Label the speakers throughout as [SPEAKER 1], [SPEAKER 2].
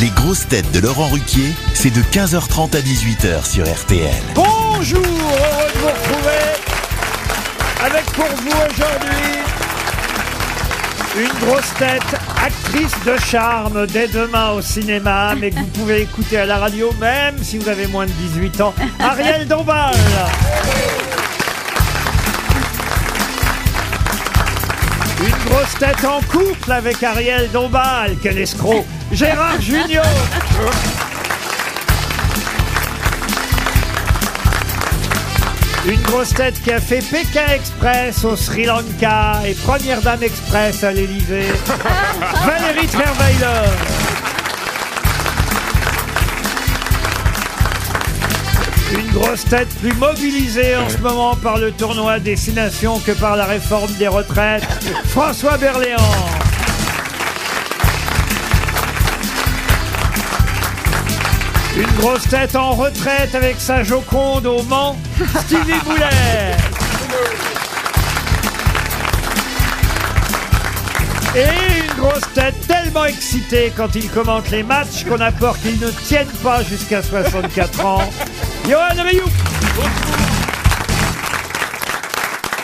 [SPEAKER 1] Les grosses têtes de Laurent Ruquier, c'est de 15h30 à 18h sur RTL.
[SPEAKER 2] Bonjour, heureux de vous retrouver avec pour vous aujourd'hui une grosse tête, actrice de charme dès demain au cinéma, mais que vous pouvez écouter à la radio même si vous avez moins de 18 ans, Ariel Dombal. Une grosse tête en couple avec Ariel Dombal, quel escroc, Gérard Junior. Une grosse tête qui a fait Pékin Express au Sri Lanka et Première Dame Express à l'Elysée, Valérie Trierweiler. Une grosse tête plus mobilisée en ce moment par le tournoi Destination que par la réforme des retraites, François Berléand. Une grosse tête en retraite avec sa Joconde au Mans, Stevie Boulet. Et une grosse tête tellement excitée quand il commente les matchs qu'on a peur qu'il ne tienne pas jusqu'à 64 ans. Johan Rioux.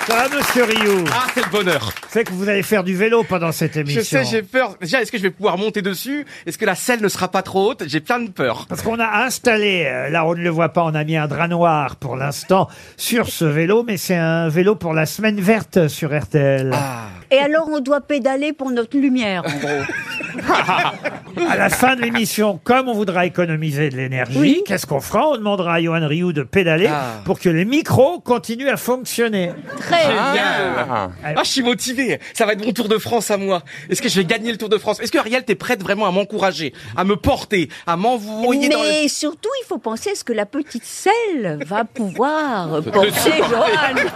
[SPEAKER 2] Ça va, monsieur Rioux
[SPEAKER 3] Ah, c'est le bonheur.
[SPEAKER 2] C'est que vous allez faire du vélo pendant cette
[SPEAKER 3] Je
[SPEAKER 2] émission.
[SPEAKER 3] sais, j'ai peur. Déjà, est-ce que je vais pouvoir monter dessus Est-ce que la selle ne sera pas trop haute J'ai plein de peur.
[SPEAKER 2] Parce qu'on a installé, euh, là on ne le voit pas, on a mis un drap noir pour l'instant sur ce vélo, mais c'est un vélo pour la semaine verte sur RTL.
[SPEAKER 3] Ah.
[SPEAKER 4] Et alors, on doit pédaler pour notre lumière, en gros.
[SPEAKER 2] À la fin de l'émission, comme on voudra économiser de l'énergie,
[SPEAKER 4] Oui.
[SPEAKER 2] qu'est-ce qu'on fera On demandera à Johan Rioux de pédaler
[SPEAKER 3] Ah.
[SPEAKER 2] pour que les micros continuent à fonctionner.
[SPEAKER 4] Très bien.
[SPEAKER 3] Ah, je suis motivé. Ça va être mon Tour de France à moi. Est-ce que je vais gagner le Tour de France Est-ce que Ariel, t'es prête vraiment à m'encourager, à me porter, à m'envoyer dans
[SPEAKER 4] Mais
[SPEAKER 3] le...
[SPEAKER 4] surtout, il faut penser à ce que la petite selle va pouvoir porter, Johan.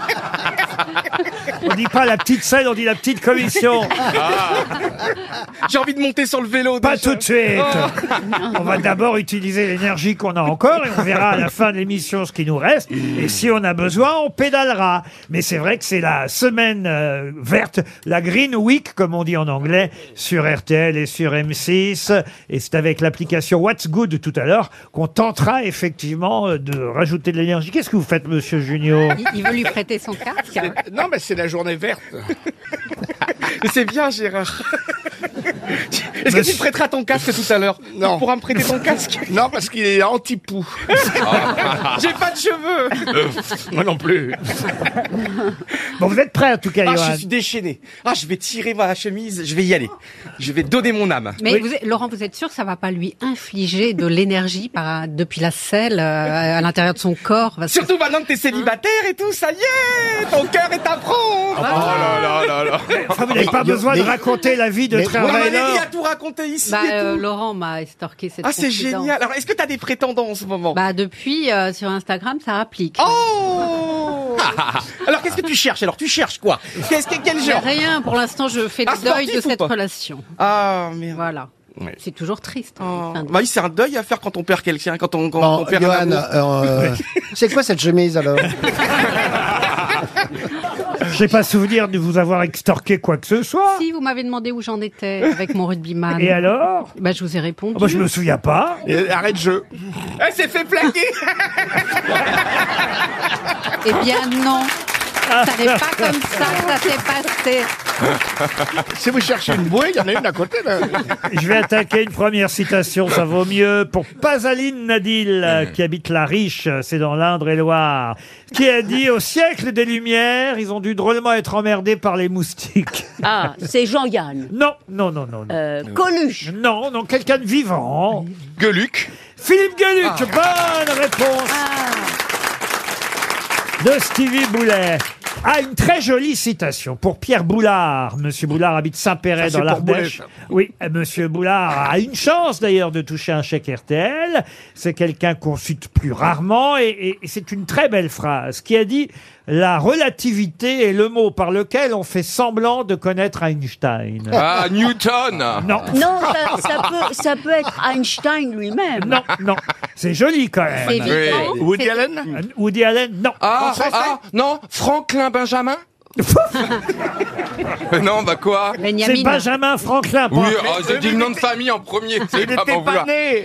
[SPEAKER 2] On dit pas la petite scène, on dit la petite commission.
[SPEAKER 5] Ah.
[SPEAKER 3] J'ai envie de monter sur le vélo.
[SPEAKER 2] Pas
[SPEAKER 3] déjà. Oh.
[SPEAKER 2] tout de suite. On va d'abord utiliser l'énergie qu'on a encore et on verra à la fin de l'émission ce qui nous reste. Et si on a besoin, on pédalera. Mais c'est vrai que c'est la semaine euh, verte, la Green Week, comme on dit en anglais, sur RTL et sur M6. Et c'est avec l'application What's Good tout à l'heure qu'on tentera effectivement euh, de rajouter de l'énergie. Qu'est-ce que vous faites, monsieur Junio
[SPEAKER 6] Il- Il veut lui prêter son casque. hein.
[SPEAKER 7] Non, mais c'est la journée verte.
[SPEAKER 3] Mais c'est bien, Gérard. Est-ce que tu
[SPEAKER 2] Monsieur-
[SPEAKER 3] me prêteras ton casque tout à l'heure
[SPEAKER 7] Non.
[SPEAKER 3] Tu pourras me prêter ton casque Ah.
[SPEAKER 7] Non, parce qu'il est anti-poux.
[SPEAKER 3] J'ai pas de cheveux
[SPEAKER 7] Ah. Moi non plus.
[SPEAKER 2] Bon, vous êtes prêts en tout cas,
[SPEAKER 3] Ah,
[SPEAKER 2] Johan
[SPEAKER 3] je suis déchaîné. Ah, je vais tirer ma chemise, je vais y aller. Je vais donner mon âme.
[SPEAKER 6] Mais vous êtes- Laurent, vous êtes sûr que ça va pas lui infliger de l'énergie par, depuis la selle euh, à l'intérieur de son corps parce que-
[SPEAKER 3] Surtout maintenant que t'es célibataire et tout, ça y est, ton cœur est à prompt.
[SPEAKER 2] Ah, Enfin, vous n'avez pas besoin de raconter la vie de
[SPEAKER 3] On m'a dit
[SPEAKER 2] travailleur.
[SPEAKER 3] à tout raconter ici.
[SPEAKER 6] Bah,
[SPEAKER 3] et
[SPEAKER 6] euh,
[SPEAKER 3] tout.
[SPEAKER 6] Laurent m'a estorqué cette
[SPEAKER 3] ah, c'est
[SPEAKER 6] confidence.
[SPEAKER 3] génial. Alors, est-ce que t'as des prétendants en ce moment
[SPEAKER 6] Bah, depuis, euh, sur Instagram, ça applique.
[SPEAKER 3] Oh Alors, qu'est-ce que tu cherches Alors, tu cherches quoi Qu'est-ce que quel
[SPEAKER 6] Mais
[SPEAKER 3] genre Ah,
[SPEAKER 6] Rien, pour l'instant, je fais
[SPEAKER 3] Un
[SPEAKER 6] le deuil de
[SPEAKER 3] sportif ou
[SPEAKER 6] cette
[SPEAKER 3] pas
[SPEAKER 6] relation.
[SPEAKER 3] Ah, merde.
[SPEAKER 6] Voilà.
[SPEAKER 3] Ouais.
[SPEAKER 6] C'est toujours triste. hein,
[SPEAKER 3] Oh.
[SPEAKER 6] fin de-
[SPEAKER 3] Bah oui, c'est un deuil à faire quand on perd quelqu'un, quand on, quand
[SPEAKER 8] Bon,
[SPEAKER 3] on perd un
[SPEAKER 8] Johan,
[SPEAKER 3] amour.
[SPEAKER 8] euh, c'est quoi cette chemise alors
[SPEAKER 2] J'ai pas souvenir de vous avoir extorqué quoi que ce soit.
[SPEAKER 6] Si vous m'avez demandé où j'en étais avec mon rugbyman,
[SPEAKER 2] Et alors
[SPEAKER 6] bah, je vous ai répondu.
[SPEAKER 2] Ah bah, je me souviens pas.
[SPEAKER 7] Et arrête jeu.
[SPEAKER 3] Elle s'est fait plaquer
[SPEAKER 6] Eh bien, non. Ça n'est pas comme ça que ça s'est passé.
[SPEAKER 7] Si vous cherchez une bouée, il y en a une à côté. Là.
[SPEAKER 2] Je vais attaquer une première citation, ça vaut mieux, pour Pasaline Nadil, euh, qui habite La Riche, euh, c'est dans l'Indre-et-Loire, qui a dit « Au siècle des Lumières, ils ont dû drôlement être emmerdés par les moustiques.
[SPEAKER 4] Ah, c'est Jean-Yann. »
[SPEAKER 2] Non, non, non, non, non.
[SPEAKER 4] Euh, Coluche.
[SPEAKER 2] Non, non, quelqu'un de vivant.
[SPEAKER 3] Gueuluc
[SPEAKER 2] Philippe Gueluc,
[SPEAKER 4] Ah.
[SPEAKER 2] bonne réponse de Stevie Boulet. Ah, une très jolie citation pour Pierre Boulard. Monsieur Boulard habite Saint-Péret
[SPEAKER 7] Ça,
[SPEAKER 2] dans
[SPEAKER 7] c'est pour
[SPEAKER 2] l'Ardèche. Oui, euh, monsieur Boulard a une chance d'ailleurs de toucher un chèque RTL. C'est quelqu'un qu'on cite plus rarement et, et- et c'est une très belle phrase qui a dit La relativité est le mot par lequel on fait semblant de connaître Einstein.
[SPEAKER 9] Ah, Newton
[SPEAKER 2] Non,
[SPEAKER 4] Non, ça, ça peut, ça peut être Einstein lui-même.
[SPEAKER 2] non, non. C'est joli quand
[SPEAKER 6] C'est
[SPEAKER 2] même.
[SPEAKER 6] évident.
[SPEAKER 7] Woody Allen
[SPEAKER 2] Woody Allen, non.
[SPEAKER 9] Ah, ah, non, ah, Franklin Benjamin
[SPEAKER 2] euh,
[SPEAKER 9] Mais non, bah quoi
[SPEAKER 2] C'est
[SPEAKER 6] Benjamin.
[SPEAKER 2] Benjamin Franklin.
[SPEAKER 9] Oui,
[SPEAKER 2] point.
[SPEAKER 9] oh, j'ai dit le nom de famille en premier, c'est pas
[SPEAKER 7] T'es
[SPEAKER 9] pour
[SPEAKER 7] pas
[SPEAKER 9] vouloir.
[SPEAKER 7] né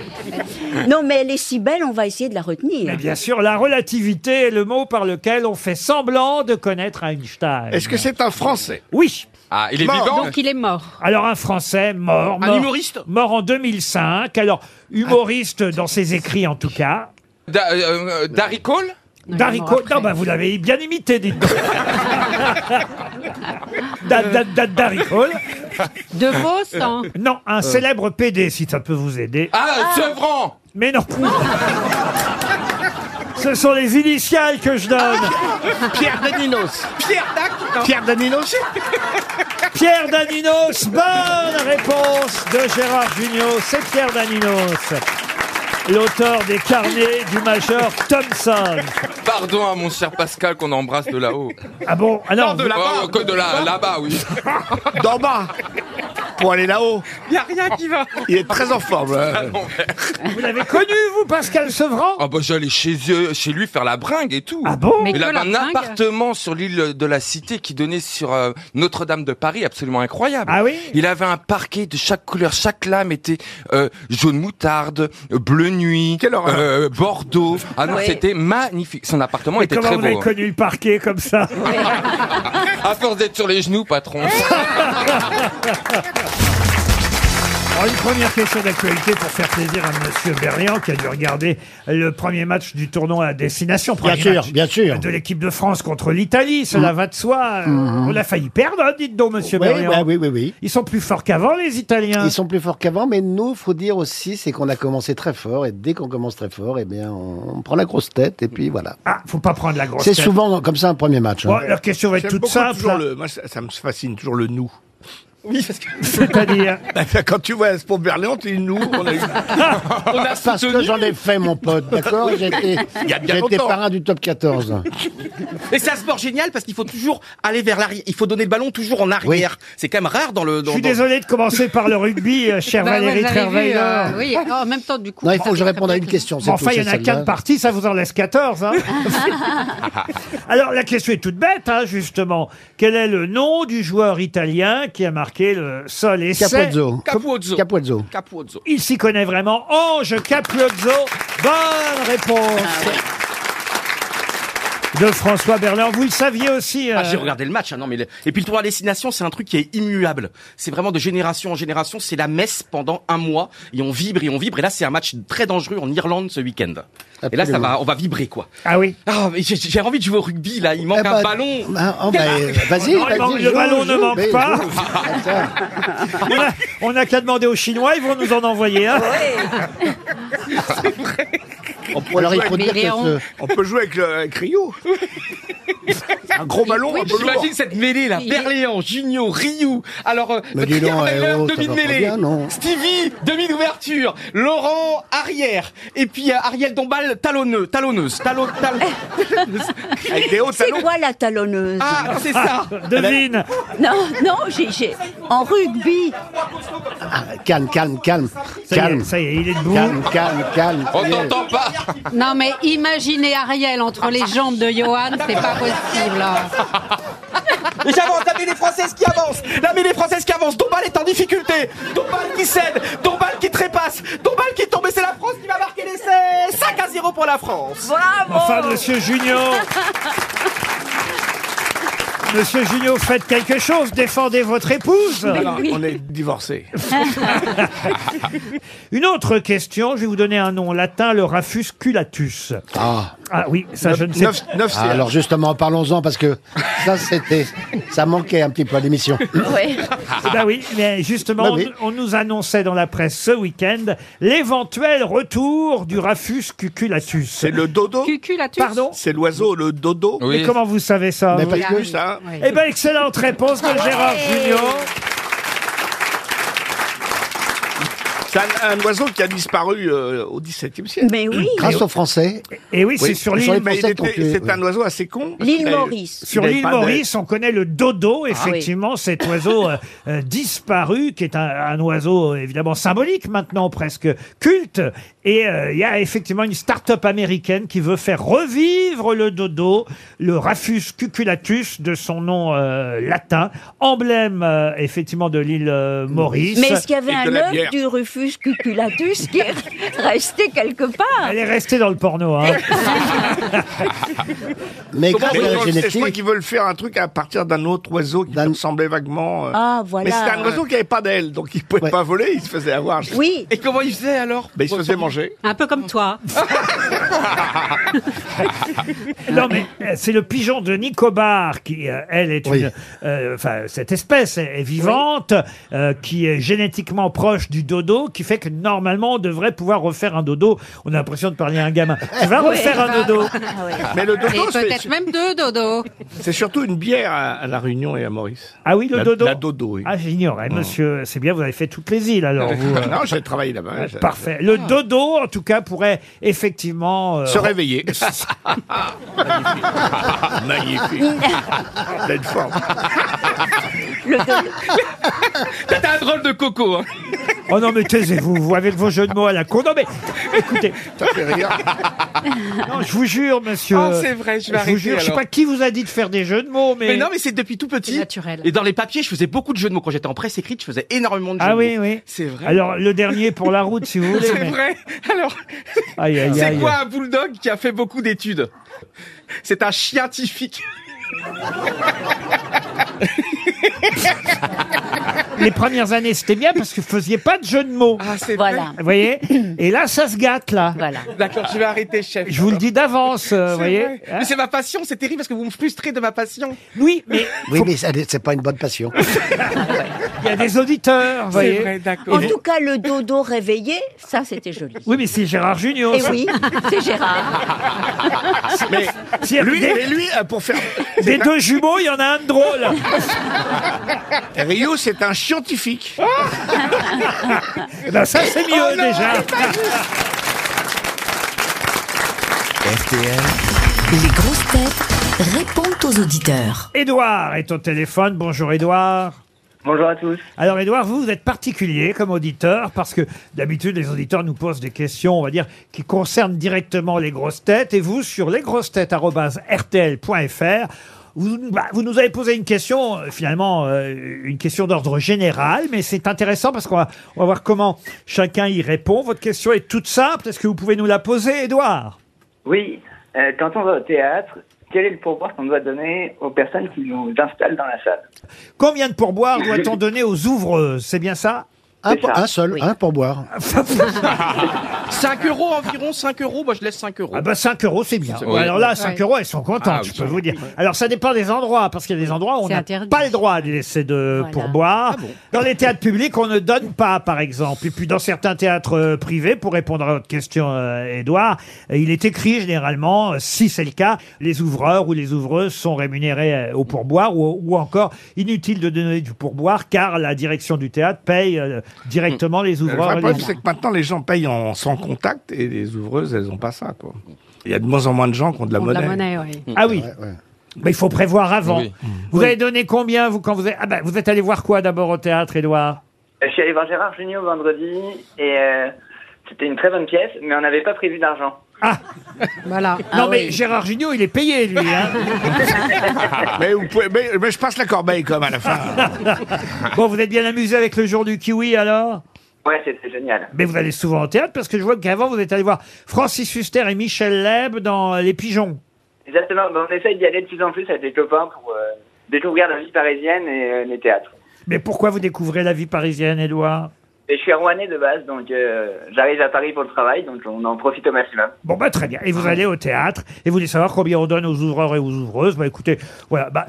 [SPEAKER 4] Non, mais elle est si belle, on va essayer de la retenir.
[SPEAKER 2] Mais bien sûr, la relativité est le mot par lequel on fait semblant de connaître Einstein.
[SPEAKER 7] Est-ce que c'est un Français
[SPEAKER 2] Oui.
[SPEAKER 9] Ah, il est
[SPEAKER 7] Mort,
[SPEAKER 9] vivant
[SPEAKER 6] Donc il est mort.
[SPEAKER 2] Alors un Français mort,
[SPEAKER 3] Un
[SPEAKER 2] mort-
[SPEAKER 3] humoriste
[SPEAKER 2] mort en 2005. Alors humoriste dans ses écrits en tout cas.
[SPEAKER 9] Da- euh, euh, Darry Cole
[SPEAKER 6] Non, il est
[SPEAKER 2] Darry
[SPEAKER 6] mort
[SPEAKER 2] Cole-
[SPEAKER 6] après.
[SPEAKER 2] non, bah, vous l'avez bien imité, dites donc. Da- da- da- Darry Cole.
[SPEAKER 6] De Vos, hein.
[SPEAKER 2] Non, un
[SPEAKER 7] Euh.
[SPEAKER 2] célèbre PD, si ça peut vous aider.
[SPEAKER 9] Ah, Sevran
[SPEAKER 2] Mais non. Ce sont les initiales que je donne.
[SPEAKER 7] Ah. Pierre Daninos.
[SPEAKER 3] Pierre Dac non.
[SPEAKER 7] Pierre Daninos
[SPEAKER 2] Pierre Daninos, bonne réponse de Gérard Junior. C'est Pierre Daninos, l'auteur des carnets du major Thompson.
[SPEAKER 9] Pardon à mon cher Pascal qu'on embrasse de là-haut.
[SPEAKER 2] Ah bon Alors,
[SPEAKER 3] Non, de là-bas.
[SPEAKER 9] Oh, que de là- là-bas, oui.
[SPEAKER 7] D'en bas Pour aller là-haut.
[SPEAKER 3] Y a rien qui va.
[SPEAKER 7] Il est très en forme. hein.
[SPEAKER 2] vous l'avez connu, vous, Pascal Sevran
[SPEAKER 9] Ah bah j'allais chez, eux- chez lui faire la bringue et tout.
[SPEAKER 2] Ah bon
[SPEAKER 6] Mais
[SPEAKER 9] Il
[SPEAKER 6] que
[SPEAKER 9] avait
[SPEAKER 6] la
[SPEAKER 9] un
[SPEAKER 6] bringue.
[SPEAKER 9] appartement sur l'île de la Cité qui donnait sur euh, Notre-Dame de Paris, absolument incroyable.
[SPEAKER 2] Ah oui
[SPEAKER 9] Il avait un parquet de chaque couleur, chaque lame était euh, jaune moutarde, euh, bleu nuit,
[SPEAKER 7] Quelle horreur.
[SPEAKER 9] euh, bordeaux. Ah non,
[SPEAKER 4] Ouais.
[SPEAKER 9] c'était magnifique. Son appartement
[SPEAKER 2] Mais
[SPEAKER 9] était
[SPEAKER 2] comment
[SPEAKER 9] très
[SPEAKER 2] vous avez
[SPEAKER 9] beau. hein.
[SPEAKER 2] connu le parquet comme ça
[SPEAKER 9] À force d'être sur les genoux, patron.
[SPEAKER 2] Alors, une première question d'actualité pour faire plaisir à Monsieur Berriand qui a dû regarder le premier match du tournoi à destination.
[SPEAKER 8] Bien
[SPEAKER 2] premier
[SPEAKER 8] sûr,
[SPEAKER 2] match
[SPEAKER 8] bien sûr. Mm.
[SPEAKER 2] De l'équipe de France contre l'Italie, cela va de soi. Euh, On a failli perdre, hein, dites donc, Monsieur
[SPEAKER 8] Mm-hmm. Oui,
[SPEAKER 2] Berriand.
[SPEAKER 8] bah oui, oui, oui.
[SPEAKER 2] Ils sont plus forts qu'avant, les Italiens.
[SPEAKER 8] Ils sont plus forts qu'avant, mais nous, faut dire aussi, c'est qu'on a commencé très fort, et dès qu'on commence très fort, eh bien, on, on prend la grosse tête, et puis voilà.
[SPEAKER 2] Ah, faut pas prendre la grosse
[SPEAKER 8] C'est
[SPEAKER 2] tête.
[SPEAKER 8] souvent comme ça un premier match.
[SPEAKER 2] Bon,
[SPEAKER 8] hein.
[SPEAKER 2] leur question va être
[SPEAKER 7] J'aime
[SPEAKER 2] toute
[SPEAKER 7] beaucoup
[SPEAKER 2] simple.
[SPEAKER 7] toujours
[SPEAKER 2] hein.
[SPEAKER 7] le- moi, ça, ça me fascine toujours le nous. Bah,
[SPEAKER 3] Oui, parce que
[SPEAKER 2] C'est-à-dire,
[SPEAKER 7] Quand tu vois pour Berléon, tu dis nous, on a eu.
[SPEAKER 3] on a
[SPEAKER 8] Parce que
[SPEAKER 3] soutenu.
[SPEAKER 8] j'en ai fait, mon pote, d'accord J'étais
[SPEAKER 7] y a bien longtemps.
[SPEAKER 8] parrain du top 14.
[SPEAKER 3] Et c'est un sport génial parce qu'il faut toujours aller vers l'arrière. Il faut donner le ballon toujours en arrière. C'est quand même rare dans le.
[SPEAKER 2] je
[SPEAKER 3] Dans,
[SPEAKER 2] suis
[SPEAKER 3] dans-
[SPEAKER 2] désolé de commencer par le rugby, euh, cher
[SPEAKER 6] Bah ouais,
[SPEAKER 2] Valérie
[SPEAKER 6] j'avais vu,
[SPEAKER 2] Trierweiler.
[SPEAKER 6] euh, oui, oh, en même temps, du coup.
[SPEAKER 8] Non, il faut que je réponde à une question, c'est
[SPEAKER 2] Bon, enfin,
[SPEAKER 8] tout, hein.
[SPEAKER 2] il y
[SPEAKER 8] c'est
[SPEAKER 2] en a
[SPEAKER 8] celle-là.
[SPEAKER 2] quatre parties, ça vous en laisse 14. hein. Alors, la question est toute bête, hein, justement. Quel est le nom du joueur italien qui a marqué le sol essai
[SPEAKER 8] Capozzo.
[SPEAKER 3] Capuzzo.
[SPEAKER 8] Capozzo.
[SPEAKER 3] Capuzzo.
[SPEAKER 2] Il s'y connaît vraiment. Ange Capiozzo. Bonne réponse. De François Bernard. Vous le saviez aussi.
[SPEAKER 3] Ah,
[SPEAKER 2] euh,
[SPEAKER 3] j'ai regardé le match, hein, non mais le- et puis le tour à destination, c'est un truc qui est immuable. C'est vraiment de génération en génération, c'est la messe pendant un mois et on vibre et on vibre. Et là, c'est un match très dangereux en Irlande ce week-end. Et là, ça
[SPEAKER 8] Absolument.
[SPEAKER 3] va, on va vibrer quoi.
[SPEAKER 2] Ah oui.
[SPEAKER 3] Ah, mais j'ai- j'ai envie de jouer au rugby là. Il manque
[SPEAKER 8] Eh
[SPEAKER 3] un
[SPEAKER 8] ben,
[SPEAKER 3] ballon.
[SPEAKER 8] ah, oh, bah, vas-y,
[SPEAKER 2] Non, il
[SPEAKER 8] vas-y,
[SPEAKER 2] manque- le
[SPEAKER 8] joue,
[SPEAKER 2] ballon ne
[SPEAKER 8] joue,
[SPEAKER 2] manque
[SPEAKER 8] mais
[SPEAKER 2] pas.
[SPEAKER 8] joue. Attends.
[SPEAKER 2] On a- On n'a qu'à demander aux Chinois, ils vont nous en envoyer un.
[SPEAKER 7] On peut,
[SPEAKER 8] Alors,
[SPEAKER 7] jouer,
[SPEAKER 8] il faut
[SPEAKER 6] Mais
[SPEAKER 8] dire que
[SPEAKER 6] Léon.
[SPEAKER 8] ce...
[SPEAKER 7] on peut jouer avec, le, avec Rio. un gros ballon, un peu lourd.
[SPEAKER 3] J'imagine cette mêlée là.
[SPEAKER 6] Il-
[SPEAKER 3] Berléand, Junio, Ryu. Alors, euh,
[SPEAKER 8] Mais dis
[SPEAKER 3] Pierre
[SPEAKER 8] donc, eh
[SPEAKER 3] Taylor,
[SPEAKER 8] oh, ça
[SPEAKER 3] demi de
[SPEAKER 8] va pas
[SPEAKER 3] mêlée.
[SPEAKER 8] bien, non
[SPEAKER 3] Stevie, demi d'ouverture. Laurent, arrière. Et puis euh, Ariel Dombal, talonneux, talonneuse. Talon, talonneuse.
[SPEAKER 7] Avec des hauts
[SPEAKER 4] Eh. C'est
[SPEAKER 7] talons.
[SPEAKER 4] quoi la talonneuse
[SPEAKER 3] Ah, c'est ça.
[SPEAKER 2] Devine.
[SPEAKER 4] Euh, bah. Non, non, j'ai, j'ai- en rugby.
[SPEAKER 8] Ah, calme, calme, calme.
[SPEAKER 2] Ça y est,
[SPEAKER 8] Calme,
[SPEAKER 2] ça y est, il est debout.
[SPEAKER 8] calme, calme, calme.
[SPEAKER 9] On t'entend pas
[SPEAKER 6] Non, mais imaginez Ariel entre les jambes de Johan, c'est pas possible. hein.
[SPEAKER 3] Et j'avance, la mêlée française qui avance. La mêlée française qui avance. Dombal est en difficulté. Dombal qui cède. Dombal qui trépasse. Dombal qui tombe. Et c'est la France qui va marquer l'essai. 5 à 0 pour la France.
[SPEAKER 4] Bravo
[SPEAKER 2] Enfin, monsieur Junior. Monsieur Junior, faites quelque chose, défendez votre épouse.
[SPEAKER 7] Alors, on est divorcés.
[SPEAKER 2] Une autre question, je vais vous donner un nom latin, le rafus culatus.
[SPEAKER 8] Ah,
[SPEAKER 2] Ah oui, ça je ne sais pas.
[SPEAKER 7] 9, 9
[SPEAKER 8] ah, alors justement, parlons-en parce que ça, c'était, ça manquait un petit peu à l'émission.
[SPEAKER 4] Ouais.
[SPEAKER 2] Bah oui, mais justement,
[SPEAKER 8] Bah oui.
[SPEAKER 2] On, on nous annonçait dans la presse ce week-end l'éventuel retour du rafus cuculatus.
[SPEAKER 7] C'est le dodo.
[SPEAKER 6] Cucu, là, tu
[SPEAKER 2] Pardon
[SPEAKER 7] C'est l'oiseau, Oh, le dodo.
[SPEAKER 9] Oui.
[SPEAKER 2] Mais comment vous savez ça
[SPEAKER 8] Mais
[SPEAKER 2] vous
[SPEAKER 8] parce
[SPEAKER 6] Ah,
[SPEAKER 8] que
[SPEAKER 6] oui,
[SPEAKER 7] ça, hein.
[SPEAKER 6] oui.
[SPEAKER 2] Eh ben, excellente réponse de Gérard Junior.
[SPEAKER 7] C'est un, un oiseau qui a disparu euh, au XVIIe siècle. Mmh.
[SPEAKER 4] Mais oui,
[SPEAKER 8] grâce aux Français,
[SPEAKER 2] Et Eh oui, c'est
[SPEAKER 7] Oui,
[SPEAKER 2] sur
[SPEAKER 8] mais sur
[SPEAKER 2] l'île
[SPEAKER 8] les-
[SPEAKER 7] Mais il
[SPEAKER 8] Français euh, qui ont
[SPEAKER 7] était-
[SPEAKER 8] tué,
[SPEAKER 7] c'est
[SPEAKER 8] oui.
[SPEAKER 7] un oiseau assez con. parce
[SPEAKER 4] l'île
[SPEAKER 7] qu'il a-
[SPEAKER 4] Maurice.
[SPEAKER 2] Sur
[SPEAKER 7] Il avait
[SPEAKER 2] l'île
[SPEAKER 7] pas de-
[SPEAKER 2] Maurice, on connaît le
[SPEAKER 4] Ah
[SPEAKER 2] dodo, effectivement, cet oiseau euh, euh, disparu, qui est un, un oiseau euh, évidemment symbolique maintenant, presque culte, Et euh, il y a effectivement une start-up américaine qui veut faire revivre le dodo, le Raphus cuculatus de son nom euh, latin, emblème euh, effectivement de l'île euh, Maurice.
[SPEAKER 4] Mais est-ce qu'il y avait
[SPEAKER 7] Et
[SPEAKER 4] un
[SPEAKER 7] de la
[SPEAKER 4] œuf
[SPEAKER 7] bière.
[SPEAKER 4] du Rufus cuculatus qui est resté quelque part
[SPEAKER 2] Elle est restée dans le porno. Hein.
[SPEAKER 8] Mais
[SPEAKER 7] Comment
[SPEAKER 8] grâce à
[SPEAKER 7] ils
[SPEAKER 8] la
[SPEAKER 7] veulent- Je crois
[SPEAKER 8] génétique,
[SPEAKER 7] qu'ils veulent faire un truc à partir d'un autre oiseau qui
[SPEAKER 8] D'un-
[SPEAKER 7] ressemblait vaguement. euh,
[SPEAKER 4] Ah, voilà.
[SPEAKER 7] Mais c'était un oiseau qui n'avait pas d'aile, donc il ne pouvait
[SPEAKER 8] Ouais.
[SPEAKER 7] pas voler, il se faisait avoir.
[SPEAKER 4] Oui,
[SPEAKER 3] Et comment il faisait alors
[SPEAKER 7] Mais il se faisait manger.
[SPEAKER 6] Un peu comme toi.
[SPEAKER 2] Non, mais euh, c'est le pigeon de Nicobar qui, euh, elle, est
[SPEAKER 8] Oui.
[SPEAKER 2] une. euh, Enfin, cette espèce est, est vivante, euh, qui est génétiquement proche du dodo, qui fait que normalement, on devrait pouvoir refaire un dodo. On a l'impression de parler à un gamin. Tu vas refaire un dodo. Ah
[SPEAKER 7] Mais le dodo,
[SPEAKER 6] Ah Et
[SPEAKER 7] c'est-
[SPEAKER 6] peut-être même deux dodo.
[SPEAKER 7] c'est surtout une bière à, à La Réunion et à Maurice.
[SPEAKER 2] Ah oui, le
[SPEAKER 7] la,
[SPEAKER 2] dodo.
[SPEAKER 7] La dodo, oui.
[SPEAKER 2] Ah, j'ignorais, monsieur. C'est bien, vous avez fait toutes les îles, alors, vous. euh,
[SPEAKER 7] non, j'ai travaillé là-bas. j'ai-
[SPEAKER 2] Parfait. Le dodo, en tout cas, pourrait effectivement. euh,
[SPEAKER 7] Se réveiller. Magnifique. Belle forme.
[SPEAKER 4] le dodo.
[SPEAKER 3] T'as un drôle de coco, hein.
[SPEAKER 2] Oh non, mais taisez-vous, vous, avec vos jeux de mots à la con. Non, mais écoutez,
[SPEAKER 7] Ça fait rire.
[SPEAKER 2] non, je vous jure, monsieur.
[SPEAKER 3] Ah, c'est vrai, je vais
[SPEAKER 2] Je vous
[SPEAKER 3] arrêter,
[SPEAKER 2] jure, je sais
[SPEAKER 3] alors.
[SPEAKER 2] pas qui vous a dit de faire des jeux de mots, mais.
[SPEAKER 3] Mais non, mais c'est depuis tout petit.
[SPEAKER 6] C'est naturel.
[SPEAKER 3] Et dans les papiers, je faisais beaucoup de jeux de mots. Quand j'étais en presse écrite, je faisais énormément de jeux
[SPEAKER 2] Ah
[SPEAKER 3] de
[SPEAKER 2] oui,
[SPEAKER 3] mots.
[SPEAKER 2] oui.
[SPEAKER 3] C'est vrai.
[SPEAKER 2] Alors, le dernier pour la route, si vous voulez.
[SPEAKER 3] c'est
[SPEAKER 2] mais-
[SPEAKER 3] vrai. Alors,
[SPEAKER 2] Aïe, aïe,
[SPEAKER 3] c'est
[SPEAKER 2] aïe.
[SPEAKER 3] quoi un bulldog qui a fait beaucoup d'études C'est un scientifique.
[SPEAKER 2] Les premières années, c'était bien parce que vous faisiez pas de jeux de mots.
[SPEAKER 3] Ah, c'est vrai.
[SPEAKER 4] Voilà,
[SPEAKER 2] Vous voyez Et là, ça se gâte, là.
[SPEAKER 4] voilà.
[SPEAKER 3] D'accord, je vais arrêter, chef.
[SPEAKER 2] Je vous le dis d'avance, euh,
[SPEAKER 3] C'est
[SPEAKER 2] vous voyez
[SPEAKER 3] vrai.
[SPEAKER 2] Hein
[SPEAKER 3] Mais c'est ma passion, c'est terrible parce que vous me frustrez de ma passion.
[SPEAKER 2] Oui, mais
[SPEAKER 8] oui, mais ça- c'est pas une bonne passion.
[SPEAKER 2] il y a des auditeurs, vous
[SPEAKER 3] C'est
[SPEAKER 2] voyez
[SPEAKER 3] vrai, d'accord.
[SPEAKER 4] En tout cas, le dodo réveillé, ça c'était joli.
[SPEAKER 2] Oui, mais c'est Gérard Junior.
[SPEAKER 4] Et Eh oui, c'est Gérard.
[SPEAKER 7] Mais
[SPEAKER 2] Si-
[SPEAKER 7] lui,
[SPEAKER 2] des,
[SPEAKER 7] mais lui, euh, pour faire.
[SPEAKER 2] des deux jumeaux, il y en a un de drôle.
[SPEAKER 7] Rio, c'est un scientifique.
[SPEAKER 2] Eh ben, ça, c'est mieux,
[SPEAKER 3] Oh non,
[SPEAKER 2] déjà.
[SPEAKER 10] RTL,
[SPEAKER 11] Les grosses têtes répondent aux auditeurs.
[SPEAKER 2] Édouard est au téléphone. Bonjour, Édouard.
[SPEAKER 12] Bonjour à tous.
[SPEAKER 2] Alors, Edouard, vous, vous êtes particulier comme auditeur parce que d'habitude, les auditeurs nous posent des questions, on va dire, qui concernent directement les grosses têtes. Et vous, sur lesgrossetêtes.rtl.fr, vous, bah, vous nous avez posé une question, euh, finalement, euh, une question d'ordre général, mais c'est intéressant parce qu'on va, on va voir comment chacun y répond. Votre question est toute simple. Est-ce que vous pouvez nous la poser, Edouard
[SPEAKER 12] Oui, euh, quand on va au théâtre, quel est le pourboire qu'on doit donner aux personnes qui nous installent dans la salle
[SPEAKER 2] Combien de pourboires doit-on donner aux ouvreuses C'est bien ça
[SPEAKER 8] Un,
[SPEAKER 12] C'est
[SPEAKER 8] pour-
[SPEAKER 12] ça.
[SPEAKER 8] un seul,
[SPEAKER 4] Oui.
[SPEAKER 8] un pour boire.
[SPEAKER 3] 5 euros environ, 5 euros, moi je laisse 5 euros.
[SPEAKER 2] Ah bah 5 euros, c'est bien.
[SPEAKER 13] Oui.
[SPEAKER 2] Alors là, 5
[SPEAKER 6] Ouais.
[SPEAKER 2] euros, elles sont contentes,
[SPEAKER 13] Ah,
[SPEAKER 2] je
[SPEAKER 13] oui.
[SPEAKER 2] peux vous dire. Alors ça dépend des endroits, parce qu'il y a des endroits où on
[SPEAKER 6] C'est
[SPEAKER 2] n'a
[SPEAKER 6] interdit.
[SPEAKER 2] pas le droit de laisser de
[SPEAKER 4] Voilà.
[SPEAKER 2] pourboire. Dans les théâtres publics, on ne donne pas, par exemple. Et puis dans certains théâtres euh, privés, pour répondre à votre question, euh, Edouard, euh, il est écrit généralement, euh, si c'est le cas, les ouvreurs ou les ouvreuses sont rémunérés euh, au pourboire ou, ou encore inutile de donner du pourboire car la direction du théâtre paye euh, directement les
[SPEAKER 7] Le
[SPEAKER 2] ouvreurs.
[SPEAKER 7] vrai
[SPEAKER 2] et les
[SPEAKER 7] problème,
[SPEAKER 2] ouvreuses.
[SPEAKER 7] c'est que maintenant, les gens payent en sans contact et les ouvreuses, elles n'ont pas ça, quoi. Il y a de moins en moins de gens qui ont de la
[SPEAKER 6] On de
[SPEAKER 7] monnaie.
[SPEAKER 6] la monnaie, oui.
[SPEAKER 7] Mm.
[SPEAKER 2] Ah oui.
[SPEAKER 8] Ouais, ouais.
[SPEAKER 2] Mais il faut prévoir avant.
[SPEAKER 13] Oui.
[SPEAKER 2] Vous avez donné combien, vous, quand vous êtes... Ah ben, vous êtes allé voir quoi d'abord au théâtre, Édouard
[SPEAKER 12] Euh, Je suis allé voir Gérard Junior vendredi et euh, c'était une très bonne pièce, mais on n'avait pas prévu d'argent.
[SPEAKER 6] Voilà. Ah
[SPEAKER 2] Non, mais Gérard Gignot, il est payé, lui. hein.
[SPEAKER 7] Mais, vous pouvez- mais- mais je passe la corbeille, comme à la fin.
[SPEAKER 2] bon, vous êtes bien amusé avec le jour du kiwi, alors
[SPEAKER 12] Ouais, c'était génial.
[SPEAKER 2] Mais vous allez souvent au théâtre, parce que je vois qu'avant, vous êtes allé voir Francis Huster et Michel Leb dans Les Pigeons.
[SPEAKER 12] Exactement, Ben, on essaye d'y aller de plus en plus avec les copains pour euh, découvrir la vie parisienne et euh, les théâtres.
[SPEAKER 2] Mais pourquoi vous découvrez la vie parisienne, Édouard
[SPEAKER 12] Et je suis rouennais de base, donc euh, j'arrive à Paris pour le travail, donc on en profite au maximum.
[SPEAKER 2] Bon, bah très bien. Et vous allez au théâtre, et vous voulez savoir combien on donne aux ouvreurs et aux ouvreuses. Bah écoutez, voilà, bah...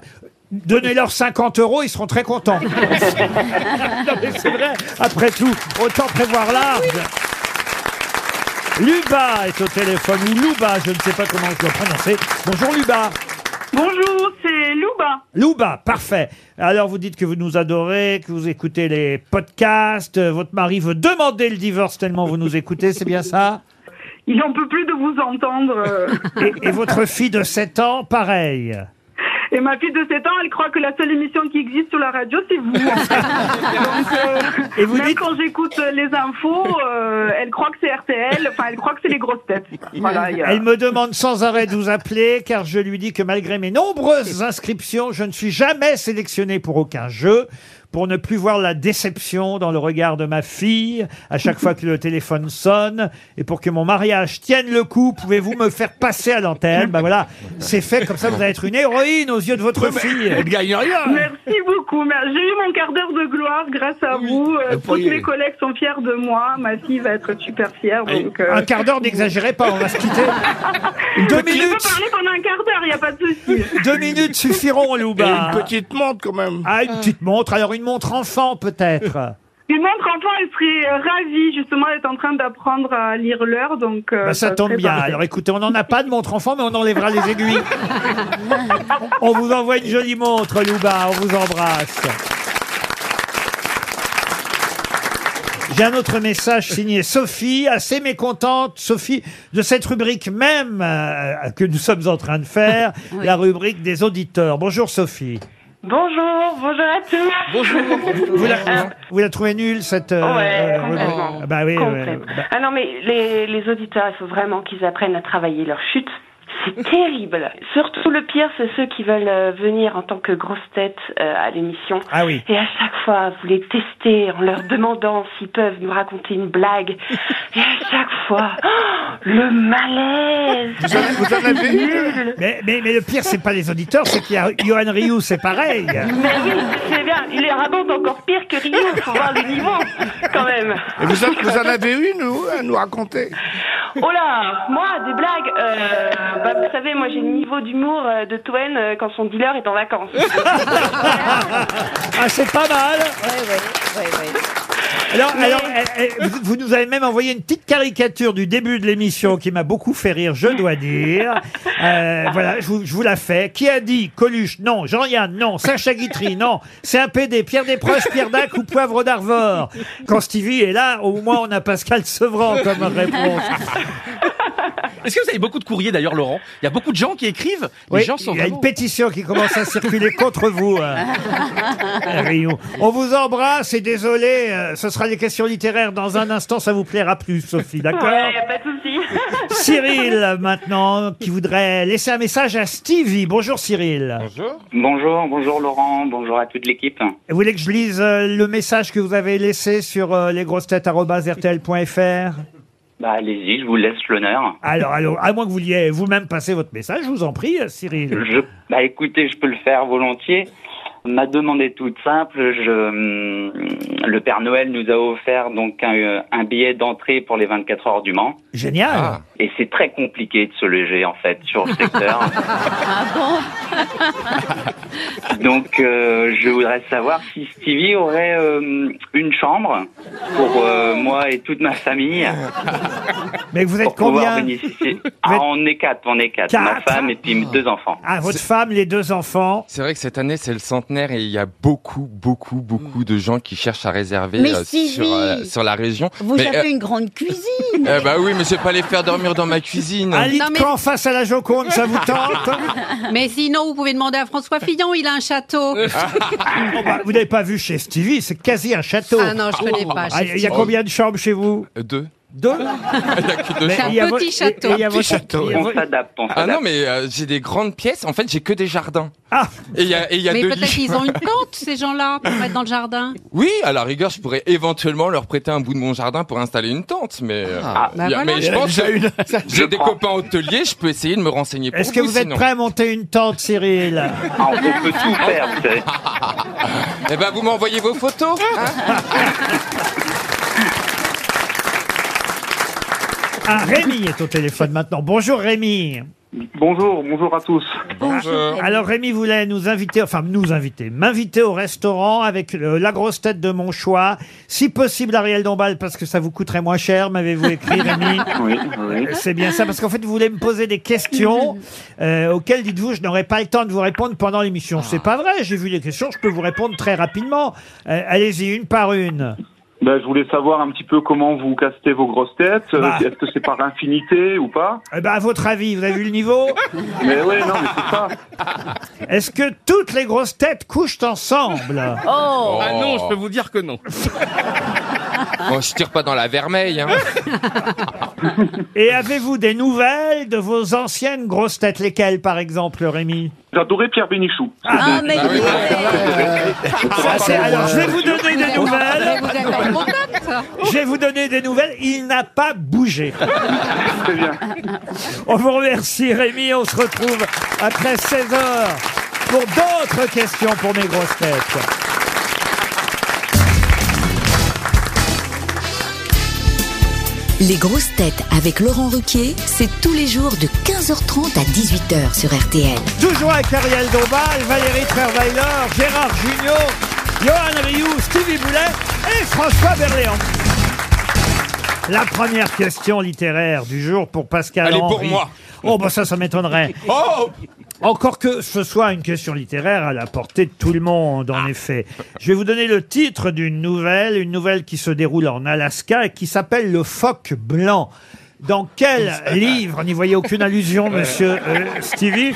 [SPEAKER 2] Donnez-leur 50 euros, ils seront très contents. non, mais c'est vrai. Après tout, autant prévoir large. Luba est au téléphone, ou Luba, je ne sais pas comment je dois prononcer. Bonjour Luba.
[SPEAKER 12] Bonjour, c'est Louba.
[SPEAKER 2] Luba, parfait. Alors vous dites que vous nous adorez, que vous écoutez les podcasts, euh, votre mari veut demander le divorce tellement vous nous écoutez, c'est bien ça
[SPEAKER 12] Il n'en peut plus de vous entendre.
[SPEAKER 2] et, et votre fille de 7 ans, pareil.
[SPEAKER 14] Et ma fille de 7 ans, elle croit que la seule émission qui existe sur la radio, c'est vous. Donc, euh,
[SPEAKER 2] Et vous
[SPEAKER 14] même
[SPEAKER 2] dites-
[SPEAKER 14] quand j'écoute les infos, euh, elle croit que c'est RTL, enfin, elle croit que c'est les grosses têtes. Voilà, il y a-
[SPEAKER 2] Elle me demande sans arrêt de vous appeler, car je lui dis que malgré mes nombreuses inscriptions, je ne suis jamais sélectionné pour aucun jeu. Pour ne plus voir la déception dans le regard de ma fille à chaque fois que le téléphone sonne, et pour que mon mariage tienne le coup, pouvez-vous me faire passer à l'antenne Ben voilà, c'est fait comme ça, vous allez être une héroïne aux yeux de votre fille.
[SPEAKER 7] elle gagne rien.
[SPEAKER 14] Merci beaucoup. mais J'ai eu mon quart d'heure de gloire grâce à vous. Euh,
[SPEAKER 2] Vous
[SPEAKER 14] Tous
[SPEAKER 2] pourriez-
[SPEAKER 14] mes collègues sont fiers de moi. Ma fille va être super fière. Donc, euh,
[SPEAKER 2] Un quart d'heure, n'exagérez pas, on va se quitter.
[SPEAKER 14] je
[SPEAKER 2] Deux
[SPEAKER 14] peux
[SPEAKER 2] minutes.
[SPEAKER 14] parler pendant un quart d'heure, il n'y a pas de souci.
[SPEAKER 2] Deux minutes suffiront, Louba.
[SPEAKER 7] Et une petite montre quand même. Ah,
[SPEAKER 2] Ah, une petite montre. Alors une montre enfant peut-être.
[SPEAKER 14] Une montre enfant, elle serait euh, ravie. Justement, elle est en train d'apprendre à lire l'heure. Donc, euh,
[SPEAKER 2] Bah, ça tombe
[SPEAKER 14] serait
[SPEAKER 2] bien.
[SPEAKER 14] parfait.
[SPEAKER 2] Alors écoutez, on n'en a pas de montre enfant, mais on enlèvera les aiguilles. on vous envoie une jolie montre, Louba. On vous embrasse. J'ai un autre message signé Sophie, assez mécontente, Sophie, de cette rubrique même euh, que nous sommes en train de faire, la rubrique des auditeurs. Bonjour Sophie.
[SPEAKER 15] Bonjour, bonjour à tous. Euh, Bonjour.
[SPEAKER 2] Vous la, vous la trouvez nulle cette euh,
[SPEAKER 15] Ouais,
[SPEAKER 2] rubrique
[SPEAKER 15] complètement.
[SPEAKER 2] Ah Bah oui, ouais.
[SPEAKER 15] Complètement. Ah non, mais les, les auditeurs, il faut vraiment qu'ils apprennent à travailler leur chute. C'est terrible. Surtout le pire, c'est ceux qui veulent euh, venir en tant que grosse tête euh, à l'émission.
[SPEAKER 2] Ah oui.
[SPEAKER 15] Et à chaque fois, vous les testez en leur demandant s'ils peuvent nous raconter une blague. Et à chaque fois, oh, le malaise. Nul.
[SPEAKER 2] mais, mais, mais le pire, c'est pas les auditeurs, c'est qu'il y a Johan Rioux, c'est pareil.
[SPEAKER 15] Mais Bah oui, c'est bien. Il est rabond encore pire que Rio. Il faut voir le niveau, quand même.
[SPEAKER 7] Et vous, en- vous en avez une ou- à nous raconter
[SPEAKER 15] Oh là, moi, des blagues. euh, bah, vous savez, moi, j'ai le niveau d'humour euh, de Toen euh, quand son dealer est en vacances.
[SPEAKER 2] Ah, c'est pas mal. Alors, alors, eh, eh, vous- vous nous avez même envoyé une petite caricature du début de l'émission qui m'a beaucoup fait rire, je dois dire. Euh, voilà, je vous, je vous la fais. Qui a dit Coluche Non. Jean-Yann Non. Sacha Guitry Non. C'est un PD. Pierre Desproges, Pierre Dac ou Poivre d'Arvor Quand Stevie est là, au moins on a Pascal Sevran comme réponse.
[SPEAKER 3] Est-ce que vous avez beaucoup de courriers d'ailleurs, Laurent Il y a beaucoup de gens qui écrivent. Les
[SPEAKER 2] Oui,
[SPEAKER 3] gens sont
[SPEAKER 2] il y a
[SPEAKER 3] vraiment-
[SPEAKER 2] une pétition qui commence à circuler contre vous. euh. Rio. On vous embrasse et désolé, euh, ce sera des questions littéraires dans un instant, ça vous plaira plus, Sophie, d'accord
[SPEAKER 15] Ouais, y a pas de souci.
[SPEAKER 2] Cyril, maintenant, qui voudrait laisser un message à Stevie. Bonjour Cyril. Bonjour.
[SPEAKER 16] Bonjour, bonjour Laurent, bonjour à toute l'équipe.
[SPEAKER 2] Vous voulez que je lise euh, le message que vous avez laissé sur euh, lesgrossetêtes.rtl.fr
[SPEAKER 16] Bah allez-y, je vous laisse l'honneur.
[SPEAKER 2] Alors, alors, à moins que vous vouliez vous-même passer votre message, je vous en prie, euh, Cyril.
[SPEAKER 16] Je, bah écoutez, je peux le faire volontiers. Ma demande est toute simple. Je, le Père Noël nous a offert donc un, euh, un billet d'entrée pour les 24 heures du Mans.
[SPEAKER 2] Génial.
[SPEAKER 16] Et c'est très compliqué de se loger en fait sur le secteur.
[SPEAKER 5] Ah bon
[SPEAKER 16] donc euh, je voudrais savoir si Stevie aurait euh, une chambre pour euh, moi et toute ma famille.
[SPEAKER 2] Mais vous êtes
[SPEAKER 16] pour pouvoir
[SPEAKER 2] combien
[SPEAKER 16] bénéficier. Ah, on est quatre, on est quatre. Ma
[SPEAKER 2] Quatre
[SPEAKER 16] femme et puis mes deux enfants.
[SPEAKER 2] Ah, votre femme, les deux enfants.
[SPEAKER 17] C'est vrai que cette année, c'est le centenaire et il y a beaucoup, beaucoup,
[SPEAKER 6] Mm.
[SPEAKER 17] beaucoup de gens qui cherchent à réserver
[SPEAKER 4] Mais
[SPEAKER 17] euh,
[SPEAKER 4] Sylvie,
[SPEAKER 17] sur, euh, sur la région.
[SPEAKER 4] Vous
[SPEAKER 17] Mais,
[SPEAKER 4] avez
[SPEAKER 17] euh,
[SPEAKER 4] une grande cuisine.
[SPEAKER 17] eh bah oui, mais je vais pas les faire dormir dans ma cuisine.
[SPEAKER 2] Un lit de camp face à la Joconde, ça vous tente
[SPEAKER 6] Mais sinon, vous pouvez demander à François Fillon, il a un château.
[SPEAKER 2] Oh bah, vous n'avez pas vu chez Stevie, c'est quasi un château.
[SPEAKER 6] Ah non, je connais pas chez
[SPEAKER 2] Ah, Il y a
[SPEAKER 6] Stevie.
[SPEAKER 2] combien de chambres chez vous
[SPEAKER 17] Euh, Deux.
[SPEAKER 2] Deux Mais il y a vo- et- et il y a votre- il y a
[SPEAKER 17] On
[SPEAKER 2] votre-
[SPEAKER 17] s'adapte,
[SPEAKER 16] on
[SPEAKER 17] Ah
[SPEAKER 16] s'adapte.
[SPEAKER 17] non, mais euh, j'ai des grandes pièces. En fait, j'ai que des jardins.
[SPEAKER 2] Ah
[SPEAKER 17] Et il y a, et il y a
[SPEAKER 6] Mais
[SPEAKER 17] deux
[SPEAKER 6] peut-être
[SPEAKER 17] lits.
[SPEAKER 6] qu'ils ont une tente, ces gens-là, pour mettre dans le jardin.
[SPEAKER 17] Oui, à la rigueur, je pourrais éventuellement leur prêter un bout de mon jardin pour installer une tente, mais, euh,
[SPEAKER 6] Ah, bah
[SPEAKER 17] il y a-
[SPEAKER 6] voilà.
[SPEAKER 17] mais
[SPEAKER 6] Il y
[SPEAKER 17] je
[SPEAKER 6] en a
[SPEAKER 17] pense
[SPEAKER 6] déjà
[SPEAKER 17] que
[SPEAKER 6] une.
[SPEAKER 17] j'ai des copains hôteliers, je peux essayer de me renseigner pour
[SPEAKER 2] Est-ce que vous êtes
[SPEAKER 17] sinon.
[SPEAKER 2] prêt à monter une tente, Cyril
[SPEAKER 17] Ah, on peut tout faire, Eh ben, vous m'envoyez vos photos. hein
[SPEAKER 2] Ah, Rémi est au téléphone maintenant. Bonjour Rémi.
[SPEAKER 18] Bonjour, bonjour à tous.
[SPEAKER 2] Ah, Alors Rémi voulait nous inviter, enfin nous inviter, m'inviter au restaurant avec euh, la grosse tête de mon choix, si possible Ariel Dombal parce que ça vous coûterait moins cher, m'avez-vous écrit Rémi
[SPEAKER 18] Oui, oui.
[SPEAKER 2] Euh, C'est bien ça, parce qu'en fait, vous voulez me poser des questions euh, auxquelles, dites-vous, je n'aurai pas le temps de vous répondre pendant
[SPEAKER 18] Ah.
[SPEAKER 2] l'émission. C'est pas vrai, j'ai vu les questions, je peux vous répondre très rapidement. Euh, Allez-y, une par une.
[SPEAKER 18] Ben, je voulais savoir un petit peu comment vous castez vos grosses têtes. euh,
[SPEAKER 2] Bah.
[SPEAKER 18] Est-ce que c'est par infinité ou pas
[SPEAKER 2] Eh ben, à votre avis, vous avez vu le niveau
[SPEAKER 18] Mais ouais, non, mais c'est ça.
[SPEAKER 2] Est-ce que toutes les grosses têtes couchent ensemble
[SPEAKER 3] Oh. Ah non, je peux vous
[SPEAKER 7] dire que non.
[SPEAKER 17] Bon, je tire pas dans la vermeille. Hein.
[SPEAKER 2] Et avez-vous des nouvelles de vos anciennes grosses têtes Lesquelles, par exemple, Rémi
[SPEAKER 18] J'adorais Pierre Bénichou.
[SPEAKER 2] Ah, mais
[SPEAKER 18] Bah oui,
[SPEAKER 2] oui. Ça, Ah, c'est- Alors, je vais vous donner des
[SPEAKER 6] Non, mais vous êtes en
[SPEAKER 2] nouvelles.
[SPEAKER 6] contact
[SPEAKER 2] Je vais vous donner des nouvelles. Il n'a pas bougé.
[SPEAKER 18] Très bien.
[SPEAKER 2] On vous remercie, Rémi. On se retrouve après 16 heures pour d'autres questions pour mes grosses têtes.
[SPEAKER 19] Les grosses têtes avec Laurent Ruquier, c'est tous les jours de 15h30 à 18h sur RTL.
[SPEAKER 2] Toujours avec Ariel Dombal, Valérie Trierweiler, Gérard Junior, Johan Rioux, Stevie Boulet et François Berléand. La première question littéraire du jour pour Pascal
[SPEAKER 17] Elle est pour
[SPEAKER 2] Henry.
[SPEAKER 17] moi. Oh
[SPEAKER 2] Oh, bah ça, ça m'étonnerait. Encore que ce soit une question littéraire à la portée de tout le monde,
[SPEAKER 17] Ah.
[SPEAKER 2] en effet. Je vais vous donner le titre d'une nouvelle, une nouvelle qui se déroule en Alaska et qui s'appelle Le phoque blanc. Dans quel livre, n'y voyez aucune allusion, monsieur euh, Stevie,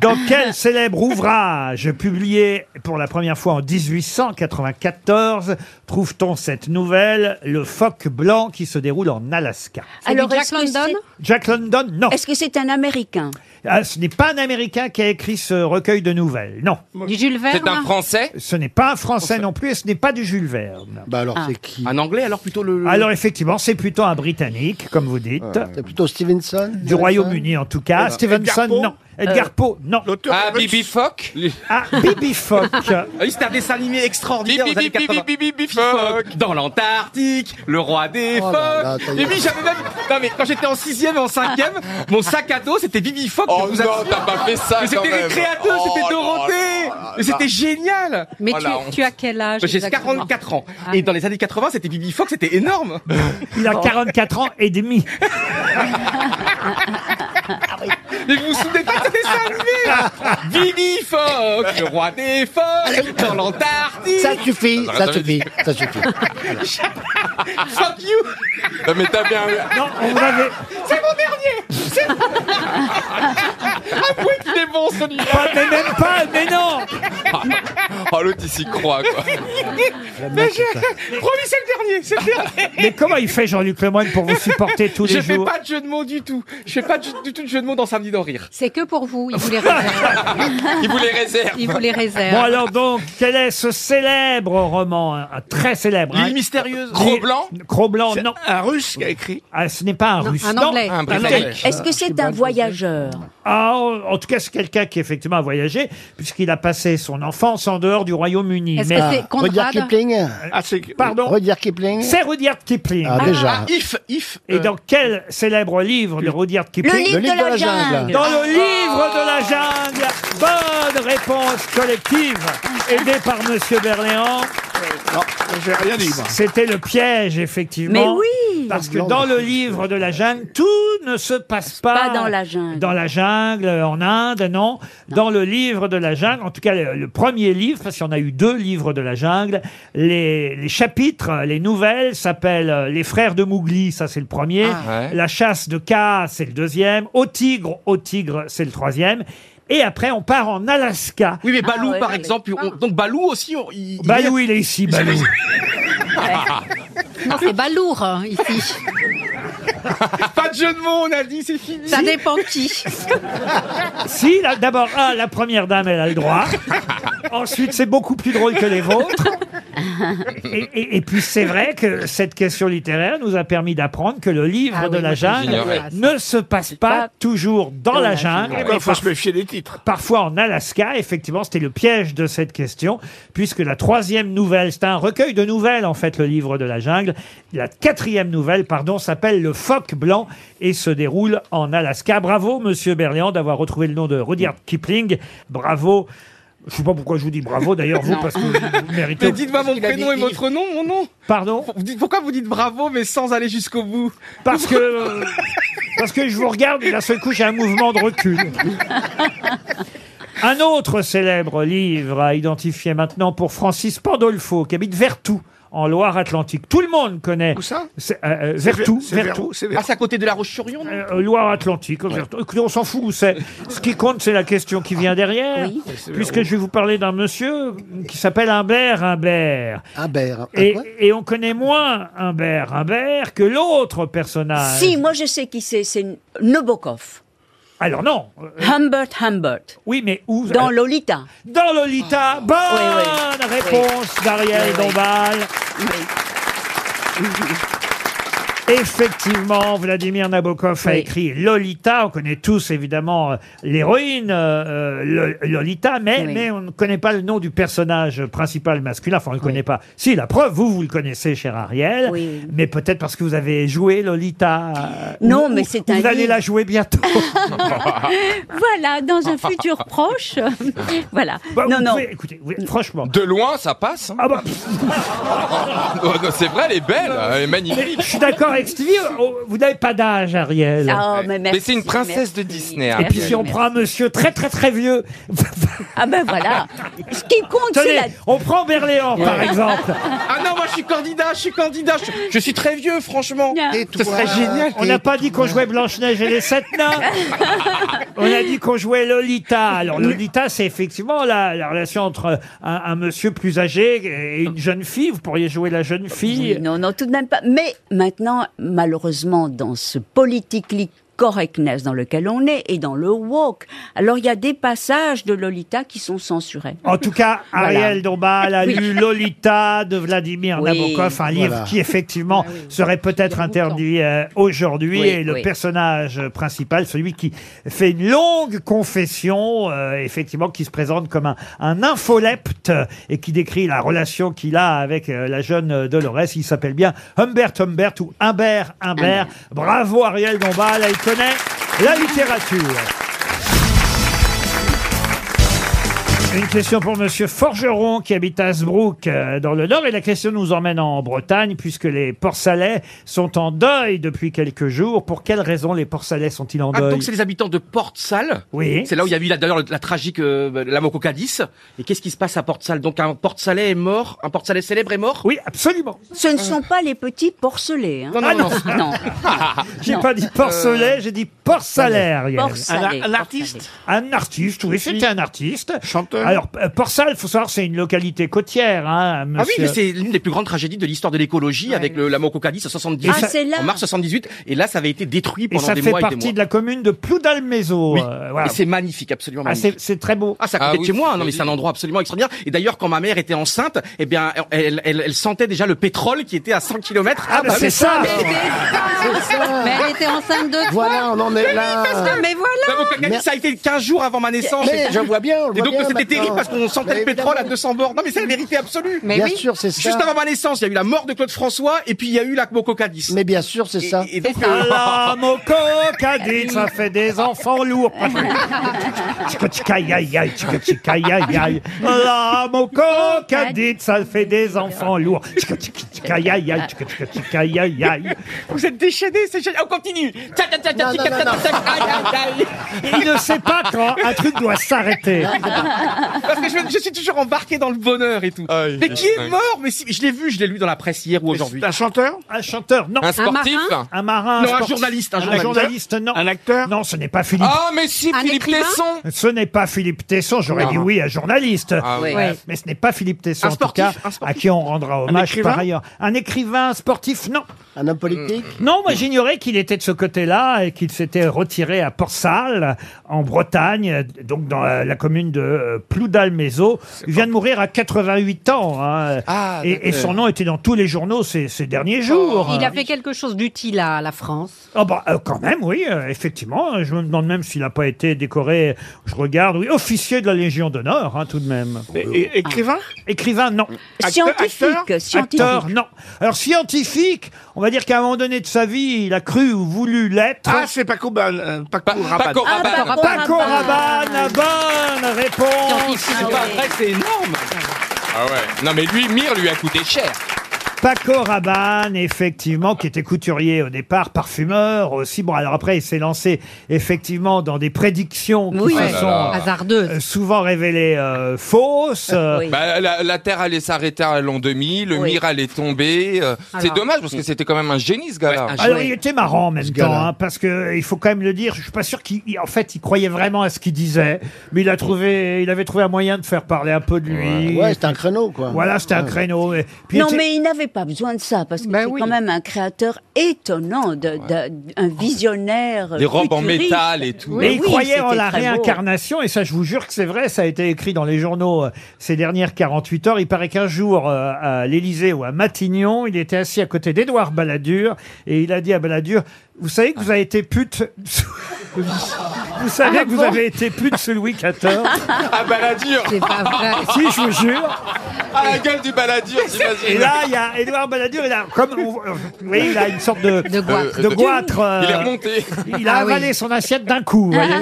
[SPEAKER 2] dans quel célèbre ouvrage publié pour la première fois en 1894 trouve-t-on cette nouvelle, Le phoque blanc qui se déroule en Alaska
[SPEAKER 4] Alors, Jack London
[SPEAKER 2] Jack London, non.
[SPEAKER 4] Est-ce que c'est un Américain
[SPEAKER 2] Ah, ce n'est pas un Américain qui a écrit ce recueil de nouvelles, non.
[SPEAKER 4] Du Jules Verne
[SPEAKER 6] hein.
[SPEAKER 4] C'est un
[SPEAKER 2] Français Ce n'est pas un Français non plus et ce n'est pas du Jules Verne. Bah alors
[SPEAKER 4] Ah. c'est
[SPEAKER 2] qui Un Anglais alors plutôt le... Alors effectivement, c'est plutôt un Britannique, comme vous dites.
[SPEAKER 8] C'est plutôt Stevenson
[SPEAKER 2] Du Royaume-Uni en tout cas.
[SPEAKER 8] Edgar
[SPEAKER 2] Stevenson,
[SPEAKER 8] Poe
[SPEAKER 2] non.
[SPEAKER 3] Euh,
[SPEAKER 2] Edgar Poe, non.
[SPEAKER 17] Ah, Bibi Fock
[SPEAKER 2] Ah, Bibi Fock.
[SPEAKER 3] Oui, c'était un dessin animé extraordinaire
[SPEAKER 17] Bibi,
[SPEAKER 3] aux années
[SPEAKER 17] bibi,
[SPEAKER 3] 80.
[SPEAKER 17] bibi, bibi, Fock.
[SPEAKER 3] Dans l'Antarctique, le roi des
[SPEAKER 17] Oh
[SPEAKER 3] phoques.
[SPEAKER 17] là là, ça y est.
[SPEAKER 3] et puis j'avais même, non mais quand j'étais en sixième et en cinquième, mon sac à dos c'était Bibi Fock.
[SPEAKER 17] Oh
[SPEAKER 3] je vous
[SPEAKER 17] non,
[SPEAKER 3] assure.
[SPEAKER 17] t'as pas fait ça
[SPEAKER 3] Mais
[SPEAKER 17] quand
[SPEAKER 3] c'était
[SPEAKER 17] même.
[SPEAKER 3] Récréateux,
[SPEAKER 17] Oh
[SPEAKER 3] c'était
[SPEAKER 17] là
[SPEAKER 3] Dorothée.
[SPEAKER 17] là là
[SPEAKER 3] Mais c'était
[SPEAKER 17] là.
[SPEAKER 3] génial.
[SPEAKER 6] Mais
[SPEAKER 3] Oh,
[SPEAKER 6] tu,
[SPEAKER 3] la honte.
[SPEAKER 6] tu as quel âge
[SPEAKER 3] J'ai
[SPEAKER 6] exactement
[SPEAKER 3] 44 ans.
[SPEAKER 6] Ah.
[SPEAKER 3] Et dans les années 80, c'était Bibi Fox, c'était énorme.
[SPEAKER 2] Il a 44 ans et demi.
[SPEAKER 3] Ah Mais vous vous souvenez pas de ce dessin animé Bibi Fox, le roi des phoques, dans l'Antarctique.
[SPEAKER 8] Ça suffit, ça suffit, ça suffit.
[SPEAKER 3] Fuck you
[SPEAKER 17] Non, Euh, mais t'as bien.
[SPEAKER 2] Non, on avait.
[SPEAKER 3] C'est mon dernier C'est mon Avouez qu'il est bon celui-là
[SPEAKER 2] Pas, mais même pas, mais non
[SPEAKER 17] Oh, l'autre, il s'y croit, quoi.
[SPEAKER 3] Mais je... Promis, c'est le dernier, c'est le dernier
[SPEAKER 2] Mais comment il fait Jean-Luc Lemoyne pour vous supporter tous
[SPEAKER 3] je
[SPEAKER 2] les
[SPEAKER 3] fais
[SPEAKER 2] jours
[SPEAKER 3] pas de jeu de mots du tout. Je fais pas du, du tout de jeu de mots dans Samedi d'en rire.
[SPEAKER 6] C'est que pour vous, il vous les réserve.
[SPEAKER 3] Il vous les réserve.
[SPEAKER 6] Il vous les réserve.
[SPEAKER 2] Bon alors donc, quel est ce célèbre roman, un, un très célèbre
[SPEAKER 7] L'île
[SPEAKER 2] hein
[SPEAKER 7] mystérieuse.
[SPEAKER 2] Cro-Blanc Cro-Blanc, non.
[SPEAKER 7] Un russe qui a écrit.
[SPEAKER 2] Ah, ce n'est pas un Ah,
[SPEAKER 4] Non,
[SPEAKER 2] russe.
[SPEAKER 4] un
[SPEAKER 2] non.
[SPEAKER 4] Anglais. Un Britannique. Est-ce que c'est un voyageur
[SPEAKER 2] Ah, en en tout cas, c'est quelqu'un qui effectivement a voyagé, puisqu'il a passé son enfance en dehors du Royaume-Uni.
[SPEAKER 8] Est-ce que c'est Ah, Conrad Rudyard Kipling
[SPEAKER 7] Ah, c'est...
[SPEAKER 2] Pardon
[SPEAKER 8] Rudyard Kipling
[SPEAKER 2] C'est Rudyard Kipling.
[SPEAKER 8] Ah, déjà. Ah,
[SPEAKER 7] if, if.
[SPEAKER 2] Et dans quel célèbre livre de Rudyard Kipling
[SPEAKER 8] Le livre Le livre de la de la jungle. jungle.
[SPEAKER 2] Dans le livre de la jungle. Bonne réponse collective,
[SPEAKER 8] Ah,
[SPEAKER 2] aidée par Monsieur Berléand.
[SPEAKER 7] Non, j'ai rien dit, moi.
[SPEAKER 2] C'était le piège, effectivement.
[SPEAKER 4] Mais oui
[SPEAKER 2] Parce que dans le livre de la jungle, tout ne se passe pas,
[SPEAKER 4] Pas dans la jungle.
[SPEAKER 2] dans la jungle, euh, en Inde, non. Dans le livre de la jungle, en tout cas le, le premier livre, parce qu'il y en a eu deux livres de la jungle, les, les chapitres, euh, les nouvelles s'appellent euh, Les frères de Mougli, ça c'est le premier.
[SPEAKER 17] Ah. Ouais.
[SPEAKER 2] La chasse de K, c'est le deuxième. Au tigre, au tigre, c'est le troisième. Et après, on part en Alaska.
[SPEAKER 3] Oui, mais Balou,
[SPEAKER 4] Ah ouais,
[SPEAKER 3] par
[SPEAKER 4] on est
[SPEAKER 3] exemple.
[SPEAKER 4] pas.
[SPEAKER 3] on- donc Balou aussi, on- il, Ah. il
[SPEAKER 2] Balou, il est ici, Balou.
[SPEAKER 6] Non, c'est balourd hein, ici.
[SPEAKER 3] Pas de jeu de mots, on a dit, c'est fini.
[SPEAKER 6] Ça dépend qui.
[SPEAKER 2] Si, là, d'abord, ah, la première dame, elle a le droit. Ensuite, c'est beaucoup plus drôle que les vôtres. Et, et- et puis, c'est vrai que cette question littéraire nous a permis d'apprendre que le livre
[SPEAKER 6] Ah
[SPEAKER 2] de
[SPEAKER 6] oui,
[SPEAKER 2] la
[SPEAKER 6] moi,
[SPEAKER 2] jungle
[SPEAKER 17] j'ignorais.
[SPEAKER 2] ne se passe pas
[SPEAKER 4] Pas
[SPEAKER 2] toujours dans, la jungle.
[SPEAKER 7] Il
[SPEAKER 2] mais
[SPEAKER 7] faut
[SPEAKER 2] par-
[SPEAKER 7] se méfier des titres.
[SPEAKER 2] Parfois en Alaska, effectivement, c'était le piège de cette question, puisque la troisième nouvelle, c'est un recueil de nouvelles, en fait, le livre de la jungle. La quatrième nouvelle, pardon, s'appelle Le phoque blanc et se déroule en Alaska. Bravo, monsieur Berléand, d'avoir retrouvé le nom de Rudyard Kipling. Bravo. Je sais pas pourquoi je vous dis bravo, d'ailleurs, vous, parce que vous méritez.
[SPEAKER 3] Mais dites-moi mon prénom et votre nom, mon nom.
[SPEAKER 2] Pardon?
[SPEAKER 3] Vous dites- Pourquoi vous dites bravo, mais sans aller jusqu'au bout
[SPEAKER 2] Parce que. euh, Parce que je vous regarde et d'un seul coup, j'ai un mouvement de recul. Un autre célèbre livre à identifier maintenant pour Francis Pandolfo, qui habite Vertou, en Loire-Atlantique. Tout le monde connaît. Où
[SPEAKER 8] ça
[SPEAKER 2] Vertou.
[SPEAKER 8] C'est Ver- c'est Vertou, c'est Vertou. Ah, c'est
[SPEAKER 2] à côté de la Roche-sur-Yon Loire-Atlantique. Vertou. Écoutez, on s'en fout où c'est. Ce qui compte, c'est la question qui vient derrière.
[SPEAKER 7] Oui. C'est Vertou.
[SPEAKER 2] Puisque je vais vous parler d'un monsieur qui s'appelle Humbert Humbert.
[SPEAKER 7] Humbert.
[SPEAKER 2] Et, et on connaît moins Humbert Humbert que l'autre personnage.
[SPEAKER 4] Si, moi je sais qui c'est, c'est Nabokov.
[SPEAKER 2] Alors non.
[SPEAKER 4] Humbert Humbert.
[SPEAKER 2] Oui, mais où
[SPEAKER 4] Dans Lolita.
[SPEAKER 2] Dans Lolita. Bonne réponse d'Ariel
[SPEAKER 4] Ah. Oui, oui.
[SPEAKER 2] Dombal. Effectivement, Vladimir Nabokov a écrit Lolita. On connaît tous évidemment euh, l'héroïne euh, euh, Lo- Lolita, mais,
[SPEAKER 20] Oui.
[SPEAKER 2] mais on ne connaît pas le nom du personnage principal masculin. Enfin, on ne le connaît pas. Si, la preuve, vous, vous le connaissez, cher Ariel.
[SPEAKER 4] Oui, oui.
[SPEAKER 2] Mais peut-être parce que vous avez joué Lolita. euh,
[SPEAKER 4] Non,
[SPEAKER 2] ou-
[SPEAKER 4] mais
[SPEAKER 2] ou-
[SPEAKER 4] c'est
[SPEAKER 2] ou
[SPEAKER 4] un
[SPEAKER 2] Vous allez
[SPEAKER 4] livre.
[SPEAKER 2] la jouer bientôt. Ah,
[SPEAKER 4] voilà, dans un futur proche. voilà.
[SPEAKER 2] Bah,
[SPEAKER 4] non,
[SPEAKER 2] vous
[SPEAKER 4] non.
[SPEAKER 2] pouvez- écoutez, oui, franchement. Ah bah,
[SPEAKER 9] De loin, ça passe. hein. Oh, non, c'est vrai, elle est belle,
[SPEAKER 17] hein,
[SPEAKER 9] elle est magnifique.
[SPEAKER 2] Je suis d'accord avec Stevie, oh, vous n'avez pas d'âge, Ariel.
[SPEAKER 4] Ah, mais merci,
[SPEAKER 9] c'est une princesse de Disney. hein.
[SPEAKER 2] Et puis
[SPEAKER 9] Ariel.
[SPEAKER 2] si on prend un monsieur très très très vieux.
[SPEAKER 4] Ah ben voilà. Ce qui compte, c'est
[SPEAKER 2] Tenez,
[SPEAKER 4] la...
[SPEAKER 2] on prend Berléand par exemple.
[SPEAKER 3] Ah non, moi je suis candidat, je suis candidat. Je, je suis très vieux, franchement. Ce serait génial.
[SPEAKER 2] On n'a pas dit qu'on jouait Blanche-Neige et les Sept Nains. On a dit qu'on jouait Lolita. Alors Lolita, c'est effectivement la, la relation entre un, un monsieur plus âgé et une jeune fille. Vous pourriez jouer la jeune fille.
[SPEAKER 4] Oui, non, non, tout de même pas. Mais maintenant, malheureusement, dans ce politically correctness dans lequel on est et dans le woke, alors il y a des passages de Lolita qui sont censurés.
[SPEAKER 2] En tout cas,
[SPEAKER 4] Voilà.
[SPEAKER 2] Ariel Dombal a
[SPEAKER 4] Oui.
[SPEAKER 2] lu Lolita de Vladimir
[SPEAKER 4] Oui.
[SPEAKER 2] Nabokov, un livre
[SPEAKER 4] Voilà. Ah
[SPEAKER 2] qui effectivement serait peut-être interdit euh, aujourd'hui.
[SPEAKER 4] Oui,
[SPEAKER 2] et le
[SPEAKER 4] oui.
[SPEAKER 2] personnage principal, celui qui fait une longue confession, euh, effectivement, qui se présente comme un, un infolepte euh, et qui décrit la relation qu'il a avec euh, la jeune euh, Dolores. Il s'appelle bien Humbert Humbert ou Humbert Humbert.
[SPEAKER 20] Humbert.
[SPEAKER 2] Bravo Ariel Dombal, elle connaît la littérature. Une question pour Monsieur Forgeron qui habite Asbrook euh, dans le Nord et la question nous emmène en Bretagne puisque les porcelets sont en deuil depuis quelques jours. Pour quelles raisons les porcelets sont-ils en
[SPEAKER 3] Ah,
[SPEAKER 2] deuil
[SPEAKER 3] donc c'est les habitants de Porte-Salle.
[SPEAKER 2] Oui.
[SPEAKER 3] C'est là où il y a eu la- d'ailleurs la tragique euh, la mort au Cadiz. Et qu'est-ce qui se passe à Porte-Salle Donc un Porte-Salais est mort, un Porte-Salais célèbre est mort
[SPEAKER 2] Oui, absolument.
[SPEAKER 4] Ce ne sont pas les petits porcelets. hein.
[SPEAKER 3] Non, non, non.
[SPEAKER 4] non.
[SPEAKER 2] Ah, J'ai
[SPEAKER 4] Non.
[SPEAKER 2] pas dit
[SPEAKER 3] Euh,
[SPEAKER 2] porcelet, j'ai dit porcelet. Ariel.
[SPEAKER 4] Porcelet, Un- un
[SPEAKER 2] artiste Un artiste, oui, c'était un artiste.
[SPEAKER 8] Chanteur.
[SPEAKER 2] Alors, euh, Porcel, il faut savoir, c'est une localité côtière. Hein,
[SPEAKER 3] Ah oui,
[SPEAKER 2] monsieur.
[SPEAKER 3] mais c'est l'une des plus grandes tragédies de l'histoire de l'écologie avec le, la mort au Cadiz en 70,
[SPEAKER 2] Ah, c'est là.
[SPEAKER 3] en mars 78. Et là, ça avait été détruit
[SPEAKER 2] Et
[SPEAKER 3] pendant
[SPEAKER 2] ça
[SPEAKER 3] des
[SPEAKER 2] fait
[SPEAKER 3] mois et des
[SPEAKER 2] partie
[SPEAKER 3] mois.
[SPEAKER 2] de la commune de Ploudalmézo.
[SPEAKER 3] Oui.
[SPEAKER 2] euh, voilà.
[SPEAKER 3] Et c'est magnifique, absolument
[SPEAKER 2] Ah,
[SPEAKER 3] magnifique.
[SPEAKER 2] c'est- c'est très beau.
[SPEAKER 3] Ah, ça
[SPEAKER 2] Ah
[SPEAKER 3] côté de
[SPEAKER 2] oui,
[SPEAKER 3] chez moi.
[SPEAKER 2] c'est
[SPEAKER 3] Non, mais c'est un endroit absolument extraordinaire. Et d'ailleurs, quand ma mère était enceinte, eh bien, elle, elle, elle sentait déjà le pétrole qui était à 100 km.
[SPEAKER 2] Ah, bah, c'est ça.
[SPEAKER 6] Mais elle était enceinte de toi.
[SPEAKER 7] Voilà, on en est là.
[SPEAKER 6] Mais voilà.
[SPEAKER 3] ça a été 15 jours avant ma naissance.
[SPEAKER 7] Mais je vois bien, on le
[SPEAKER 3] Et
[SPEAKER 7] voit
[SPEAKER 3] donc
[SPEAKER 7] bien
[SPEAKER 3] c'était
[SPEAKER 7] maintenant.
[SPEAKER 3] terrible parce qu'on sentait
[SPEAKER 7] Mais
[SPEAKER 3] le pétrole à 200 bords. Non mais c'est la vérité absolue.
[SPEAKER 7] Mais Bien oui. sûr, c'est ça.
[SPEAKER 3] Juste avant ma naissance, il y a eu la mort de Claude François et puis il y a eu la Moco Cadiz.
[SPEAKER 7] Mais bien sûr, c'est ça.
[SPEAKER 3] Et donc, euh,
[SPEAKER 2] Ah, la moco, Cadiz, ça fait des enfants lourds. Tchikotchikaï, aïe, aïe, tchikotchikaï, aïe, aïe. La moco, Cadiz, ça fait des enfants lourds. Tchikotchikaï, aïe, aïe, tchikotchikaï, aïe, aïe.
[SPEAKER 3] vous êtes déchaînés, c'est génial. On continue. Tac, tac, tac, tac,
[SPEAKER 7] Non,
[SPEAKER 3] tac,
[SPEAKER 7] non,
[SPEAKER 3] tac,
[SPEAKER 7] non,
[SPEAKER 3] tac, tac. Aïe, aïe,
[SPEAKER 2] Il ne sait pas quand un truc doit s'arrêter.
[SPEAKER 3] aïe. Parce que je, je suis toujours embarqué dans le bonheur et tout. mais qui est
[SPEAKER 9] aïe.
[SPEAKER 3] mort Mais si, je l'ai vu, je l'ai lu dans la presse hier ou aujourd'hui.
[SPEAKER 8] Un chanteur
[SPEAKER 2] Un chanteur, non.
[SPEAKER 9] Un sportif
[SPEAKER 2] Un marin.
[SPEAKER 3] Non, un
[SPEAKER 2] sportif.
[SPEAKER 3] journaliste, un journaliste.
[SPEAKER 2] non.
[SPEAKER 8] Un acteur
[SPEAKER 2] Non, ce n'est pas Philippe.
[SPEAKER 9] Ah, mais si,
[SPEAKER 6] Un
[SPEAKER 9] Philippe
[SPEAKER 6] écrivain
[SPEAKER 9] Tesson
[SPEAKER 2] Ce n'est pas Philippe Tesson, j'aurais
[SPEAKER 9] Non.
[SPEAKER 2] dit oui, un journaliste.
[SPEAKER 9] Ah oui.
[SPEAKER 2] Euh,
[SPEAKER 6] Oui.
[SPEAKER 2] Mais ce n'est pas Philippe Tesson,
[SPEAKER 3] Un sportif,
[SPEAKER 2] en tout
[SPEAKER 3] un
[SPEAKER 2] cas, à
[SPEAKER 3] sportif.
[SPEAKER 2] qui on rendra hommage
[SPEAKER 8] écrivain
[SPEAKER 2] par ailleurs. Un écrivain, un sportif, non.
[SPEAKER 7] Un homme politique
[SPEAKER 2] Non, moi j'ignorais qu'il était de ce côté-là et qu'il s'était retiré à Port-Salle, en Bretagne, euh, donc dans la, la commune de euh, Ploudalmézo. Il vient de mourir à 88 ans. hein.
[SPEAKER 9] Ah,
[SPEAKER 2] et, et
[SPEAKER 9] d'accord.
[SPEAKER 2] son nom était dans tous les journaux ces, ces derniers jours.
[SPEAKER 6] Il a fait quelque chose d'utile à la France.
[SPEAKER 2] Ah bah euh, quand même, oui, euh, effectivement. Je me demande même s'il n'a pas été décoré, je regarde, oui, officier de la Légion d'honneur, hein, tout de même.
[SPEAKER 8] É- Écrivain
[SPEAKER 2] Écrivain, non.
[SPEAKER 4] Scientifique, scientifique.
[SPEAKER 2] Acteur, non. Alors scientifique, on va dire qu'à un moment donné de sa vie, il a cru ou voulu l'être.
[SPEAKER 8] Ah, c'est Paco, Ban- euh, Paco Rabanne.
[SPEAKER 9] Paco
[SPEAKER 4] Ah,
[SPEAKER 9] Rabanne.
[SPEAKER 4] Paco
[SPEAKER 2] Paco
[SPEAKER 4] Rabanne.
[SPEAKER 2] Rabanne, bonne réponse
[SPEAKER 6] Scientifique.
[SPEAKER 3] C'est pas vrai, c'est énorme.
[SPEAKER 9] Ah ouais. Non mais lui, Mire lui a coûté cher.
[SPEAKER 2] Paco Rabanne, effectivement, qui était couturier au départ, parfumeur aussi. Bon, alors après, il s'est lancé effectivement dans des prédictions qui
[SPEAKER 6] Oui.
[SPEAKER 2] se
[SPEAKER 6] Oh là
[SPEAKER 2] sont
[SPEAKER 6] là.
[SPEAKER 2] euh, souvent révélées euh, fausses. Euh,
[SPEAKER 17] Bah, la, la Terre allait s'arrêter à l'an 2000, le mire allait tomber. euh, C'est
[SPEAKER 2] Alors.
[SPEAKER 17] dommage parce que c'était quand même un génie ce gars-là.
[SPEAKER 2] Alors il était marrant en même temps, hein, parce que euh, il faut quand même le dire. Je suis pas sûr qu'il, il- en fait, il croyait vraiment à ce qu'il disait, mais il a trouvé, il avait trouvé un moyen de faire parler un peu de lui.
[SPEAKER 8] Ouais, c'était un créneau, quoi.
[SPEAKER 2] Voilà, c'était un
[SPEAKER 8] Ouais.
[SPEAKER 2] créneau. et puis Ben il
[SPEAKER 4] Non,
[SPEAKER 2] était-
[SPEAKER 4] mais il n'avait pas besoin de ça, parce que c'est quand même un créateur étonnant, de- de- un visionnaire.
[SPEAKER 17] Des robes en
[SPEAKER 4] futuriste.
[SPEAKER 17] métal et tout.
[SPEAKER 2] Mais il
[SPEAKER 4] Oui,
[SPEAKER 2] croyait en
[SPEAKER 4] c'était
[SPEAKER 2] la
[SPEAKER 4] très beau.
[SPEAKER 2] réincarnation, et ça, je vous jure que c'est vrai, ça a été écrit dans les journaux euh, ces dernières 48 heures. Il paraît qu'un jour, euh, à l'Élysée ou à Matignon, il était assis à côté d'Édouard Balladur, et il a dit à Balladur, vous savez que vous avez été pute... sous- Vous savez
[SPEAKER 3] Ah
[SPEAKER 2] que vous
[SPEAKER 3] bon
[SPEAKER 2] avez été pute sous Louis XIV
[SPEAKER 3] Ah, Balladur C'est pas vrai.
[SPEAKER 2] Si, je vous jure
[SPEAKER 17] Ah, la gueule du baladur, j'imagine.
[SPEAKER 2] Et là, il y a Édouard Balladur, il a, comme, on- vous voyez, il a une sorte de,
[SPEAKER 17] De goitre.
[SPEAKER 2] Euh, de goitre, euh,
[SPEAKER 17] Il est remonté.
[SPEAKER 2] il a
[SPEAKER 17] Ah oui.
[SPEAKER 2] avalé son assiette d'un coup, vous voyez.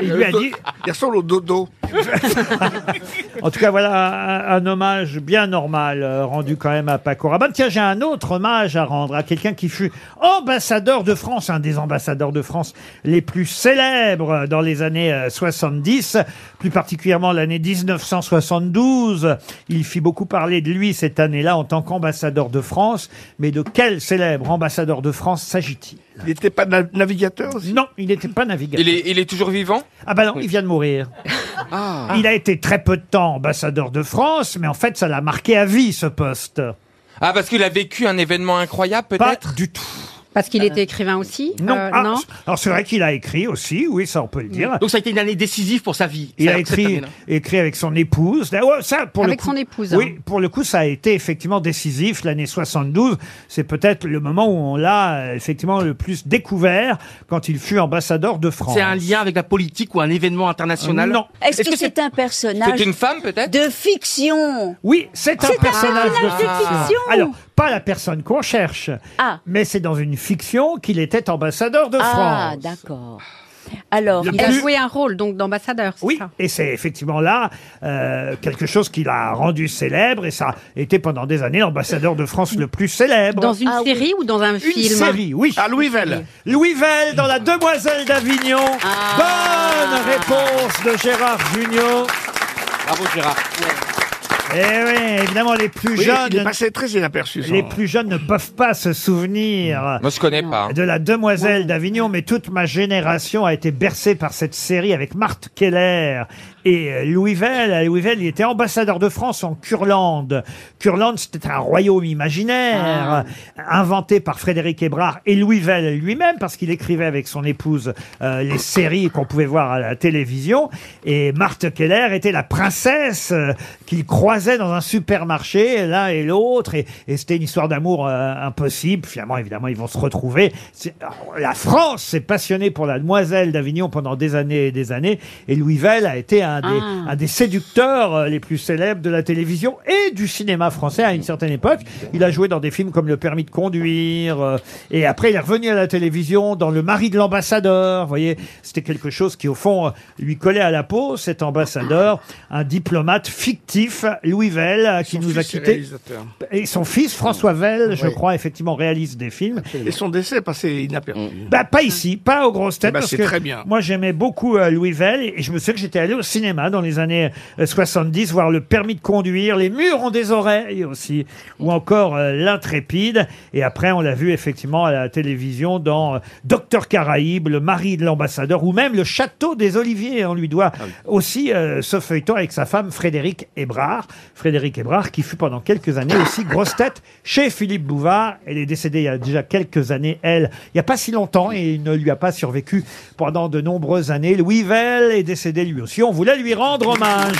[SPEAKER 2] Et il lui a dit.
[SPEAKER 7] Il ressemble au dodo.
[SPEAKER 2] En tout cas, voilà un, un hommage bien normal euh, rendu quand même à Paco Rabanne. Tiens, j'ai un autre hommage à rendre à quelqu'un qui fut ambassadeur de France, un des ambassadeurs de France les plus célèbres euh, dans les années euh, 70, plus particulièrement l'année 1972. Il fit beaucoup parler de lui cette année-là en tant qu'ambassadeur de France. Mais de quel célèbre ambassadeur de France s'agit-il Il
[SPEAKER 7] n'était pas navigateur aussi
[SPEAKER 2] Non, il n'était pas navigateur.
[SPEAKER 17] Il est, il est toujours vivant
[SPEAKER 2] Ah bah non, il vient de mourir. Il a été très peu de temps ambassadeur de France, mais en fait, ça l'a marqué à vie, ce poste.
[SPEAKER 17] Ah, parce qu'il a vécu un événement incroyable,
[SPEAKER 2] Pas
[SPEAKER 17] peut-être
[SPEAKER 2] du tout.
[SPEAKER 6] Parce qu'il était écrivain aussi
[SPEAKER 2] Euh, Non.
[SPEAKER 6] Euh,
[SPEAKER 2] Ah,
[SPEAKER 6] non.
[SPEAKER 2] Alors, c'est vrai qu'il a écrit aussi, oui, ça, on peut le dire.
[SPEAKER 21] Donc ça a été une année décisive pour sa vie.
[SPEAKER 2] Il
[SPEAKER 21] Ça hein.
[SPEAKER 2] a
[SPEAKER 21] cette
[SPEAKER 2] écrit,
[SPEAKER 21] année-là.
[SPEAKER 2] écrit avec son épouse. Ah ouais, Ça, pour
[SPEAKER 6] Avec
[SPEAKER 2] le coup,
[SPEAKER 6] son épouse,
[SPEAKER 2] Oui,
[SPEAKER 6] hein.
[SPEAKER 2] pour le coup, ça a été effectivement décisif. L'année 72, c'est peut-être le moment où on l'a euh, effectivement le plus découvert quand il fut ambassadeur de France.
[SPEAKER 21] C'est un lien avec la politique ou un événement international
[SPEAKER 2] Non.
[SPEAKER 4] Est-ce que c'est un personnage
[SPEAKER 2] C'est une
[SPEAKER 17] femme, peut-être
[SPEAKER 4] De fiction.
[SPEAKER 2] Oui, c'est un
[SPEAKER 4] C'est un
[SPEAKER 2] personnage de
[SPEAKER 4] personnage de
[SPEAKER 2] fiction.
[SPEAKER 4] fiction.
[SPEAKER 2] Alors, pas la personne qu'on cherche,
[SPEAKER 4] Ah.
[SPEAKER 2] mais c'est dans une fiction qu'il était ambassadeur de
[SPEAKER 4] Ah,
[SPEAKER 2] France.
[SPEAKER 4] d'accord. Alors,
[SPEAKER 2] Le
[SPEAKER 6] Il a
[SPEAKER 2] plus-
[SPEAKER 6] joué un rôle donc d'ambassadeur. c'est
[SPEAKER 2] Oui,
[SPEAKER 6] ça
[SPEAKER 2] et c'est effectivement là euh, quelque chose qui l'a rendu célèbre, et ça a été pendant des années l'ambassadeur de France le plus célèbre.
[SPEAKER 6] Dans une
[SPEAKER 7] Ah
[SPEAKER 6] série ou dans un
[SPEAKER 2] Une
[SPEAKER 6] film
[SPEAKER 2] série, oui. À Louisville. Louisville dans La Demoiselle d'Avignon.
[SPEAKER 6] Ah.
[SPEAKER 2] Bonne réponse de Gérard Junior.
[SPEAKER 7] Bravo Gérard.
[SPEAKER 2] Eh oui, évidemment, les plus
[SPEAKER 7] Oui,
[SPEAKER 2] jeunes.
[SPEAKER 7] il est passé très inaperçu. son-
[SPEAKER 2] Les plus jeunes ne peuvent pas se souvenir.
[SPEAKER 17] Moi, je connais
[SPEAKER 7] Ah.
[SPEAKER 17] pas. hein.
[SPEAKER 2] De la demoiselle d'Avignon, mais toute ma génération a été bercée par cette série avec Marthe Keller et euh, Louis Vell. À Louis Vell, il était ambassadeur de France en Curlande. Curlande, c'était un royaume imaginaire euh, inventé par Frédéric Hébrard et Louis Vell lui-même parce qu'il écrivait avec son épouse euh, les séries qu'on pouvait voir à la télévision. Et Marthe Keller était la princesse euh, qu'il croisait dans un supermarché, l'un et l'autre. Et, et c'était une histoire d'amour euh, impossible. Finalement, évidemment, ils vont se retrouver. C'est- alors, La France s'est passionnée pour la demoiselle d'Avignon pendant des années et des années. Et Louis Vell a été un des,
[SPEAKER 5] Ah.
[SPEAKER 2] un des séducteurs euh, les plus célèbres de la télévision et du cinéma français à une certaine époque. Il a joué dans des films comme Le permis de conduire. euh, et après, il est revenu à la télévision dans Le mari de l'ambassadeur. Vous voyez, c'était quelque chose qui, au fond, euh, lui collait à la peau, cet ambassadeur, un diplomate fictif, Louis Vell, euh, qui nous a
[SPEAKER 7] fils est
[SPEAKER 2] quittés.
[SPEAKER 7] réalisateur.
[SPEAKER 2] Et son fils, François Vell, je
[SPEAKER 7] Oui.
[SPEAKER 2] crois, effectivement, réalise des films.
[SPEAKER 7] Et son décès est passé inaperçu.
[SPEAKER 2] Bah, pas ici, pas aux grosses têtes.
[SPEAKER 7] Eh ben,
[SPEAKER 2] parce
[SPEAKER 7] c'est
[SPEAKER 2] que
[SPEAKER 7] très bien.
[SPEAKER 2] Moi, j'aimais beaucoup euh, Louis Vell et je me souviens que j'étais allé au cinéma dans les années euh, 70, voir le permis de conduire, les murs ont des oreilles aussi, ou encore euh, l'intrépide. Et après, on l'a vu effectivement à la télévision dans euh, Docteur Caraïbe, le mari de l'ambassadeur, ou même le château des Oliviers. On lui doit Ah aussi euh, ce feuilleton avec sa femme Frédéric Hébrard. Frédéric Hébrard qui fut pendant quelques années aussi grosse tête chez Philippe Bouvard. Elle est décédée il y a déjà quelques années, elle, il n'y a pas si longtemps et il ne lui a pas survécu pendant de nombreuses années. Louis Vell est décédé lui aussi. On voulait lui rendre hommage.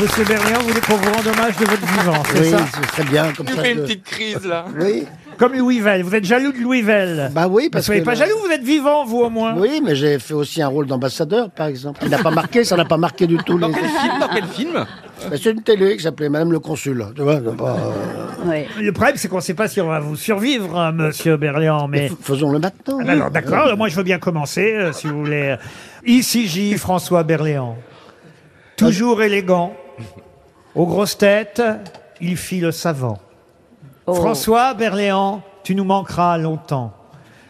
[SPEAKER 2] Monsieur Bernier, vous voulez qu'on vous rende hommage de votre vivant, c'est
[SPEAKER 8] Oui,
[SPEAKER 2] ça
[SPEAKER 8] ce serait bien. Comme
[SPEAKER 17] Tu
[SPEAKER 8] ça,
[SPEAKER 17] fais
[SPEAKER 8] je-
[SPEAKER 17] une petite hein. crise, là.
[SPEAKER 8] Oui.
[SPEAKER 2] Comme Louis Vell. Vous êtes jaloux de Louis Vell.
[SPEAKER 8] Bah oui, parce
[SPEAKER 2] Ne soyez
[SPEAKER 8] que
[SPEAKER 2] pas
[SPEAKER 8] le-
[SPEAKER 2] jaloux, vous êtes vivant, vous au moins.
[SPEAKER 8] Oui, mais j'ai fait aussi un rôle d'ambassadeur, par exemple. Il n'a pas marqué, ça n'a pas marqué du tout. les-
[SPEAKER 21] Dans quel film
[SPEAKER 8] Bah, C'est une télé qui s'appelait Madame le Consul. Tu vois, c'est pas, euh,
[SPEAKER 2] Le problème, c'est qu'on ne sait pas si on va vous survivre, hein, monsieur Berlian, mais...
[SPEAKER 8] Faisons-le maintenant.
[SPEAKER 2] Ah, Alors, d'accord, alors moi je veux bien commencer, euh, si vous voulez. Ici J. François Berléand. Toujours élégant, aux grosses têtes, il fit le savant.
[SPEAKER 8] Oh.
[SPEAKER 2] François Berléand, tu nous manqueras longtemps.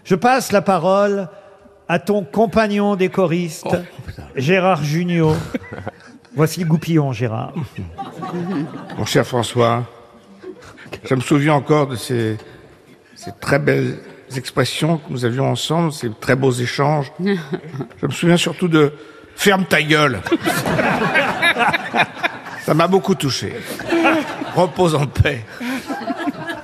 [SPEAKER 2] Je passe la parole à ton compagnon des choristes, Gérard Junior. Voici Goupillon, Gérard.
[SPEAKER 7] Mm. Mon cher François, je me souviens encore de ces, ces très belles expressions que nous avions ensemble, ces très beaux échanges. Je me souviens surtout de Ferme ta gueule. Ça m'a beaucoup touché. Repose en paix.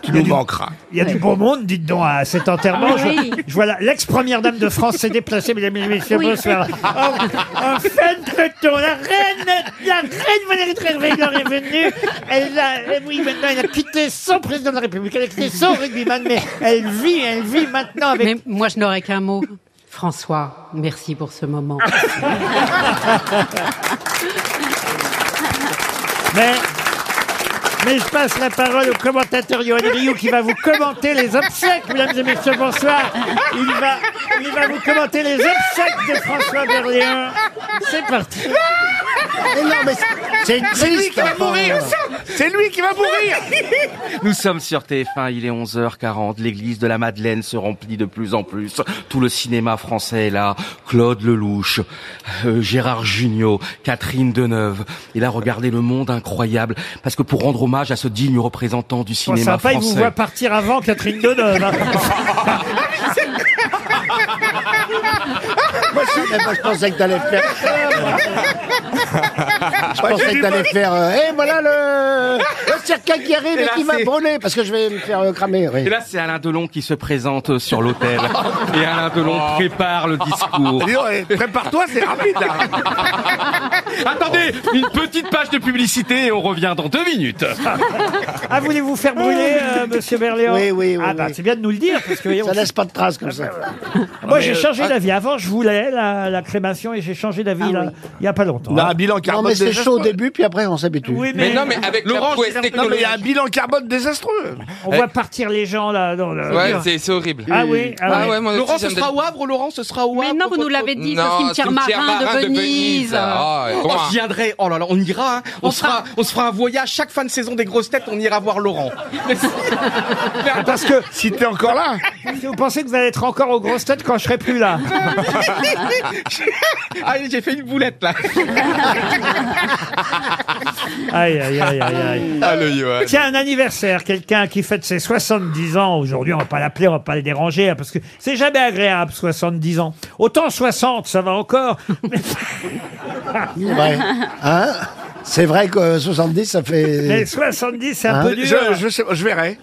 [SPEAKER 7] Tu nous manqueras.
[SPEAKER 2] Il y a du beau monde, dites donc, à cet enterrement.
[SPEAKER 7] Oui.
[SPEAKER 2] Je, je vois la- l'ex-première dame de France s'est déplacée, mesdames et messieurs, bonsoir. Oh, En, en fin de peloton, la reine, la reine Valérie Trierweiler est venue. Elle a, eh oui, maintenant, elle a quitté son président de la République, elle a quitté son rugbyman, mais elle vit, elle vit maintenant avec...
[SPEAKER 6] Mais moi, je n'aurais qu'un mot. François, merci pour ce moment.
[SPEAKER 2] Ah, Mais, mais je passe la parole au commentateur Yoann Rioux qui va vous commenter les obsèques, mesdames et messieurs, bonsoir. Il va, il va vous commenter les obsèques de François Berléand. C'est parti.
[SPEAKER 3] c'est une triste affaire.
[SPEAKER 7] C'est lui qui va mourir
[SPEAKER 17] Nous sommes sur TF1, il est 11h40, l'église de la Madeleine se remplit de plus en plus. Tout le cinéma français est là. Claude Lelouch, euh, Gérard Jugnot, Catherine Deneuve. Et là, regardez le monde incroyable. Parce que pour rendre hommage à ce digne représentant du
[SPEAKER 2] Bon,
[SPEAKER 17] cinéma
[SPEAKER 2] Oh, sympa, il vous
[SPEAKER 17] français...
[SPEAKER 2] voit partir avant Catherine Deneuve. hein.
[SPEAKER 8] Moi, je, eh ben, je pensais que t'allais faire. Je pensais que t'allais faire. euh, Eh, voilà le, le cirque qui arrive
[SPEAKER 17] Et
[SPEAKER 8] et,
[SPEAKER 17] là,
[SPEAKER 8] qui va
[SPEAKER 17] c'est-
[SPEAKER 8] brûler parce que je vais me faire euh, cramer. oui.
[SPEAKER 17] Et là, c'est Alain Delon qui se présente sur l'hôtel. Et Alain Delon prépare le discours.
[SPEAKER 7] Oh. Dis donc, eh, prépare-toi, c'est rapide, hein.
[SPEAKER 17] Attendez, une petite page de publicité et on revient dans deux minutes.
[SPEAKER 2] Ah, voulez-vous faire brûler, euh, monsieur Berléand
[SPEAKER 8] Oui, oui, oui.
[SPEAKER 2] Ah, bah, c'est bien de nous le dire. Parce que, voyons,
[SPEAKER 8] ça laisse pas de traces comme ça.
[SPEAKER 2] Moi,
[SPEAKER 8] Mais,
[SPEAKER 2] j'ai
[SPEAKER 8] euh,
[SPEAKER 2] changé
[SPEAKER 8] ah-
[SPEAKER 2] d'avis. Avant, je voulais la, la crémation et j'ai changé d'avis là, il n'y a pas longtemps.
[SPEAKER 7] On a un bilan carbone
[SPEAKER 8] Non, mais c'est
[SPEAKER 7] déjà,
[SPEAKER 8] chaud au
[SPEAKER 7] je-
[SPEAKER 8] début, puis après, on s'habitue.
[SPEAKER 2] Oui, mais- Mais non, mais avec la
[SPEAKER 7] Laurent,
[SPEAKER 2] prouesse
[SPEAKER 7] je- non, mais il y a un bilan carbone désastreux.
[SPEAKER 2] On voit partir les gens là dans le.
[SPEAKER 7] Ouais,
[SPEAKER 2] mur.
[SPEAKER 7] c'est- c'est horrible.
[SPEAKER 2] Ah oui, ah oui.
[SPEAKER 3] Laurent, ce sera au Havre, Laurent, ce sera au Havre. Mais non, vous nous l'avez
[SPEAKER 6] dit, le Non, cimetière cimetière marin de marin de Venise. Venise. Ah, ouais,
[SPEAKER 3] on
[SPEAKER 6] comment un-
[SPEAKER 3] viendrait. Oh là là, on ira. hein. On,
[SPEAKER 6] On
[SPEAKER 3] se fera, on se fera un voyage chaque fin de saison des grosses têtes. On ira voir Laurent.
[SPEAKER 2] Parce que si t'es encore là, si vous pensez que vous allez être encore aux grosses têtes quand je serai plus là.
[SPEAKER 3] ah, j'ai fait une boulette là.
[SPEAKER 2] Aïe, aïe, aïe, aïe, aïe.
[SPEAKER 3] Ah, le Johan.
[SPEAKER 2] Tiens, un anniversaire, quelqu'un qui fête ses 70 ans. Aujourd'hui, on va pas l'appeler, on va pas le déranger, hein, parce que c'est jamais agréable, 70 ans. Autant 60, ça va encore.
[SPEAKER 8] C'est vrai. Hein C'est vrai que euh, 70, ça fait.
[SPEAKER 2] Mais 70, c'est un
[SPEAKER 8] Hein
[SPEAKER 2] peu dur.
[SPEAKER 8] Je-
[SPEAKER 2] verrai.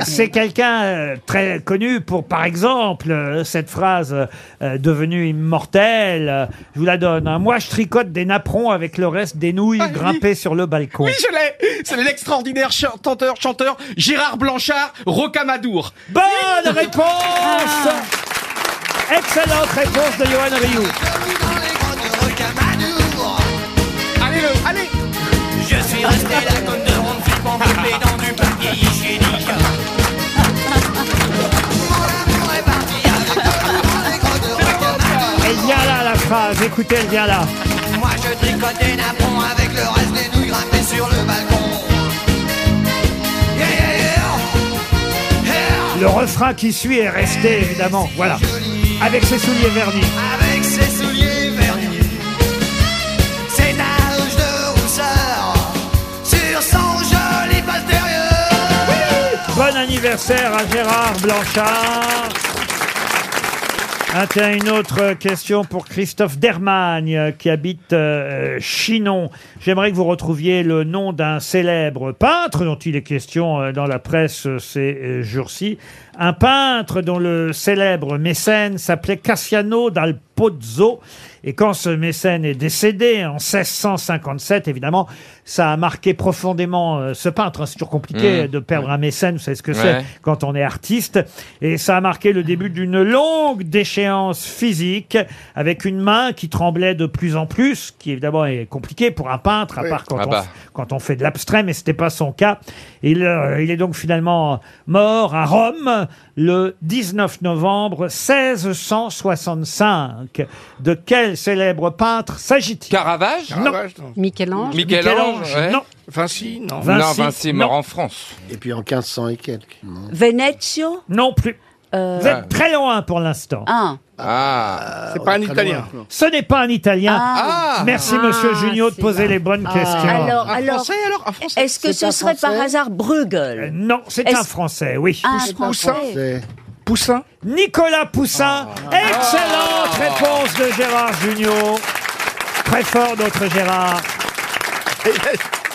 [SPEAKER 2] c'est quelqu'un euh, très connu pour, par exemple, euh, cette phrase euh, euh, devenue immortelle. Euh, Je vous la donne. hein. Moi, je tricote des napperons avec le reste des nouilles grimpées sur le balcon.
[SPEAKER 3] Ah, Oui, je l'ai. C'est l'extraordinaire chanteur, chanteur Gérard Blanchard, Rocamadour. Ah.
[SPEAKER 2] Bonne réponse. Excellente réponse de Johan Rioux.
[SPEAKER 3] Allez, le, allez.
[SPEAKER 5] Je suis resté là comme de ronde flippant enveloppé dans du papier hygiénique.
[SPEAKER 2] Elle vient là, la phrase. Écoutez, elle vient là.
[SPEAKER 5] Moi je tricote des napons avec le reste des nouilles grimpées sur le balcon. Yeah, yeah, yeah. Yeah.
[SPEAKER 2] Le refrain qui suit est resté, évidemment. Voilà. Avec ses souliers vernis.
[SPEAKER 5] Avec ses souliers vernis, ses taches de rousseur sur son joli postérieur.
[SPEAKER 2] Bon anniversaire à Gérard Blanchard. Ah, tiens, une autre question pour Christophe Dermagne euh, qui habite euh, Chinon. J'aimerais que vous retrouviez le nom d'un célèbre peintre dont il est question euh, dans la presse euh, ces euh, jours-ci. Un peintre dont le célèbre mécène s'appelait Cassiano dal Pozzo. Et quand ce mécène est décédé en 1657, évidemment, ça a marqué profondément euh, ce peintre. hein. C'est toujours compliqué
[SPEAKER 22] Mmh.
[SPEAKER 2] euh, de perdre un mécène, vous savez ce que
[SPEAKER 22] Ouais.
[SPEAKER 2] c'est quand on est artiste. Et ça a marqué le début d'une longue déchéance physique, avec une main qui tremblait de plus en plus, qui évidemment est compliqué pour un peintre, à
[SPEAKER 22] Oui.
[SPEAKER 2] part quand,
[SPEAKER 22] Ah
[SPEAKER 2] on,
[SPEAKER 22] bah.
[SPEAKER 2] f- quand on fait de l'abstrait, mais c'était pas son cas. Il, euh, il est donc finalement mort à Rome le 19 novembre 1665. 5. De quel célèbre peintre s'agit-il
[SPEAKER 3] Caravage
[SPEAKER 2] Non.
[SPEAKER 7] Caravage,
[SPEAKER 6] Michel-Ange
[SPEAKER 3] Michel-Ange, ouais.
[SPEAKER 2] non.
[SPEAKER 7] Vinci, non.
[SPEAKER 2] Vinci,
[SPEAKER 3] non, Vinci est
[SPEAKER 2] non.
[SPEAKER 3] mort en France.
[SPEAKER 8] Et puis en 1500 et quelques. non.
[SPEAKER 4] Venezio
[SPEAKER 2] Non plus.
[SPEAKER 4] Euh,
[SPEAKER 2] Vous êtes très loin pour l'instant.
[SPEAKER 4] Ah.
[SPEAKER 3] Ah,
[SPEAKER 7] c'est pas un Italien.
[SPEAKER 2] Ce n'est pas un Italien.
[SPEAKER 4] Ah.
[SPEAKER 2] Merci,
[SPEAKER 4] Ah,
[SPEAKER 2] monsieur Junio, de poser les bonnes questions.
[SPEAKER 4] Alors, alors, est-ce que
[SPEAKER 2] C'est
[SPEAKER 4] ce
[SPEAKER 2] un
[SPEAKER 4] serait par
[SPEAKER 2] Français Euh,
[SPEAKER 4] hasard Bruegel
[SPEAKER 2] Non, c'est
[SPEAKER 4] Est-ce-
[SPEAKER 2] un Français, oui.
[SPEAKER 4] Ah, c'est Ah. un Poussin. Français.
[SPEAKER 2] Poussin Nicolas Poussin. Excellente réponse de Gérard Junior. Très fort, notre Gérard.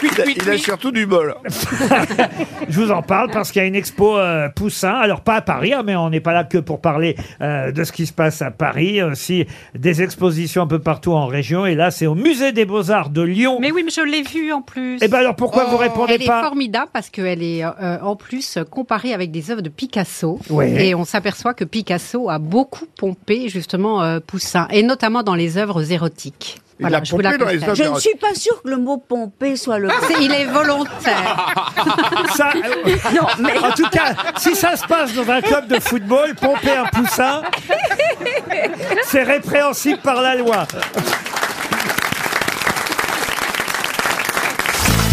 [SPEAKER 7] Il a, il a surtout du bol.
[SPEAKER 2] Je vous en parle parce qu'il y a une expo euh, Poussin, alors pas à Paris, hein, mais on n'est pas là que pour parler euh, de ce qui se passe à Paris, Il y a aussi des expositions un peu partout en région, et là c'est au Musée des Beaux-Arts de Lyon.
[SPEAKER 6] Mais oui, mais je l'ai vue en plus.
[SPEAKER 2] Eh ben alors, pourquoi vous répondez
[SPEAKER 6] Oh, Elle
[SPEAKER 2] pas
[SPEAKER 6] est formidable parce qu'elle est euh, en plus comparée avec des œuvres de Picasso.
[SPEAKER 2] Ouais.
[SPEAKER 6] Et on s'aperçoit que Picasso a beaucoup pompé justement euh, Poussin, et notamment dans les œuvres érotiques.
[SPEAKER 7] Il a
[SPEAKER 6] je vous la
[SPEAKER 7] pompé dans les
[SPEAKER 6] confesse.
[SPEAKER 4] Je ne suis pas sûre que le mot pomper soit le.
[SPEAKER 6] C'est- il est volontaire.
[SPEAKER 2] Ça, euh,
[SPEAKER 4] Non, mais-
[SPEAKER 2] En tout cas, si ça se passe dans un club de football, pomper un Poussin, c'est répréhensible par la loi.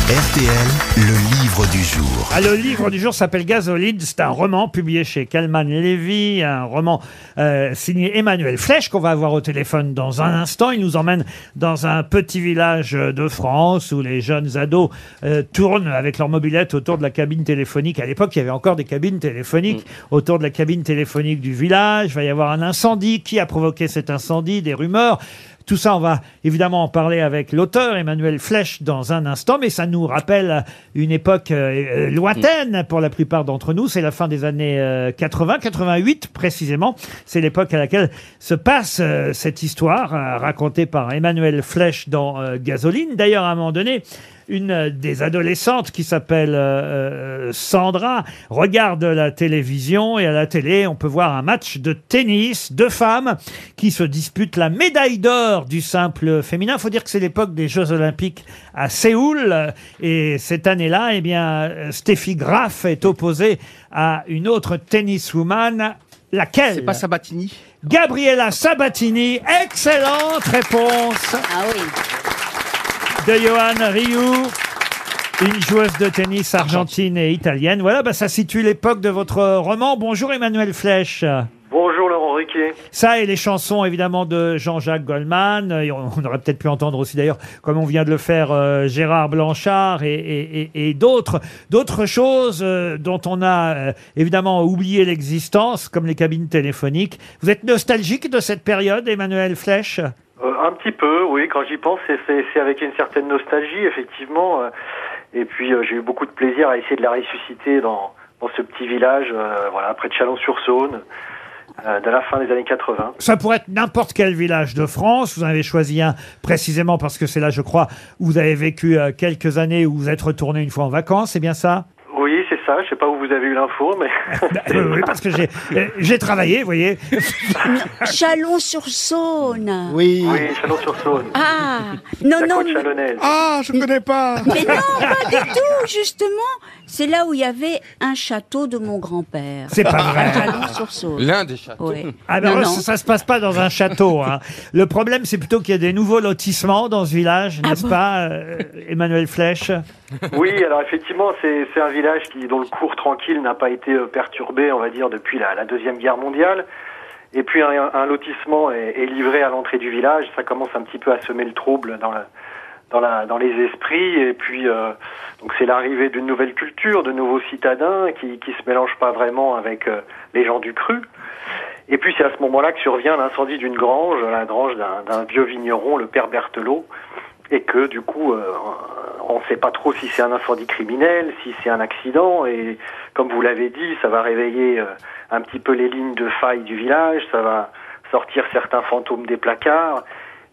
[SPEAKER 1] RTL, le livre du jour.
[SPEAKER 2] Ah, le livre du jour s'appelle Gasoline. C'est un roman publié chez Kalman Levy, un roman euh, signé Emmanuel Flèche qu'on va avoir au téléphone dans un instant. Il nous emmène dans un petit village euh, de France où les jeunes ados euh, tournent avec leur mobilette autour de la cabine téléphonique. À l'époque, il y avait encore des cabines téléphoniques autour de la cabine téléphonique du village. Il va y avoir un incendie. Qui a provoqué cet incendie Des rumeurs. Tout ça, on va évidemment en parler avec l'auteur Emmanuel Flèche dans un instant, mais ça nous rappelle une époque euh, euh, lointaine pour la plupart d'entre nous. C'est la fin des années euh, 80, 88 précisément. C'est l'époque à laquelle se passe euh, cette histoire euh, racontée par Emmanuel Flèche dans euh, Gasoline. D'ailleurs, à un moment donné, une euh, des adolescentes qui s'appelle euh, euh, Sandra regarde la télévision et à la télé, on peut voir un match de tennis, deux femmes qui se disputent la médaille d'or du simple féminin. Faut dire que c'est l'époque des Jeux Olympiques à Séoul euh, et cette année-là, eh bien, euh, Steffi Graf est opposée à une autre tenniswoman. Laquelle C'est pas
[SPEAKER 17] Sabatini
[SPEAKER 2] Gabriella Sabatini. Excellente réponse
[SPEAKER 4] Ah oui.
[SPEAKER 2] de Johan Rioux. Une joueuse de tennis argentine et italienne. Voilà, bah, ça situe l'époque de votre roman. Bonjour Emmanuel Flèche.
[SPEAKER 22] Bonjour Laurent Ruquier.
[SPEAKER 2] Ça et les chansons évidemment de Jean-Jacques Goldman. Et on on aurait peut-être pu entendre aussi d'ailleurs, comme on vient de le faire, euh, Gérard Blanchard et, et- et- et d'autres, d'autres choses euh, dont on a euh, évidemment oublié l'existence, comme les cabines téléphoniques. Vous êtes nostalgique de cette période, Emmanuel Flèche
[SPEAKER 22] Euh, un petit peu, oui, quand j'y pense, c'est- c'est c'est avec une certaine nostalgie, effectivement. euh, Et puis euh, j'ai eu beaucoup de plaisir à essayer de la ressusciter dans, dans ce petit village, euh, voilà, près de Chalon-sur-Saône, euh, de la fin des années 80.
[SPEAKER 2] Ça pourrait être n'importe quel village de France. Vous en avez choisi un précisément parce que c'est là, je crois, où vous avez vécu euh, quelques années, où vous êtes retourné une fois en vacances. C'est bien ça
[SPEAKER 22] Oui, c'est ça, je sais pas où vous avez eu l'info, mais...
[SPEAKER 2] Oui, oui, parce que j'ai euh, j'ai travaillé, vous voyez.
[SPEAKER 4] Chalon-sur-Saône.
[SPEAKER 22] oui. Oui, Chalon-sur-Saône.
[SPEAKER 4] Ah, non,
[SPEAKER 22] la
[SPEAKER 4] non.
[SPEAKER 22] côte chalonnaise.
[SPEAKER 7] Ah, je connais pas.
[SPEAKER 4] Mais non, pas du tout, justement. C'est là où il y avait un château de mon grand-père.
[SPEAKER 2] C'est
[SPEAKER 9] Ah.
[SPEAKER 2] pas vrai.
[SPEAKER 4] Chalon-sur-Saône.
[SPEAKER 3] L'un des châteaux.
[SPEAKER 4] Ouais.
[SPEAKER 2] Ah ben
[SPEAKER 4] Non,
[SPEAKER 2] alors,
[SPEAKER 4] non.
[SPEAKER 2] ça, ça se passe pas dans un château. hein. Le problème, c'est plutôt qu'il y a des nouveaux lotissements dans ce village,
[SPEAKER 4] Ah
[SPEAKER 2] n'est-ce pas, euh, Emmanuel Flèche
[SPEAKER 22] Oui, alors effectivement, c'est c'est un village qui, dont le cours tranquille n'a pas été euh, perturbé, on va dire, depuis la, la Deuxième Guerre mondiale. Et puis un, un lotissement est, est livré à l'entrée du village, ça commence un petit peu à semer le trouble dans, la, dans, la, dans les esprits. Et puis, euh, donc c'est l'arrivée d'une nouvelle culture, de nouveaux citadins qui qui se mélangent pas vraiment avec euh, les gens du cru. Et puis c'est à ce moment-là que survient l'incendie d'une grange, la grange d'un d'un vieux vigneron, le père Berthelot, et que du coup, euh, on ne sait pas trop si c'est un incendie criminel, si c'est un accident, et comme vous l'avez dit, ça va réveiller euh, un petit peu les lignes de faille du village, ça va sortir certains fantômes des placards,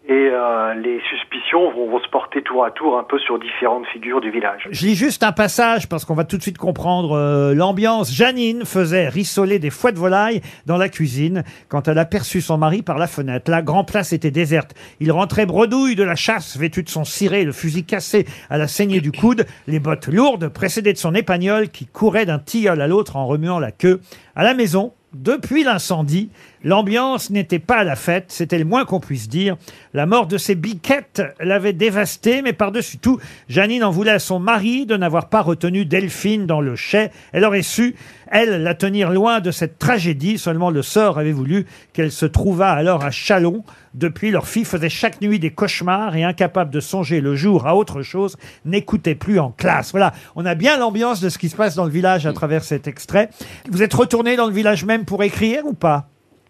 [SPEAKER 22] et euh, les suspicions vont, vont se porter tour à tour un peu sur différentes figures du village.
[SPEAKER 2] Je lis juste un passage parce qu'on va tout de suite comprendre euh, l'ambiance. Janine faisait rissoler des fouets de volaille dans la cuisine quand elle aperçut son mari par la fenêtre. La grand place était déserte. Il rentrait bredouille de la chasse, vêtu de son ciré, le fusil cassé à la saignée du coude, les bottes lourdes, précédées de son épagnole qui courait d'un tilleul à l'autre en remuant la queue. À la maison, depuis l'incendie, L'ambiance n'était pas à la fête, c'était le moins qu'on puisse dire. La mort de ses biquettes l'avait dévastée, mais par-dessus tout, Janine en voulait à son mari de n'avoir pas retenu Delphine dans le chai. Elle aurait su, elle, la tenir loin de cette tragédie. Seulement le sort avait voulu qu'elle se trouvât alors à Chalon. Depuis, leur fille faisait chaque nuit des cauchemars et incapable de songer le jour à autre chose, n'écoutait plus en classe. Voilà, on a bien l'ambiance de ce qui se passe dans le village à travers cet extrait. Vous êtes retourné dans le village même pour écrire ou pas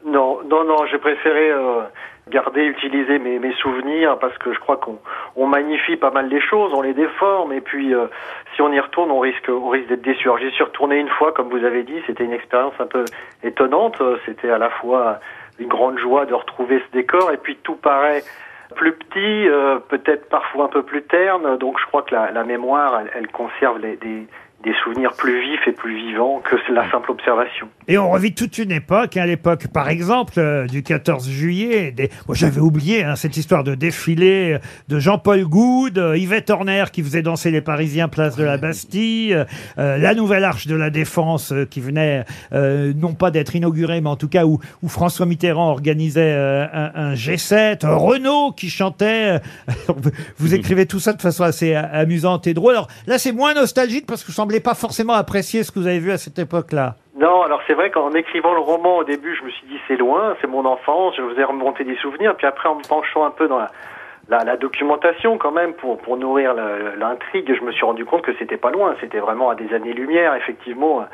[SPEAKER 22] Non, non, non, j'ai préféré euh, garder, utiliser mes, mes souvenirs parce que je crois qu'on on magnifie pas mal les choses, on les déforme et puis euh, si on y retourne, on risque, on risque d'être déçu. Alors j'y suis retourné une fois, comme vous avez dit, c'était une expérience un peu étonnante. Euh, C'était à la fois une grande joie de retrouver ce décor et puis tout paraît plus petit, euh, peut-être parfois un peu plus terne. Donc je crois que la, la mémoire, elle, elle conserve les- des, des souvenirs plus vifs et plus vivants que la simple observation.
[SPEAKER 2] Et on revit toute une époque, hein, l'époque par exemple euh, du 14 juillet. Des... Moi, j'avais oublié hein, cette histoire de défilé euh, de Jean-Paul Goude, euh, Yvette Horner qui faisait danser les Parisiens place de la Bastille, euh, euh, la nouvelle arche de la Défense euh, qui venait euh, non pas d'être inaugurée, mais en tout cas où, où François Mitterrand organisait euh, un, un G7, euh, Renault qui chantait. euh, vous écrivez tout ça de façon assez a- amusante et drôle. Alors là, c'est moins nostalgique parce que vous semblez pas forcément apprécier ce que vous avez vu à cette époque-là.
[SPEAKER 22] Non, alors c'est vrai qu'en écrivant le roman au début, je me suis dit c'est loin, c'est mon enfance, je faisais remonter des souvenirs, puis après en me penchant un peu dans la, la, la documentation quand même pour, pour nourrir le- l'intrigue, je me suis rendu compte que c'était pas loin, c'était vraiment à des années-lumière, effectivement,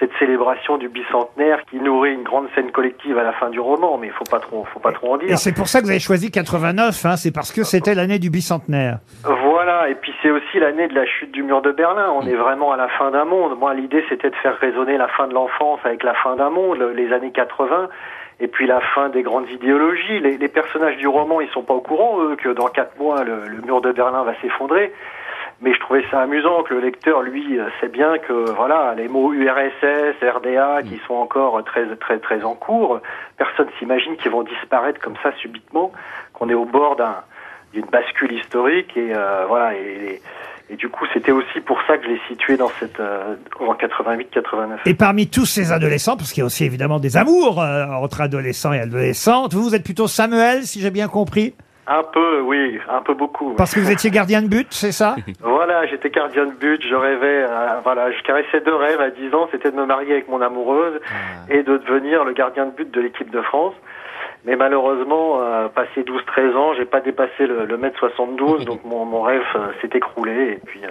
[SPEAKER 22] cette célébration du bicentenaire qui nourrit une grande scène collective à la fin du roman, mais faut pas trop, faut pas trop en dire.
[SPEAKER 2] Et c'est pour ça que vous avez choisi 89, hein, c'est parce que c'était l'année du bicentenaire.
[SPEAKER 22] Voilà, et puis c'est aussi l'année de la chute du mur de Berlin. On est vraiment à la fin d'un monde. Moi, l'idée, c'était de faire résonner la fin de l'enfance avec la fin d'un monde, le- les années 80, et puis la fin des grandes idéologies. Les, les personnages du roman, ils sont pas au courant, eux, que dans quatre mois, le, le mur de Berlin va s'effondrer. Mais je trouvais ça amusant que le lecteur, lui, euh, sait bien que, voilà, les mots URSS, RDA, qui sont encore très, très, très en cours, personne s'imagine qu'ils vont disparaître comme ça subitement, qu'on est au bord d'un, d'une bascule historique et euh, voilà et, et, et du coup c'était aussi pour ça que je l'ai situé dans cette euh, en 88 89
[SPEAKER 2] Et parmi tous ces adolescents, parce qu'il y a aussi évidemment des amours euh, entre adolescents et adolescentes, vous, vous êtes plutôt Samuel, si j'ai bien compris,
[SPEAKER 22] un peu oui un peu beaucoup
[SPEAKER 2] parce que vous étiez gardien de but, c'est ça
[SPEAKER 22] voilà j'étais gardien de but je rêvais euh, voilà je caressais deux rêves à 10 ans c'était de me marier avec mon amoureuse et de devenir le gardien de but de l'équipe de France mais malheureusement euh, passé 12 13 ans j'ai pas dépassé le, le mètre 72 donc mon, mon rêve euh, s'est écroulé et puis euh,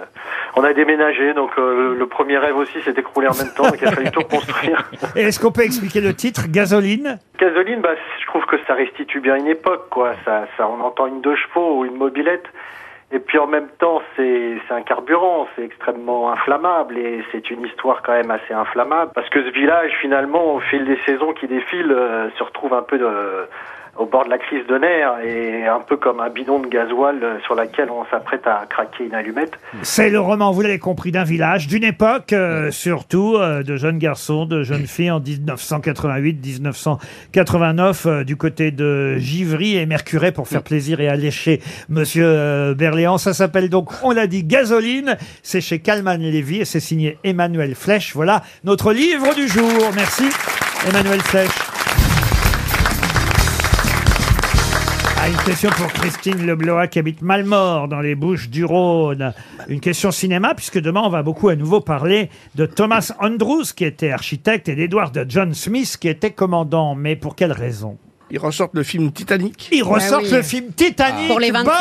[SPEAKER 22] on a déménagé donc euh, le, le premier rêve aussi s'est écroulé en même temps donc il a fallu tout reconstruire
[SPEAKER 2] Et est-ce qu'on peut expliquer le titre, Gasoline
[SPEAKER 22] Gasoline, bah, je trouve que ça restitue bien une époque, quoi. Ça, ça, on entend une deux chevaux ou une mobilette. Et puis en même temps, c'est c'est un carburant, c'est extrêmement inflammable et c'est une histoire quand même assez inflammable parce que ce village, finalement, au fil des saisons qui défilent, euh, se retrouve un peu de- au bord de la crise de nerfs et un peu comme un bidon de gasoil euh, sur laquelle on s'apprête à craquer une allumette.
[SPEAKER 2] C'est le roman, vous l'avez compris, d'un village, d'une époque, euh, surtout euh, de jeunes garçons, de jeunes filles en 1988-1989 euh, du côté de Givry et Mercuret pour faire plaisir et allécher Monsieur euh, Berléand. Ça s'appelle donc, on l'a dit, Gasoline. C'est chez Calman Lévy et c'est signé Emmanuel Flèche. Voilà notre livre du jour. Merci Emmanuel Flèche. Ah, une question pour Christine Leblois qui habite Malmort dans les Bouches du Rhône. Une question cinéma puisque demain on va beaucoup à nouveau parler de Thomas Andrews qui était architecte et d'Edward John Smith qui était commandant. Mais pour quelle raison
[SPEAKER 7] Ils ressortent le film Titanic.
[SPEAKER 2] Ils ressortent le film Titanic.
[SPEAKER 6] Bah Pour les 25 ans,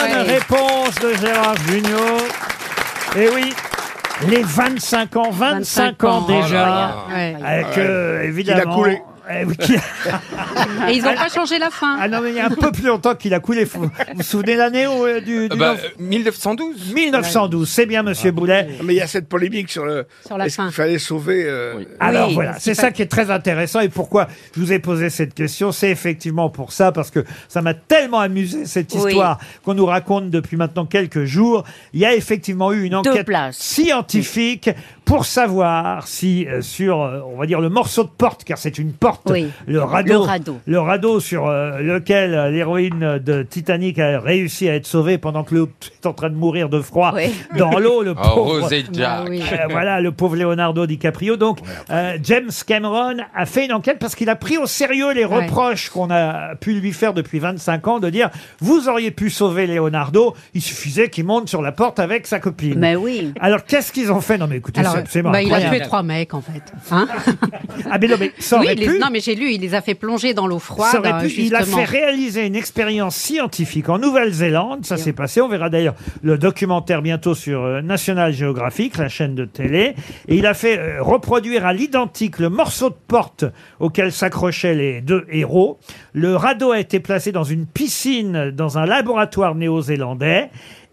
[SPEAKER 2] Bonne
[SPEAKER 6] ouais.
[SPEAKER 2] réponse de Gérard Junior. Et oui. Les 25 ans, 25,
[SPEAKER 6] 25
[SPEAKER 2] ans,
[SPEAKER 6] ans.
[SPEAKER 2] déjà.
[SPEAKER 6] Oh là là. Ouais.
[SPEAKER 2] Avec, euh,
[SPEAKER 6] Ouais.
[SPEAKER 2] évidemment.
[SPEAKER 6] Il a coulé.
[SPEAKER 2] Eh oui, qui-
[SPEAKER 6] Et ils n'ont pas changé la fin.
[SPEAKER 2] Ah non, mais il y a un peu plus longtemps qu'il a coulé. Vous vous souvenez l'année où, euh, du, du
[SPEAKER 3] Bah,
[SPEAKER 2] neuf-
[SPEAKER 3] 1912.
[SPEAKER 2] 1912, c'est bien, monsieur Boulet.
[SPEAKER 7] Mais il y a cette polémique sur le.
[SPEAKER 6] Sur la
[SPEAKER 7] est-ce
[SPEAKER 6] fin.
[SPEAKER 7] qu'il fallait sauver. euh,
[SPEAKER 2] Alors voilà, c'est ça qui est très intéressant et pourquoi je vous ai posé cette question, c'est effectivement pour ça, parce que ça m'a tellement amusé cette
[SPEAKER 4] Oui.
[SPEAKER 2] histoire qu'on nous raconte depuis maintenant quelques jours. Il y a effectivement eu une
[SPEAKER 4] Deux
[SPEAKER 2] enquête
[SPEAKER 4] places.
[SPEAKER 2] scientifique pour savoir si euh, sur, euh, on va dire, le morceau de porte, car c'est une porte,
[SPEAKER 5] Oui.
[SPEAKER 2] le radeau,
[SPEAKER 5] Le radeau.
[SPEAKER 2] le radeau sur euh, lequel euh, l'héroïne de Titanic a réussi à être sauvée pendant que l'autre est en train de mourir de froid
[SPEAKER 23] Oui.
[SPEAKER 2] dans l'eau, le
[SPEAKER 23] Oh,
[SPEAKER 2] pauvre.
[SPEAKER 23] Rose et Jack. Bah oui.
[SPEAKER 2] Euh, voilà, le pauvre Leonardo DiCaprio. Donc, euh, James Cameron a fait une enquête parce qu'il a pris au sérieux les
[SPEAKER 23] Ouais.
[SPEAKER 2] reproches qu'on a pu lui faire depuis 25 ans de dire vous auriez pu sauver Leonardo, il suffisait qu'il monte sur la porte avec sa copine. Mais
[SPEAKER 5] oui.
[SPEAKER 2] Alors, qu'est-ce qu'ils ont fait Non, mais écoutez,
[SPEAKER 6] Alors,
[SPEAKER 2] c'est absolument
[SPEAKER 6] bah, il a
[SPEAKER 2] incroyable.
[SPEAKER 6] tué trois mecs en fait. Hein
[SPEAKER 2] Ah, mais non, mais ça
[SPEAKER 6] oui,
[SPEAKER 2] aurait
[SPEAKER 6] il les-
[SPEAKER 2] pu.
[SPEAKER 6] non mais j'ai lu, il les a fait plonger dans l'eau froide.
[SPEAKER 2] Ça aurait
[SPEAKER 6] euh,
[SPEAKER 2] pu- il a
[SPEAKER 6] justement.
[SPEAKER 2] fait réaliser une expérience scientifique en Nouvelle-Zélande. Ça s'est passé. On verra d'ailleurs le documentaire bientôt sur euh, National Geographic, la chaîne de télé. Et il a fait euh, reproduire à l'identique le morceau de porte auquel s'accrochaient les deux héros. Le radeau a été placé dans une piscine dans un laboratoire néo-zélandais.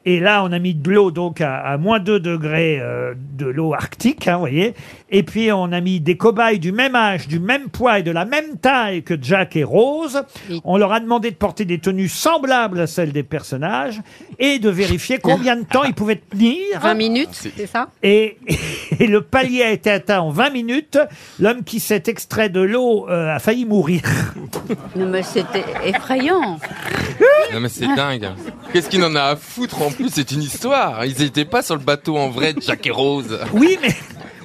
[SPEAKER 2] Et là, on a mis de l'eau donc à, à moins 2 degrés euh, de l'eau arctique, hein, vous voyez. Et puis, on a mis des cobayes du même âge, du même poids et de la même taille que Jack et Rose. On leur a demandé de porter des tenues semblables à celles des personnages et de vérifier combien de temps ils pouvaient tenir.
[SPEAKER 6] 20
[SPEAKER 3] Ah,
[SPEAKER 6] minutes, Ah, c'est ça
[SPEAKER 2] Et, et le palier a été atteint en 20 minutes. L'homme qui s'est extrait de l'eau euh, a failli mourir.
[SPEAKER 5] Non, mais c'était effrayant.
[SPEAKER 9] Non mais c'est dingue. Qu'est-ce qu'il en a à foutre en plus C'est une histoire. Ils n'étaient pas sur le bateau en vrai de Jack et Rose.
[SPEAKER 2] Oui, mais.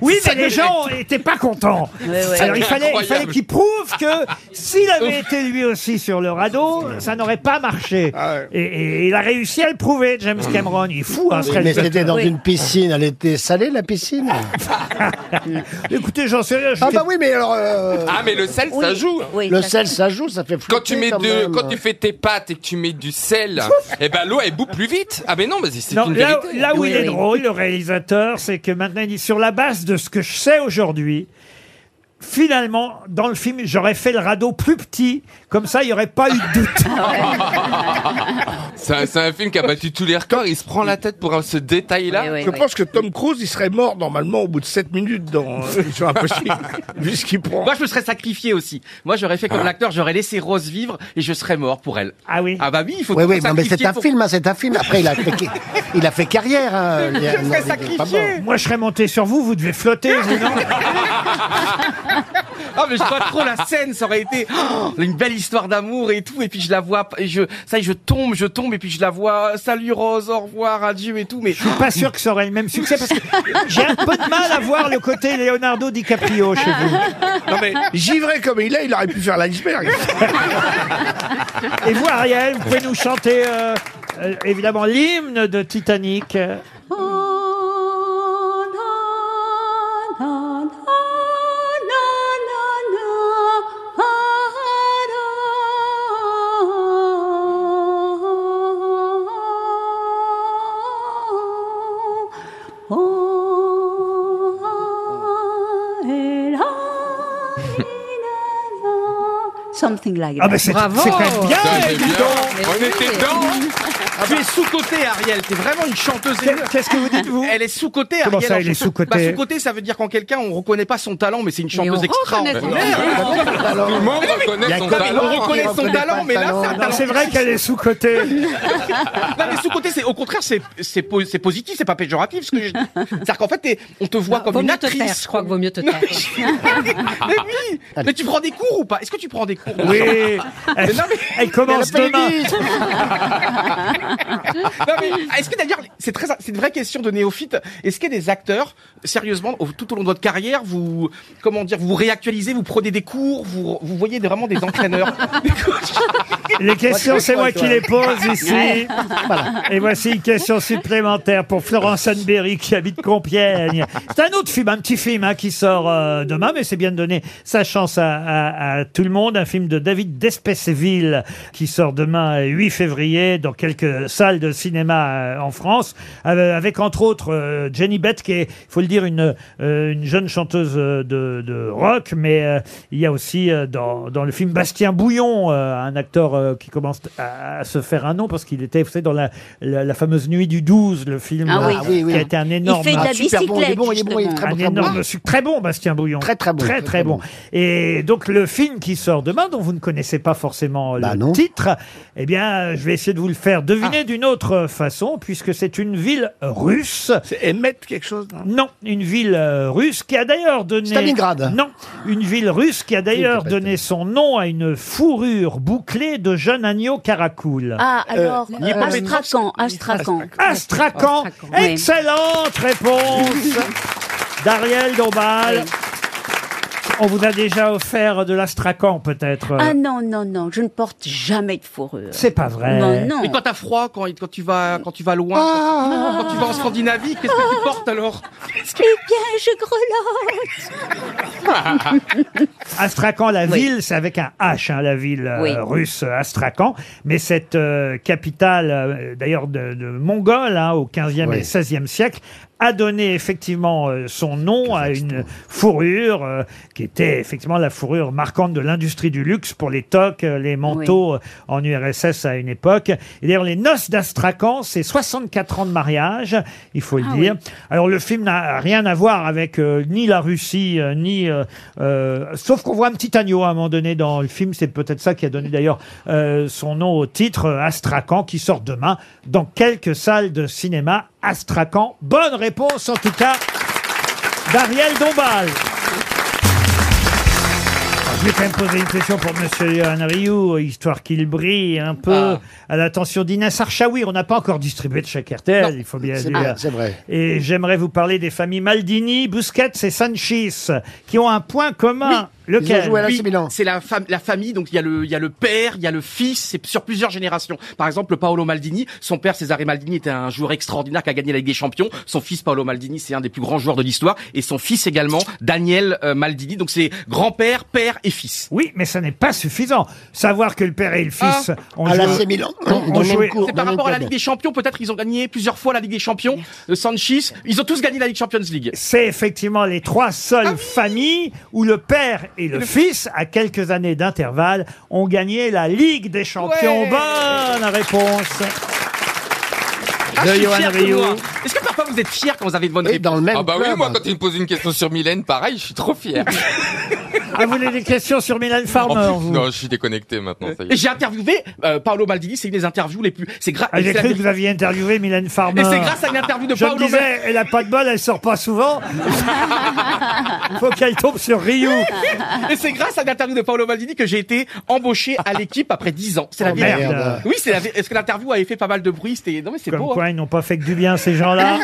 [SPEAKER 2] Oui,
[SPEAKER 9] Ça
[SPEAKER 2] mais les
[SPEAKER 9] devait
[SPEAKER 2] gens n'étaient pas contents.
[SPEAKER 9] ouais.
[SPEAKER 2] Alors il fallait, il
[SPEAKER 9] Incroyable.
[SPEAKER 2] fallait qu'il prouve que s'il avait été lui aussi sur le radeau, ça n'aurait pas marché.
[SPEAKER 8] Ah
[SPEAKER 2] Et, et il a réussi à le prouver, James Cameron. Il est fou, hein, ce
[SPEAKER 8] Mmh. Mais
[SPEAKER 2] réalisateur.
[SPEAKER 8] c'était dans
[SPEAKER 2] Oui.
[SPEAKER 8] une piscine, elle était salée la piscine
[SPEAKER 2] Écoutez, j'en sais rien.
[SPEAKER 8] Ah bah oui, mais alors... euh,
[SPEAKER 9] Ah mais le sel ça joue.
[SPEAKER 8] le sel, ça joue, ça fait
[SPEAKER 9] Quand tu
[SPEAKER 8] flotter
[SPEAKER 9] mets
[SPEAKER 8] quand
[SPEAKER 9] de,
[SPEAKER 8] même.
[SPEAKER 9] quand tu fais tes pâtes et que tu mets du sel, eh ben l'eau elle bout plus vite. Ah mais non mais c'est
[SPEAKER 2] Non,
[SPEAKER 9] une
[SPEAKER 2] là,
[SPEAKER 9] vérité.
[SPEAKER 2] là où il est drôle, le réalisateur, c'est que maintenant, il dit, sur la base de ce que je sais aujourd'hui, finalement, dans le film, j'aurais fait le radeau plus petit, comme ça, il n'y aurait pas eu de doute.
[SPEAKER 9] C'est un, c'est un film qui a battu tous les records. Il se prend la tête pour un- ce détail-là.
[SPEAKER 7] Je pense que Tom Cruise, il serait mort normalement au bout de 7 minutes dans euh, Mission Impossible. Vu ce qu'il prend.
[SPEAKER 3] Moi, je me serais sacrifié aussi. Moi, j'aurais fait comme l'acteur, j'aurais laissé Rose vivre et je serais mort pour elle.
[SPEAKER 2] Ah oui
[SPEAKER 3] Ah bah oui, il faut
[SPEAKER 8] Oui,
[SPEAKER 3] toujours
[SPEAKER 8] oui, non, mais c'est
[SPEAKER 3] sacrifier
[SPEAKER 8] un
[SPEAKER 3] pour-
[SPEAKER 8] film, hein, c'est un film. Après, il a fait, il a fait carrière. hein,
[SPEAKER 3] Je
[SPEAKER 8] Leonardo
[SPEAKER 3] serais
[SPEAKER 8] DiCaprio.
[SPEAKER 3] sacrifié.
[SPEAKER 2] Moi, je serais monté sur vous, vous devez flotter, vous, non
[SPEAKER 3] Ah mais je vois trop la scène, ça aurait été oh, une belle histoire d'amour et tout. Et puis je la vois, et je ça y est, je tombe, je tombe et puis je la vois. Salut Rose, au revoir, adieu et tout. Mais je suis
[SPEAKER 2] pas sûr que ça aurait le même succès parce que j'ai un peu de mal à voir le côté Leonardo DiCaprio chez vous.
[SPEAKER 7] Non mais givré comme il est, il aurait pu faire l'iceberg.
[SPEAKER 2] Et vous, Ariel, vous pouvez nous chanter euh, euh, évidemment l'hymne de Titanic.
[SPEAKER 5] Something like
[SPEAKER 2] Ah
[SPEAKER 5] that.
[SPEAKER 2] bah c'est-
[SPEAKER 4] Oh.
[SPEAKER 2] c'est quand même bien,
[SPEAKER 5] Ça, c'est
[SPEAKER 2] dis
[SPEAKER 5] bien.
[SPEAKER 2] donc.
[SPEAKER 5] On était dedans.
[SPEAKER 3] Ah, Tu es sous-côté, Ariel. T'es vraiment une chanteuse.
[SPEAKER 2] Qu'est-ce que vous dites, vous
[SPEAKER 3] Elle est sous-côté, Ariel.
[SPEAKER 2] Comment ça, elle est sous-cotée
[SPEAKER 3] bah, Sous-côté, ça veut dire qu'en quelqu'un, on reconnaît pas son talent, mais c'est une chanteuse
[SPEAKER 2] reconnaît
[SPEAKER 3] extraordinaire.
[SPEAKER 2] son talent. Tout le
[SPEAKER 3] Mais
[SPEAKER 2] monde
[SPEAKER 3] non, mais-
[SPEAKER 2] reconnaît
[SPEAKER 3] Il y a
[SPEAKER 2] son
[SPEAKER 3] que-
[SPEAKER 2] talent.
[SPEAKER 3] On reconnaît
[SPEAKER 2] Il
[SPEAKER 3] son
[SPEAKER 2] reconnaît pas
[SPEAKER 3] talent,
[SPEAKER 2] le
[SPEAKER 3] mais là,
[SPEAKER 2] talent.
[SPEAKER 3] c'est un
[SPEAKER 2] Non,
[SPEAKER 3] talent.
[SPEAKER 2] c'est vrai qu'elle est sous-cotée.
[SPEAKER 3] non, mais sous-côté, c'est, au contraire, c'est, c'est, po- c'est positif, c'est pas péjoratif. Ce que je... C'est-à-dire qu'en fait, t'es- on te voit comme
[SPEAKER 6] vaut
[SPEAKER 3] une
[SPEAKER 6] mieux te
[SPEAKER 3] actrice.
[SPEAKER 6] taire, je crois que vaut mieux te taire.
[SPEAKER 3] mais oui Mais tu prends des cours ou pas Est-ce que tu prends des cours de
[SPEAKER 2] Oui.
[SPEAKER 3] chant
[SPEAKER 2] Elle- elle commence
[SPEAKER 3] Mais elle a pas
[SPEAKER 2] demain.
[SPEAKER 3] les billes. Non, mais est-ce que d'ailleurs, c'est très, c'est une vraie question de néophyte. Est-ce qu'il y a des acteurs, sérieusement, au- tout au long de votre carrière, vous, comment dire, vous réactualisez, vous prenez des cours, vous, vous voyez des- vraiment des entraîneurs Des coachs
[SPEAKER 2] Les questions, c'est moi qui les pose ici. Et voici une question supplémentaire pour Florence Hanberry qui habite Compiègne. C'est un autre film, un petit film hein, qui sort euh, demain, mais c'est bien de donner sa chance à, à- à tout le monde. Un film de David Despesseville qui sort demain euh, 8 février dans quelques salles de cinéma euh, en France, avec, avec, entre autres euh, Jenny Bett qui est, il faut le dire, une, euh, une jeune chanteuse euh, de, de rock, mais euh, il y a aussi euh, dans, dans le film Bastien Bouillon, euh, un acteur euh, qui commence à, à se faire un nom parce qu'il était, vous savez, dans la, la, la fameuse nuit du 12, le film
[SPEAKER 8] Ah
[SPEAKER 2] euh,
[SPEAKER 8] oui. Ah oui, oui.
[SPEAKER 2] qui a été un
[SPEAKER 8] Il
[SPEAKER 2] énorme,
[SPEAKER 8] fait de la Ah, super bon, il est bon, il est bon, il est
[SPEAKER 2] un
[SPEAKER 8] très bon, très bon.
[SPEAKER 2] énorme succès. Très bon, Bastien Bouillon. Très très bon. Très très bon. Et donc le film qui sort demain, dont vous ne connaissez pas forcément le titre, eh bien, je vais essayer de vous le faire deviner d'une autre façon, puisque c'est une ville russe. C'est émettre quelque chose Non, une ville euh, russe qui a d'ailleurs donné.
[SPEAKER 8] Stalingrad.
[SPEAKER 2] Non, une ville russe qui a d'ailleurs
[SPEAKER 8] pas
[SPEAKER 2] donné son nom à une fourrure bouclée de jeune agneau caracoul.
[SPEAKER 4] Ah, alors,
[SPEAKER 2] Euh,
[SPEAKER 4] euh, Astrakhan, Astrakhan.
[SPEAKER 2] Astrakhan.
[SPEAKER 4] Oui.
[SPEAKER 2] Excellente réponse d'Ariel Dombal. On vous a déjà offert de l'Astrakhan, peut-être.
[SPEAKER 4] Ah non, non, non, je ne porte jamais de fourrure.
[SPEAKER 2] C'est pas vrai.
[SPEAKER 4] Non, non. Ah.
[SPEAKER 3] Mais quand t'as froid, quand, quand tu vas, quand tu vas loin, quand, quand tu vas en Scandinavie, qu'est-ce que tu portes alors
[SPEAKER 4] Eh bien, je grelotte. Ah,
[SPEAKER 2] Astrakhan, la ville, c'est avec un H, hein, la ville euh,
[SPEAKER 4] Oui.
[SPEAKER 2] russe euh, Astrakhan. Mais cette euh, capitale, euh, d'ailleurs de, de mongole, hein, au 15e et
[SPEAKER 8] Oui.
[SPEAKER 2] 16e siècle, a donné effectivement euh, son nom à une fourrure euh, qui était effectivement la fourrure marquante de l'industrie du luxe pour les toques, euh, les manteaux euh, en URSS à une époque. Et d'ailleurs, les noces d'Astrakhan, c'est 64 ans de mariage, il faut le
[SPEAKER 8] Ah
[SPEAKER 2] dire. Alors le film n'a rien à voir avec euh, ni la Russie, euh, ni... euh, euh, sauf qu'on voit un petit agneau à un moment donné dans le film, c'est peut-être ça qui a donné d'ailleurs euh, son nom au titre, euh, Astrakhan, qui sort demain dans quelques salles de cinéma. Astrakhan, bonne réponse en tout cas d'Ariel Dombal. Alors, Je vais quand même poser une question pour Monsieur Johan Rioux, histoire qu'il brille un peu
[SPEAKER 3] Ah.
[SPEAKER 2] à l'attention d'Inès Archaoui. On n'a pas encore distribué de chèque RTL, il faut bien
[SPEAKER 8] C'est
[SPEAKER 2] dire.
[SPEAKER 8] vrai, c'est vrai.
[SPEAKER 2] Et j'aimerais vous parler des familles Maldini, Busquets et Sanchis, qui ont un point commun. Lequel
[SPEAKER 3] Oui, C'est la, fam- la famille, donc il y, a le- il y a le père, il y a le fils, c'est sur plusieurs générations. Par exemple, Paolo Maldini, son père Cesare Maldini était un joueur extraordinaire qui a gagné la Ligue des Champions. Son fils Paolo Maldini, c'est un des plus grands joueurs de l'histoire. Et son fils également, Daniel euh, Maldini. Donc c'est grand-père, père et fils.
[SPEAKER 2] Oui, mais ça n'est pas suffisant. Savoir que le père et le fils ont
[SPEAKER 3] Ah,
[SPEAKER 2] joué-
[SPEAKER 3] l'AC Milan.
[SPEAKER 2] ont- ont joué-
[SPEAKER 3] C'est par rapport à la Ligue des Champions, peut-être ils ont gagné plusieurs fois la Ligue des Champions. Euh, Sanchez, ils ont tous gagné la Ligue Champions League.
[SPEAKER 2] C'est effectivement les trois
[SPEAKER 3] Ah
[SPEAKER 2] seules familles où le père et le, fils, à quelques années d'intervalle, ont gagné la Ligue des Champions.
[SPEAKER 3] Ouais.
[SPEAKER 2] Bonne réponse.
[SPEAKER 3] Ah,
[SPEAKER 2] de
[SPEAKER 3] je suis
[SPEAKER 2] Johan
[SPEAKER 3] fier de
[SPEAKER 2] Rioux.
[SPEAKER 3] moi. Est-ce que parfois vous êtes fier quand vous avez de bonnes réponses Dans le
[SPEAKER 9] Ah bah oui, moi quand il me pose une question sur Mylène, pareil, je suis trop fier.
[SPEAKER 2] Ah, vous voulez des questions sur Milan
[SPEAKER 9] En
[SPEAKER 2] Farmer
[SPEAKER 9] plus,
[SPEAKER 2] vous
[SPEAKER 9] non, je suis déconnecté maintenant, ça y
[SPEAKER 3] Et
[SPEAKER 9] est.
[SPEAKER 3] j'ai interviewé euh, Paolo Maldini, c'est une des interviews les plus. C'est grâce.
[SPEAKER 2] Ah, J'ai cru que vous aviez interviewé Mylène Farmer.
[SPEAKER 3] Et c'est grâce à une interview de
[SPEAKER 2] Je
[SPEAKER 3] Paolo
[SPEAKER 2] me disais, eh, elle a pas de bol, elle sort pas souvent. Faut qu'elle tombe sur Ryu.
[SPEAKER 3] Et c'est grâce à l'interview de Paolo Maldini que j'ai été embauché à l'équipe après 10 ans. C'est la
[SPEAKER 2] Oh,
[SPEAKER 3] vérité.
[SPEAKER 2] merde.
[SPEAKER 3] Oui, c'est la vérité. Est-ce que l'interview avait fait pas mal de bruit C'était non mais c'est
[SPEAKER 2] Comme
[SPEAKER 3] beau.
[SPEAKER 2] quoi,
[SPEAKER 3] hein.
[SPEAKER 2] ils n'ont pas fait que du bien, ces gens-là.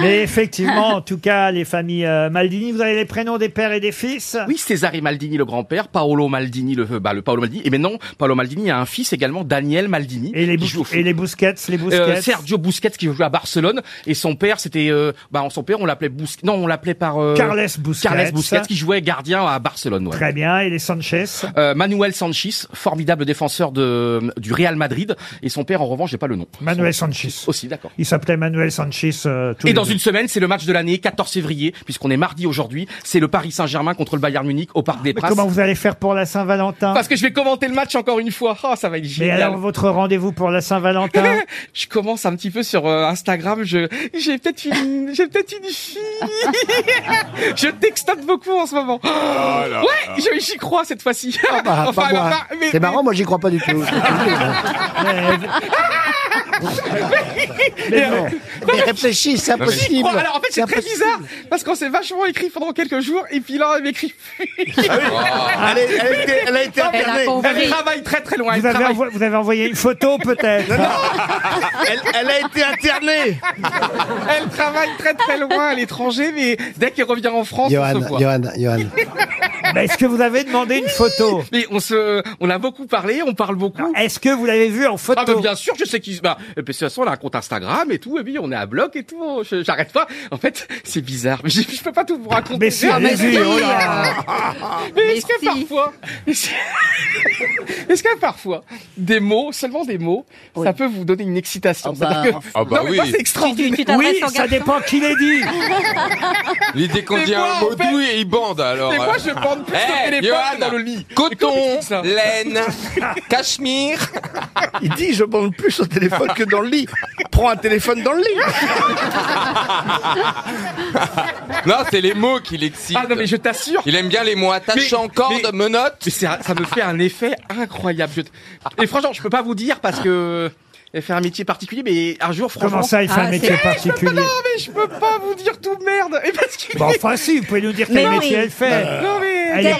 [SPEAKER 2] Mais effectivement, en tout cas, les familles euh, Maldini, vous avez les prénoms des pères et des fils
[SPEAKER 3] Oui, Césare Maldini le grand-père, Paolo Maldini le bah le Paolo Maldini et maintenant Paolo Maldini a un fils également Daniel Maldini.
[SPEAKER 2] Et les,
[SPEAKER 3] qui
[SPEAKER 2] Bous-
[SPEAKER 3] joue au foot.
[SPEAKER 2] et les Busquets, les Busquets.
[SPEAKER 3] Euh, Sergio Busquets qui jouait à Barcelone et son père c'était euh, bah son père on l'appelait Busquets non on l'appelait par euh,
[SPEAKER 2] Carles Busquets.
[SPEAKER 3] Carles Busquets qui jouait gardien à Barcelone. ouais.
[SPEAKER 2] Très bien. Et les Sanchez
[SPEAKER 3] Euh, Manuel Sanchez, formidable défenseur de, du Real Madrid, et son père en revanche, j'ai pas le nom.
[SPEAKER 2] Manuel Sanchez.
[SPEAKER 3] Aussi, d'accord.
[SPEAKER 2] Il s'appelait Manuel Sanchez. euh, tous
[SPEAKER 3] Et
[SPEAKER 2] les
[SPEAKER 3] dans
[SPEAKER 2] deux.
[SPEAKER 3] une semaine, c'est le match de l'année, 14 février, puisqu'on est mardi aujourd'hui. C'est le Paris Saint-Germain contre le Bayern Munich au Parc des
[SPEAKER 2] Ah, Mais
[SPEAKER 3] Princes.
[SPEAKER 2] comment vous allez faire pour la Saint-Valentin
[SPEAKER 3] Parce que je vais commenter le match encore une fois. Ah, ça va être
[SPEAKER 2] Mais
[SPEAKER 3] génial.
[SPEAKER 2] alors, votre rendez-vous pour la Saint-Valentin
[SPEAKER 3] je commence un petit peu sur euh, Instagram. Je j'ai peut-être une j'ai peut-être une fille. je textote beaucoup en ce moment.
[SPEAKER 8] là Oh là.
[SPEAKER 3] ouais, je- j'y crois cette fois-ci.
[SPEAKER 2] bah,
[SPEAKER 8] Ah,
[SPEAKER 3] Enfin,
[SPEAKER 8] pas moi.
[SPEAKER 3] alors, pas- mais-
[SPEAKER 8] C'est marrant, moi j'y crois pas du tout.
[SPEAKER 2] Eh,
[SPEAKER 3] mais-
[SPEAKER 8] non. Mais réfléchis, c'est
[SPEAKER 3] Non, mais-
[SPEAKER 8] impossible.
[SPEAKER 3] Oh, alors en fait c'est très
[SPEAKER 8] impossible.
[SPEAKER 3] bizarre parce qu'on s'est vachement écrit pendant quelques jours et puis là elle m'écrit. plus.
[SPEAKER 2] Ah. Elle est- elle a été- elle a été
[SPEAKER 3] Non, mais
[SPEAKER 2] internée.
[SPEAKER 3] elle a compris.
[SPEAKER 2] Elle
[SPEAKER 3] Elle travaille très très loin.
[SPEAKER 2] vous, avez envo- vous avez envoyé une photo, peut-être
[SPEAKER 3] elle, a été internée. Ah, elle travaille très très loin à l'étranger mais dès qu'elle revient en France on se
[SPEAKER 8] Johan,
[SPEAKER 3] voit.
[SPEAKER 8] Johan, Johan.
[SPEAKER 2] Mais Est-ce que vous avez demandé une photo
[SPEAKER 3] Mais on se on a beaucoup parlé, on parle beaucoup.
[SPEAKER 2] Est-ce que vous l'avez vu en photo
[SPEAKER 3] Ah bah, bien sûr, je sais qu'ils bah et puis, de toute façon on a un compte Instagram et tout et puis on est à bloc et tout, oh, Je- j'arrête pas. En fait, c'est bizarre, mais je, je peux pas tout vous raconter.
[SPEAKER 2] Mais si,
[SPEAKER 3] Ah, mais
[SPEAKER 2] allez-y,
[SPEAKER 3] si.
[SPEAKER 2] oh là.
[SPEAKER 3] Mais est-ce que parfois, est-ce que parfois, des mots, seulement des mots, ça peut vous donner une excitation
[SPEAKER 9] bah.
[SPEAKER 3] C'est-à-dire que-
[SPEAKER 9] Ah bah
[SPEAKER 3] Non, mais moi,
[SPEAKER 9] oui.
[SPEAKER 3] c'est extraordinaire.
[SPEAKER 9] Tu- tu t'adresses au garçon
[SPEAKER 2] dépend qui l'ait dit.
[SPEAKER 9] L'idée qu'on
[SPEAKER 3] Mais
[SPEAKER 9] dit un
[SPEAKER 3] moi,
[SPEAKER 9] mot
[SPEAKER 3] en fait-
[SPEAKER 9] doux, il bande alors.
[SPEAKER 3] Mais moi,
[SPEAKER 9] euh.
[SPEAKER 3] je bande prendre plus de téléphone.
[SPEAKER 9] dans le lit. Coton, laine, cachemire.
[SPEAKER 7] Il dit je bande plus au téléphone que dans le lit. Prends un téléphone dans le lit.
[SPEAKER 9] Non, c'est les mots qui l'excitent. Ah non, mais je
[SPEAKER 3] t'assure.
[SPEAKER 9] Il aime bien les mots attachants, corde,
[SPEAKER 3] mais-
[SPEAKER 9] menottes.
[SPEAKER 3] Mais c'est un- ça me fait un effet incroyable. Je- Et franchement, je peux pas vous dire parce que elle fait un métier particulier, mais un jour, franchement.
[SPEAKER 2] Comment ça, elle fait un métier
[SPEAKER 3] Eh, je peux pas-
[SPEAKER 2] particulier
[SPEAKER 3] Non, mais je peux pas vous dire tout merde. Et parce que.
[SPEAKER 2] Bon, enfin, si, vous pouvez nous dire
[SPEAKER 3] Mais
[SPEAKER 2] quel
[SPEAKER 3] oui.
[SPEAKER 2] métier elle fait.
[SPEAKER 3] Euh, Non, mais-
[SPEAKER 2] Elle est- Bah,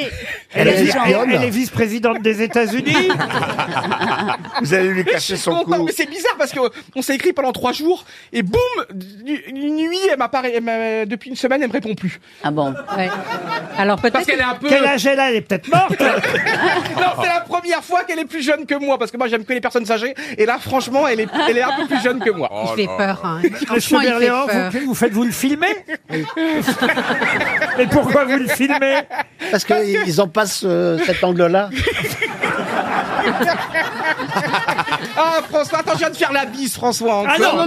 [SPEAKER 2] elle est vice-
[SPEAKER 3] espionne.
[SPEAKER 2] elle est vice-présidente des États-Unis.
[SPEAKER 7] Vous allez lui
[SPEAKER 3] Mais
[SPEAKER 7] cacher
[SPEAKER 3] je suis
[SPEAKER 7] son
[SPEAKER 3] content,
[SPEAKER 7] cou.
[SPEAKER 3] Mais c'est bizarre parce que on s'est écrit pendant trois jours et boum, nu- une nuit, elle m'apparaît. elle m'a- Depuis une semaine, elle me répond plus.
[SPEAKER 4] Ah bon
[SPEAKER 6] Alors peut-être.
[SPEAKER 3] Parce qu'elle est un peu.
[SPEAKER 2] Quel âge elle a Elle est peut-être morte.
[SPEAKER 3] Non, c'est la première fois qu'elle est plus jeune que moi parce que moi j'aime que les personnes âgées et là franchement elle est, elle est un peu plus jeune que moi.
[SPEAKER 6] Il fait peur. Hein.
[SPEAKER 2] Monsieur
[SPEAKER 6] Franchement, il fait
[SPEAKER 2] Berléand,
[SPEAKER 6] peur.
[SPEAKER 2] vous, vous faites-vous le filmer Et pourquoi vous le filmez
[SPEAKER 8] Parce qu'ils en passent euh, cet angle-là.
[SPEAKER 3] Ah François, attends, je viens de faire la bise François. encore.
[SPEAKER 2] Ah non, non,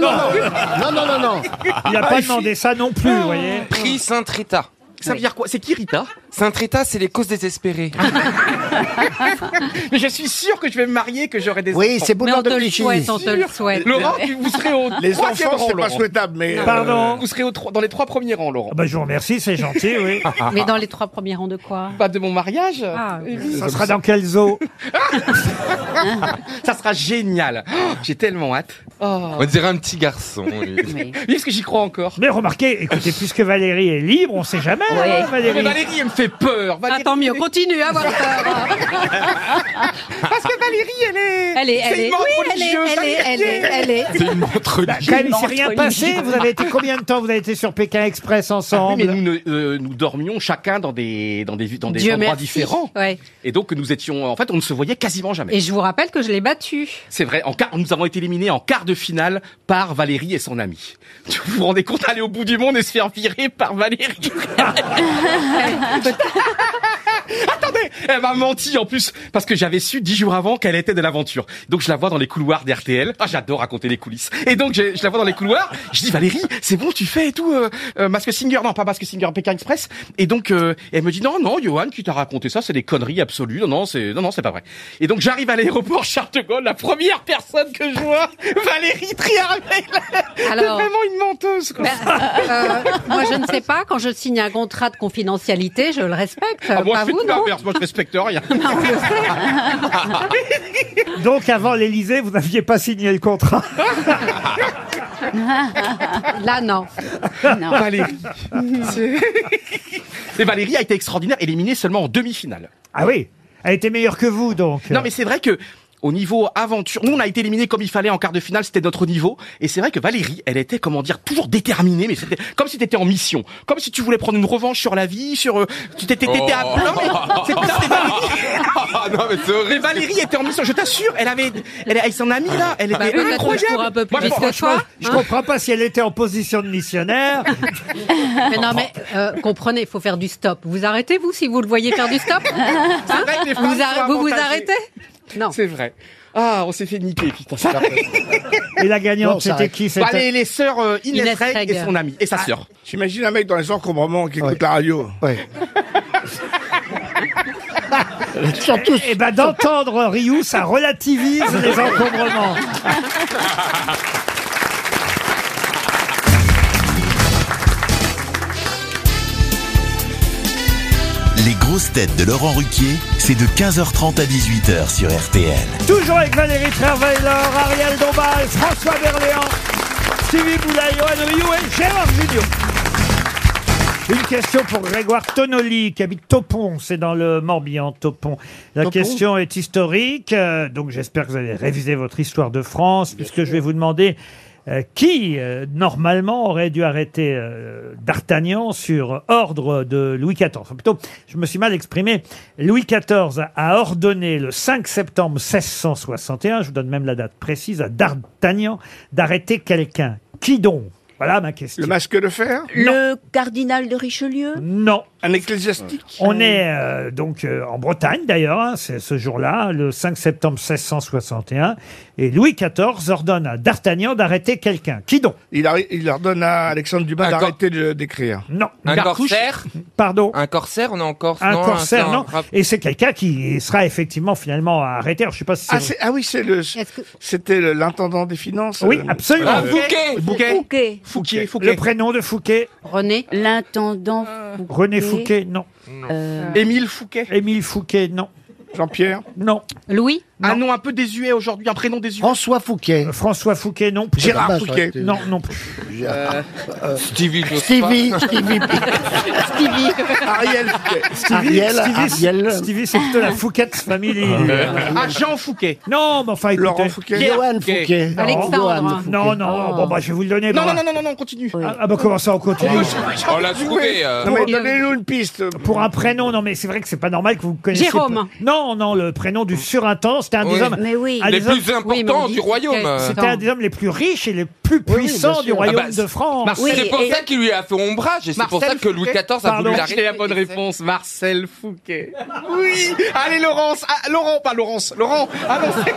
[SPEAKER 8] non,
[SPEAKER 2] non,
[SPEAKER 8] non, non, non.
[SPEAKER 2] Il n'a pas demandé ça non plus, vous voyez.
[SPEAKER 9] Prix Saint-Rita.
[SPEAKER 3] Ça veut dire quoi C'est qui Rita
[SPEAKER 9] Saint-Rita, c'est les causes désespérées.
[SPEAKER 3] Mais je suis sûr que je vais me marier, que j'aurai des
[SPEAKER 8] Oui,
[SPEAKER 3] enfants.
[SPEAKER 8] c'est Boulevard
[SPEAKER 6] Mais on te
[SPEAKER 8] de
[SPEAKER 6] le
[SPEAKER 8] Clichy.
[SPEAKER 6] souhaite, on te le souhaite.
[SPEAKER 3] Laurent, tu- vous serez au
[SPEAKER 7] Les
[SPEAKER 3] troisième
[SPEAKER 7] enfants,
[SPEAKER 3] rang,
[SPEAKER 7] c'est pas
[SPEAKER 3] Laurent.
[SPEAKER 7] souhaitable, mais. euh,
[SPEAKER 2] Pardon
[SPEAKER 3] Vous serez au tro- dans les trois premiers rangs, Laurent.
[SPEAKER 2] Ah bah, Je vous remercie, c'est gentil, oui.
[SPEAKER 6] Mais dans les trois premiers rangs de quoi
[SPEAKER 3] Pas de mon mariage. Euh,
[SPEAKER 6] Ah, oui.
[SPEAKER 2] Ça sera dans quel zoo
[SPEAKER 3] Ça sera génial. Oh, J'ai tellement hâte. Oh.
[SPEAKER 9] On dirait un petit garçon. lui.
[SPEAKER 3] Oui, est-ce que j'y crois encore
[SPEAKER 2] Mais remarquez, écoutez, puisque Valérie est libre, on sait jamais,
[SPEAKER 6] Oui.
[SPEAKER 2] hein, Valérie.
[SPEAKER 3] Mais Valérie, elle me fait peur. Valérie-
[SPEAKER 6] Ah, tant mieux, continue à avoir peur.
[SPEAKER 3] Parce que Valérie, elle est.
[SPEAKER 6] Elle est,
[SPEAKER 3] C'est
[SPEAKER 6] elle
[SPEAKER 3] une
[SPEAKER 6] est,
[SPEAKER 3] montre
[SPEAKER 6] oui, elle est,
[SPEAKER 3] religieuse.
[SPEAKER 6] elle est, elle est, elle est.
[SPEAKER 9] C'est une montre
[SPEAKER 2] Bah,
[SPEAKER 9] de-
[SPEAKER 2] quand même, il s'est
[SPEAKER 6] Entre
[SPEAKER 2] rien
[SPEAKER 6] les
[SPEAKER 2] passé.
[SPEAKER 6] gens.
[SPEAKER 2] Vous avez été combien de temps Vous avez été sur Pékin Express
[SPEAKER 3] Oui,
[SPEAKER 2] ensemble
[SPEAKER 3] mais nous, ne- euh, nous dormions chacun dans des, dans des, dans des
[SPEAKER 6] Dieu
[SPEAKER 3] endroits
[SPEAKER 6] merci.
[SPEAKER 3] différents. Ah,
[SPEAKER 6] Ouais.
[SPEAKER 3] Et donc, nous étions. En fait, on ne se voyait quasiment jamais.
[SPEAKER 6] Et je vous rappelle que je l'ai battu.
[SPEAKER 3] C'est vrai, en quart, nous avons été éliminés en quart de finale par Valérie et son ami. Vous vous rendez compte, aller au bout du monde et se faire virer par Valérie Attendez, elle m'a menti en plus, parce que j'avais su dix jours avant qu'elle était de l'aventure. Donc je la vois dans les couloirs d'RTL. Ah, j'adore raconter les coulisses. Et donc je, je la vois dans les couloirs, je dis Valérie, c'est bon, tu fais et tout, euh, euh, Mask Singer, non pas Mask Singer, Pékin Express. Et donc euh, elle me dit non, non, Johan, tu t'as raconté ça, c'est des conneries absolues, non, non, c'est non, non, c'est pas vrai. Et donc j'arrive à l'aéroport Charles de Gaulle, la première personne que je vois, Valérie Triarmel.
[SPEAKER 6] Alors-
[SPEAKER 3] C'est vraiment une menteuse. quoi.
[SPEAKER 6] Euh, moi, je ne sais pas. Quand je signe un contrat de confidentialité, je le respecte.
[SPEAKER 3] Ah, moi,
[SPEAKER 6] pas
[SPEAKER 3] je fais
[SPEAKER 6] vous,
[SPEAKER 3] tout
[SPEAKER 6] non
[SPEAKER 3] l'inverse, moi, je respecte rien.
[SPEAKER 2] Donc avant l'Elysée, vous n'aviez pas signé le contrat.
[SPEAKER 6] Là, non.
[SPEAKER 3] Valérie. C'est- Et Valérie a été extraordinaire, éliminée seulement en demi-finale.
[SPEAKER 2] Ah oui Elle était meilleure que vous, donc.
[SPEAKER 3] Non, mais c'est vrai que. Au niveau aventure, nous on a été éliminés comme il fallait en quart de finale, c'était notre niveau. Et c'est vrai que Valérie, elle était comment dire toujours déterminée, mais c'était comme si t'étais en mission, comme si tu voulais prendre une revanche sur la vie, sur euh, tu t'étais t'étais à
[SPEAKER 9] Oh.
[SPEAKER 3] non, mais c'est non, mais Valérie,
[SPEAKER 9] Ah non, mais c'est horrible.
[SPEAKER 3] mais Valérie était en mission, je t'assure, elle avait, elle, elle s'en a mis là, elle
[SPEAKER 6] Bah,
[SPEAKER 3] était
[SPEAKER 6] peut-être que je
[SPEAKER 3] incroyable.
[SPEAKER 6] cours un peu plus
[SPEAKER 3] Moi, je
[SPEAKER 6] vite
[SPEAKER 3] pense-
[SPEAKER 6] que toi. hein.
[SPEAKER 2] Je comprends pas si elle était en position de missionnaire.
[SPEAKER 6] Mais non, mais euh, comprenez, il faut faire du stop. Vous arrêtez, vous, si vous le voyez faire du stop Hein
[SPEAKER 3] vrai que les femmes
[SPEAKER 6] Vous arrê-
[SPEAKER 3] sont
[SPEAKER 6] vous, vous
[SPEAKER 3] avantagées.
[SPEAKER 6] arrêtez Non.
[SPEAKER 3] C'est vrai. Ah, on s'est fait niquer, putain. ça-
[SPEAKER 2] Et la
[SPEAKER 8] Bon,
[SPEAKER 2] gagnante,
[SPEAKER 8] ça
[SPEAKER 2] c'était
[SPEAKER 8] reste.
[SPEAKER 2] qui
[SPEAKER 3] Bah,
[SPEAKER 2] C'était
[SPEAKER 3] les, les sœurs euh, Inès,
[SPEAKER 6] Inès
[SPEAKER 3] Reg
[SPEAKER 6] Reg.
[SPEAKER 3] et son amie et sa
[SPEAKER 4] Ah,
[SPEAKER 3] sœur.
[SPEAKER 7] J'imagine un mec dans les encombrements qui écoute la radio.
[SPEAKER 8] Ouais.
[SPEAKER 7] Surtout.
[SPEAKER 2] Eh ben d'entendre Ryu, ça relativise les encombrements.
[SPEAKER 1] Les grosses têtes de Laurent Ruquier, c'est de 15h30 à 18h sur RTL.
[SPEAKER 2] Toujours avec Valérie Trierweiler, Ariel Dombal, François Berléand, Stevie Boulay, Johan Rioux et Gérard Junior. Une question pour Grégoire Tonoli, qui habite Topon, c'est dans le Morbihan, Topon. La question est historique, euh, donc j'espère que vous allez réviser votre histoire de France, puisque je vais vous demander euh, qui, euh, normalement, aurait dû arrêter euh, D'Artagnan sur ordre de Louis XIV. Enfin, plutôt, je me suis mal exprimé. Louis XIV a ordonné le 5 septembre 1661, je vous donne même la date précise, à D'Artagnan d'arrêter quelqu'un. Qui donc Voilà ma question.
[SPEAKER 7] Le masque de fer
[SPEAKER 4] Le cardinal de Richelieu
[SPEAKER 2] Non,
[SPEAKER 7] Un ecclésiastique
[SPEAKER 2] On est euh, donc euh, en Bretagne d'ailleurs, hein, c'est ce jour-là, le 5 septembre 1661, et Louis XIV ordonne à D'Artagnan d'arrêter quelqu'un. Qui donc
[SPEAKER 7] il, arri- il ordonne à Alexandre Dumas d'arrêter de- d'écrire.
[SPEAKER 2] Non.
[SPEAKER 9] Un corsaire
[SPEAKER 2] Pardon
[SPEAKER 9] Un corsaire, on est en Corse
[SPEAKER 2] Un
[SPEAKER 9] non,
[SPEAKER 2] corsaire,
[SPEAKER 9] un-
[SPEAKER 2] non. Et c'est quelqu'un qui sera effectivement finalement arrêté. Alors, je sais pas si c'est...
[SPEAKER 7] Ah, c'est- ah oui, c'est le, c'était le- l'intendant des finances.
[SPEAKER 2] Oui,
[SPEAKER 7] euh,
[SPEAKER 2] absolument.
[SPEAKER 3] Ah,
[SPEAKER 7] euh,
[SPEAKER 4] Fouquet.
[SPEAKER 7] Fouquier, Fouquet.
[SPEAKER 2] Le prénom Euh, de Fouquet.
[SPEAKER 4] René. L'intendant Fouquet.
[SPEAKER 2] René Fouquet, non.
[SPEAKER 3] Émile Fouquet.
[SPEAKER 2] Émile Fouquet, non.
[SPEAKER 7] Jean-Pierre
[SPEAKER 2] Non.
[SPEAKER 6] Louis
[SPEAKER 3] Un nom un peu désuet aujourd'hui, un prénom désuet.
[SPEAKER 8] François Fouquet.
[SPEAKER 2] François Fouquet, non. plus.
[SPEAKER 8] Gérard Dommage, Fouquet. ouais,
[SPEAKER 2] Non, non plus.
[SPEAKER 9] Stevie, j'ose
[SPEAKER 8] Stevie,
[SPEAKER 9] pas.
[SPEAKER 8] Stevie.
[SPEAKER 6] Stevie.
[SPEAKER 7] Ariel
[SPEAKER 2] Stevie,
[SPEAKER 8] Ariel,
[SPEAKER 2] Stevie,
[SPEAKER 8] Ariel.
[SPEAKER 2] Stevie, c'est plutôt la Fouquet's family. Euh,
[SPEAKER 3] Ah, Jean Fouquet.
[SPEAKER 2] Non, mais enfin, écoutez.
[SPEAKER 3] Laurent Fouquet.
[SPEAKER 8] Johan Fouquet.
[SPEAKER 2] Non.
[SPEAKER 8] Johan Fouquet.
[SPEAKER 2] Non, non, bon, bah, je vais vous le donner.
[SPEAKER 3] Non,
[SPEAKER 2] bon,
[SPEAKER 3] non,
[SPEAKER 2] bah.
[SPEAKER 3] non, non, non, on continue.
[SPEAKER 2] Ah, ah, bah, comment ça, on continue
[SPEAKER 9] On l'a trouvé. euh.
[SPEAKER 7] Non, mais donnez-nous une piste.
[SPEAKER 2] Pour un prénom, non, mais c'est vrai que c'est pas normal que vous connaissiez.
[SPEAKER 6] Jérôme.
[SPEAKER 2] peu. Non, non, le prénom du surintendant, c'était un
[SPEAKER 9] Oui.
[SPEAKER 2] des hommes.
[SPEAKER 4] Mais oui.
[SPEAKER 2] un
[SPEAKER 9] Les
[SPEAKER 2] des hommes-
[SPEAKER 9] plus importants du royaume. euh.
[SPEAKER 2] C'était un des hommes les plus riches et les plus puissants du royaume
[SPEAKER 9] Ah bah,
[SPEAKER 2] de France.
[SPEAKER 9] Marcel- c'est pour ça qu'il lui a fait ombrage et c'est pour ça que Louis XIV a voulu
[SPEAKER 3] J'ai
[SPEAKER 9] l'arrêter.
[SPEAKER 3] la bonne réponse, Marcel Fouquet. Oui Allez, Laurence ah, Laurent, pas Laurence Laurent Annoncez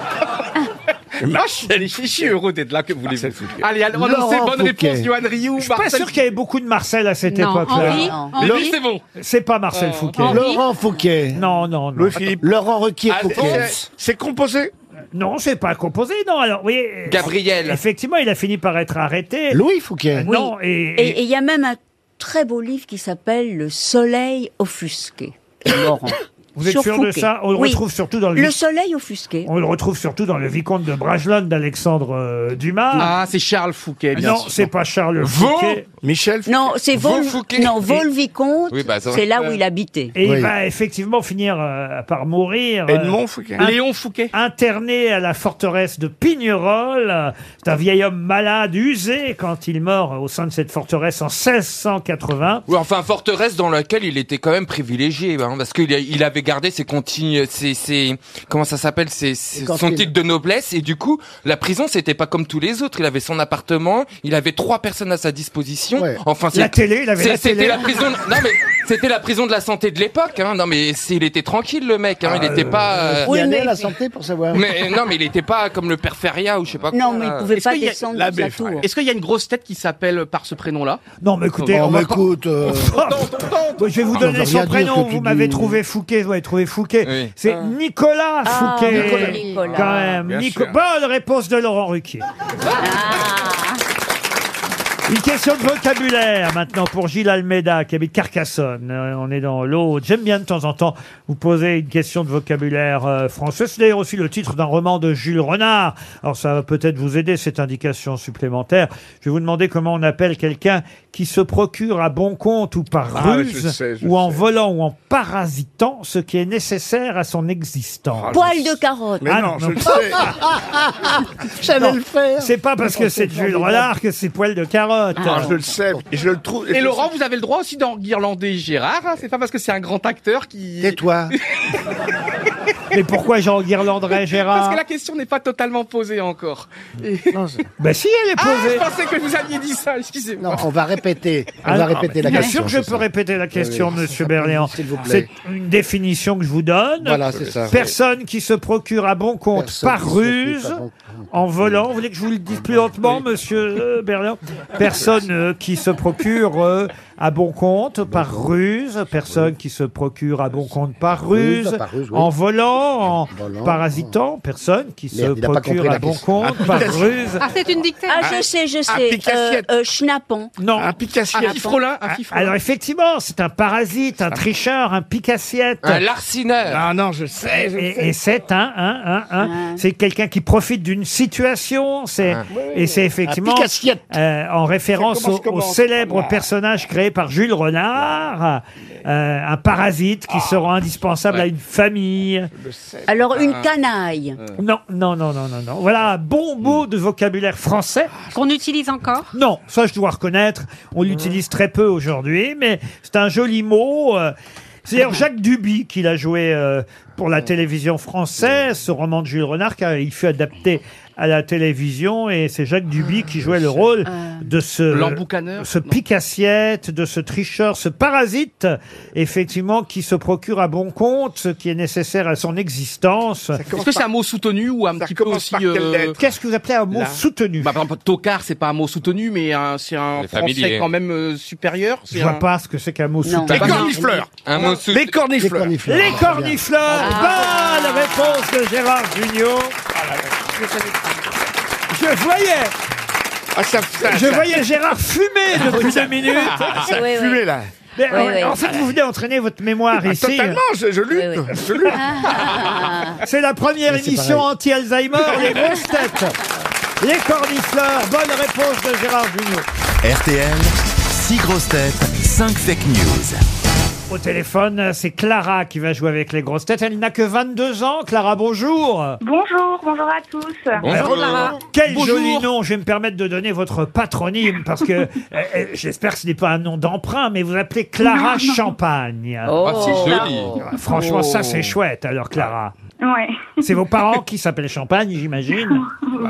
[SPEAKER 3] Là, je suis- je suis heureux d'être là que vous les Allez, allez, annoncez
[SPEAKER 8] Laurent
[SPEAKER 3] bonne
[SPEAKER 8] Fouquet.
[SPEAKER 3] réponse, Johan Rioux,
[SPEAKER 2] Je suis pas
[SPEAKER 3] Marcel
[SPEAKER 2] sûr qu'il y avait beaucoup de Marcel à cette
[SPEAKER 6] Non,
[SPEAKER 2] époque-là.
[SPEAKER 6] Henri, Henri.
[SPEAKER 3] Lui, c'est bon Euh,
[SPEAKER 2] C'est pas Marcel Fouquet.
[SPEAKER 6] Henri.
[SPEAKER 8] Laurent Fouquet.
[SPEAKER 2] Non, non, non.
[SPEAKER 7] Louis Philippe.
[SPEAKER 8] Laurent Requier Fouquet.
[SPEAKER 7] C'est- C'est composé.
[SPEAKER 2] Non, c'est pas composé, non. Alors, vous voyez, euh,
[SPEAKER 9] Gabriel.
[SPEAKER 2] Effectivement, il a fini par être arrêté. Euh,
[SPEAKER 8] Louis Fouquet.
[SPEAKER 4] Oui.
[SPEAKER 2] Non, et, et-
[SPEAKER 4] Et et il y a même un très beau livre qui s'appelle Le Soleil offusqué. Laurent.
[SPEAKER 2] vous êtes
[SPEAKER 4] Sur
[SPEAKER 2] sûr de
[SPEAKER 4] Fouquet.
[SPEAKER 2] ça On le
[SPEAKER 4] Oui.
[SPEAKER 2] retrouve surtout dans le,
[SPEAKER 4] Le Soleil offusqué.
[SPEAKER 2] on le retrouve surtout dans le vicomte de Bragelonne d'Alexandre euh, Dumas.
[SPEAKER 3] Ah, c'est Charles Fouquet, bien
[SPEAKER 2] non,
[SPEAKER 3] sûr.
[SPEAKER 2] c'est pas Charles
[SPEAKER 9] Vaux
[SPEAKER 2] Fouquet.
[SPEAKER 7] Michel.
[SPEAKER 4] Non, c'est Vol,
[SPEAKER 9] Vaux-Fouquet.
[SPEAKER 4] non, Vol-Vicomte,
[SPEAKER 9] Oui, bah, ça-
[SPEAKER 4] c'est là où il habitait.
[SPEAKER 2] Et
[SPEAKER 8] Oui.
[SPEAKER 2] il va effectivement finir euh, par mourir. euh,
[SPEAKER 7] Edmond Fouquet.
[SPEAKER 2] Ah.
[SPEAKER 3] Léon Fouquet.
[SPEAKER 2] interné à la forteresse de Pignerol. Euh, C'est un vieil homme malade, usé, quand il meurt au sein de cette forteresse en 1680.
[SPEAKER 9] Oui, enfin, forteresse dans laquelle il était quand même privilégié, hein, parce qu'il a- il avait gardé ses contignes, ses, ses- comment ça s'appelle, ses, ses- son
[SPEAKER 8] cantines.
[SPEAKER 9] titre de noblesse, et du coup, la prison, c'était pas comme tous les autres. Il avait son appartement, il avait trois personnes à sa disposition.
[SPEAKER 8] Ouais.
[SPEAKER 9] Enfin, c'est-
[SPEAKER 2] La télé, il avait
[SPEAKER 9] c'est-
[SPEAKER 2] la
[SPEAKER 9] c'était
[SPEAKER 2] télé.
[SPEAKER 9] la prison. Non mais c'était la prison de la santé de l'époque. Hein. Non mais c'est- il était tranquille le mec. Hein. il était pas. euh,
[SPEAKER 8] Il
[SPEAKER 4] Oui,
[SPEAKER 8] y allait
[SPEAKER 4] mais-
[SPEAKER 8] à la santé pour savoir.
[SPEAKER 9] Mais non mais il était pas comme le père Feria ou je sais pas.
[SPEAKER 4] Non,
[SPEAKER 9] quoi,
[SPEAKER 4] mais il
[SPEAKER 9] là.
[SPEAKER 4] pouvait
[SPEAKER 3] Est-ce
[SPEAKER 4] pas
[SPEAKER 3] qu'il y a-
[SPEAKER 4] descendre hein.
[SPEAKER 7] la
[SPEAKER 4] de sa
[SPEAKER 7] beffe,
[SPEAKER 4] tour.
[SPEAKER 3] Est-ce qu'il y a une grosse tête qui s'appelle par ce prénom-là
[SPEAKER 2] Non, mais écoutez,
[SPEAKER 8] Bon,
[SPEAKER 2] on va
[SPEAKER 8] mais
[SPEAKER 2] pas-
[SPEAKER 8] écoute, euh,
[SPEAKER 3] Tente, tente.
[SPEAKER 2] Bon, je vais vous
[SPEAKER 8] Ah, ça
[SPEAKER 2] donner
[SPEAKER 8] veut
[SPEAKER 2] son
[SPEAKER 8] rien dire
[SPEAKER 2] prénom.
[SPEAKER 8] que tu
[SPEAKER 2] Vous m'avez
[SPEAKER 8] dis.
[SPEAKER 2] trouvé Fouquet. Vous avez trouvé Fouquet.
[SPEAKER 9] Oui.
[SPEAKER 2] C'est Nicolas
[SPEAKER 4] Ah,
[SPEAKER 2] Fouquet.
[SPEAKER 4] Nicolas. Nicolas.
[SPEAKER 2] Quand même.
[SPEAKER 7] Bien
[SPEAKER 2] Nico-
[SPEAKER 7] sûr.
[SPEAKER 2] Bonne réponse de Laurent Ruquier. Une question de vocabulaire maintenant pour Gilles Almeida qui habite Carcassonne. Euh, On est dans l'eau. J'aime bien de temps en temps vous poser une question de vocabulaire euh, français. C'est d'ailleurs aussi le titre d'un roman de Jules Renard. Alors ça va peut-être vous aider cette indication supplémentaire. Je vais vous demander comment on appelle quelqu'un qui se procure à bon compte ou par
[SPEAKER 7] Ah,
[SPEAKER 2] ruse
[SPEAKER 7] je sais, je
[SPEAKER 2] ou en
[SPEAKER 7] sais.
[SPEAKER 2] volant ou en parasitant ce qui est nécessaire à son
[SPEAKER 7] Ah,
[SPEAKER 2] existence.
[SPEAKER 4] Poil de carotte.
[SPEAKER 7] Mais
[SPEAKER 2] Ah,
[SPEAKER 7] non,
[SPEAKER 2] non.
[SPEAKER 7] je le sais.
[SPEAKER 8] J'allais
[SPEAKER 2] Non.
[SPEAKER 8] le faire.
[SPEAKER 2] C'est pas parce que c'est Jules Renard que c'est poil de carotte.
[SPEAKER 7] Ah, je le sais. Et je le trouve.
[SPEAKER 3] Et Laurent, vous avez le droit aussi d'enguirlander Gérard. hein. C'est pas parce que c'est un grand acteur qui...
[SPEAKER 8] Tais-toi.
[SPEAKER 2] Mais pourquoi j'en guirlanderais
[SPEAKER 3] Parce
[SPEAKER 2] Gérard
[SPEAKER 3] que la question n'est pas totalement posée encore. Et-
[SPEAKER 2] Ben si, elle est
[SPEAKER 3] Ah, je
[SPEAKER 2] posée.
[SPEAKER 3] pensais que vous aviez dit ça, excusez-moi.
[SPEAKER 8] Non, on va répéter. On
[SPEAKER 2] Ah,
[SPEAKER 8] va
[SPEAKER 2] non,
[SPEAKER 8] répéter la
[SPEAKER 2] Bien
[SPEAKER 8] question.
[SPEAKER 2] sûr que je
[SPEAKER 8] c'est ça.
[SPEAKER 2] peux répéter la question,
[SPEAKER 8] Oui, oui.
[SPEAKER 2] monsieur Berléand.
[SPEAKER 8] S'il vous plaît.
[SPEAKER 2] C'est une définition que je vous donne.
[SPEAKER 8] Voilà, c'est ça.
[SPEAKER 2] Personne qui se procure à bon compte
[SPEAKER 8] Personne
[SPEAKER 2] par
[SPEAKER 8] qui se procure
[SPEAKER 2] ruse,
[SPEAKER 8] par bon compte.
[SPEAKER 2] en volant. Vous voulez que je vous le dise plus lentement, monsieur euh, Berléand Personne euh, qui se procure euh, à bon compte par ruse. Personne qui se procure à bon compte par
[SPEAKER 8] Ruse,
[SPEAKER 2] ruse.
[SPEAKER 8] par ruse, oui.
[SPEAKER 2] En volant, en
[SPEAKER 8] Volant,
[SPEAKER 2] parasitant. Personne qui se
[SPEAKER 8] Merde, il a pas compris
[SPEAKER 2] procure
[SPEAKER 8] la
[SPEAKER 2] à bon
[SPEAKER 8] question.
[SPEAKER 2] compte par ruse.
[SPEAKER 6] Ah, c'est une dictée.
[SPEAKER 4] Ah, je sais, je sais. Euh,
[SPEAKER 7] picassiette.
[SPEAKER 4] euh, Schnappon.
[SPEAKER 2] Non.
[SPEAKER 7] Un
[SPEAKER 3] Un
[SPEAKER 7] picassier.
[SPEAKER 3] fifrelin, un fifrelin.
[SPEAKER 2] Alors effectivement, c'est un parasite, un tricheur, un picassiette.
[SPEAKER 9] Un larcineur.
[SPEAKER 7] Ah non, je sais. je sais.
[SPEAKER 2] Et, et c'est un, un, un,
[SPEAKER 4] Ah.
[SPEAKER 2] un. C'est quelqu'un qui profite d'une situation. C'est et c'est effectivement
[SPEAKER 8] Un picassiette.
[SPEAKER 2] euh, en référence
[SPEAKER 7] Ça
[SPEAKER 2] au,
[SPEAKER 7] commence
[SPEAKER 2] au
[SPEAKER 7] comment, ce
[SPEAKER 2] célèbre
[SPEAKER 7] programme-là
[SPEAKER 2] personnage créé par Jules Renard, euh, un parasite qui se rend indispensable à une famille.
[SPEAKER 4] Alors, une canaille.
[SPEAKER 2] Non, non, non, non, non, non. Voilà un bon mot de vocabulaire français.
[SPEAKER 6] Qu'on utilise encore
[SPEAKER 2] Non, ça je dois reconnaître, on l'utilise très peu aujourd'hui, mais c'est un joli mot. euh, C'est d'ailleurs Jacques Duby qui l'a joué euh, pour la télévision française, ce roman de Jules Renard, car il fut adapté à la télévision et c'est Jacques Duby qui jouait le rôle de ce
[SPEAKER 17] L'emboucaneur
[SPEAKER 2] ce pique-assiette, de ce tricheur, ce parasite effectivement qui se procure à bon compte ce qui est nécessaire à son existence.
[SPEAKER 3] Est-ce que c'est un mot soutenu ou un petit peu aussi euh,
[SPEAKER 2] Qu'est-ce que vous appelez un mot
[SPEAKER 3] là
[SPEAKER 2] soutenu
[SPEAKER 3] bah, Par exemple, tocard, c'est pas un mot soutenu, mais un- c'est un
[SPEAKER 2] Les
[SPEAKER 3] français
[SPEAKER 2] familiers.
[SPEAKER 3] quand même euh, supérieur.
[SPEAKER 2] Je vois pas ce que c'est qu'un mot soutenu.
[SPEAKER 3] Les cornifleurs.
[SPEAKER 9] Un mot soutenu.
[SPEAKER 3] Les cornifleurs.
[SPEAKER 2] Les cornifleurs. Les cornifleurs.
[SPEAKER 5] Ah.
[SPEAKER 2] Bonne réponse de Gérard Junior. Je voyais. je
[SPEAKER 5] ça-
[SPEAKER 2] voyais Gérard fumer depuis deux minutes.
[SPEAKER 5] Oui, oui. Fumer, là.
[SPEAKER 2] Mais, euh,
[SPEAKER 5] Oui, oui.
[SPEAKER 2] En fait, vous venez entraîner votre mémoire
[SPEAKER 5] Ah,
[SPEAKER 2] ici.
[SPEAKER 5] totalement,
[SPEAKER 7] je, lutte.
[SPEAKER 5] Ah.
[SPEAKER 2] C'est la première
[SPEAKER 5] Mais c'est
[SPEAKER 2] émission
[SPEAKER 5] pareil.
[SPEAKER 2] anti-Alzheimer, les grosses têtes. Les cornifleurs. Bonne réponse de Gérard Junior.
[SPEAKER 1] RTL, 6 grosses têtes, 5 fake news.
[SPEAKER 2] Au téléphone, c'est Clara qui va jouer avec les grosses têtes. Elle n'a que 22 ans. Clara, bonjour.
[SPEAKER 14] Bonjour, bonjour à tous.
[SPEAKER 2] Alors, Quel joli nom Je vais me permettre de donner votre patronyme parce que euh, euh, j'espère que ce n'est pas un nom d'emprunt, mais vous appelez Clara
[SPEAKER 14] Non, non.
[SPEAKER 2] Champagne.
[SPEAKER 14] Oh. Ah, c'est joli.
[SPEAKER 2] Franchement,
[SPEAKER 14] Oh.
[SPEAKER 2] ça c'est chouette. Alors Clara,
[SPEAKER 14] Ouais.
[SPEAKER 2] c'est vos parents qui s'appellent Champagne, j'imagine.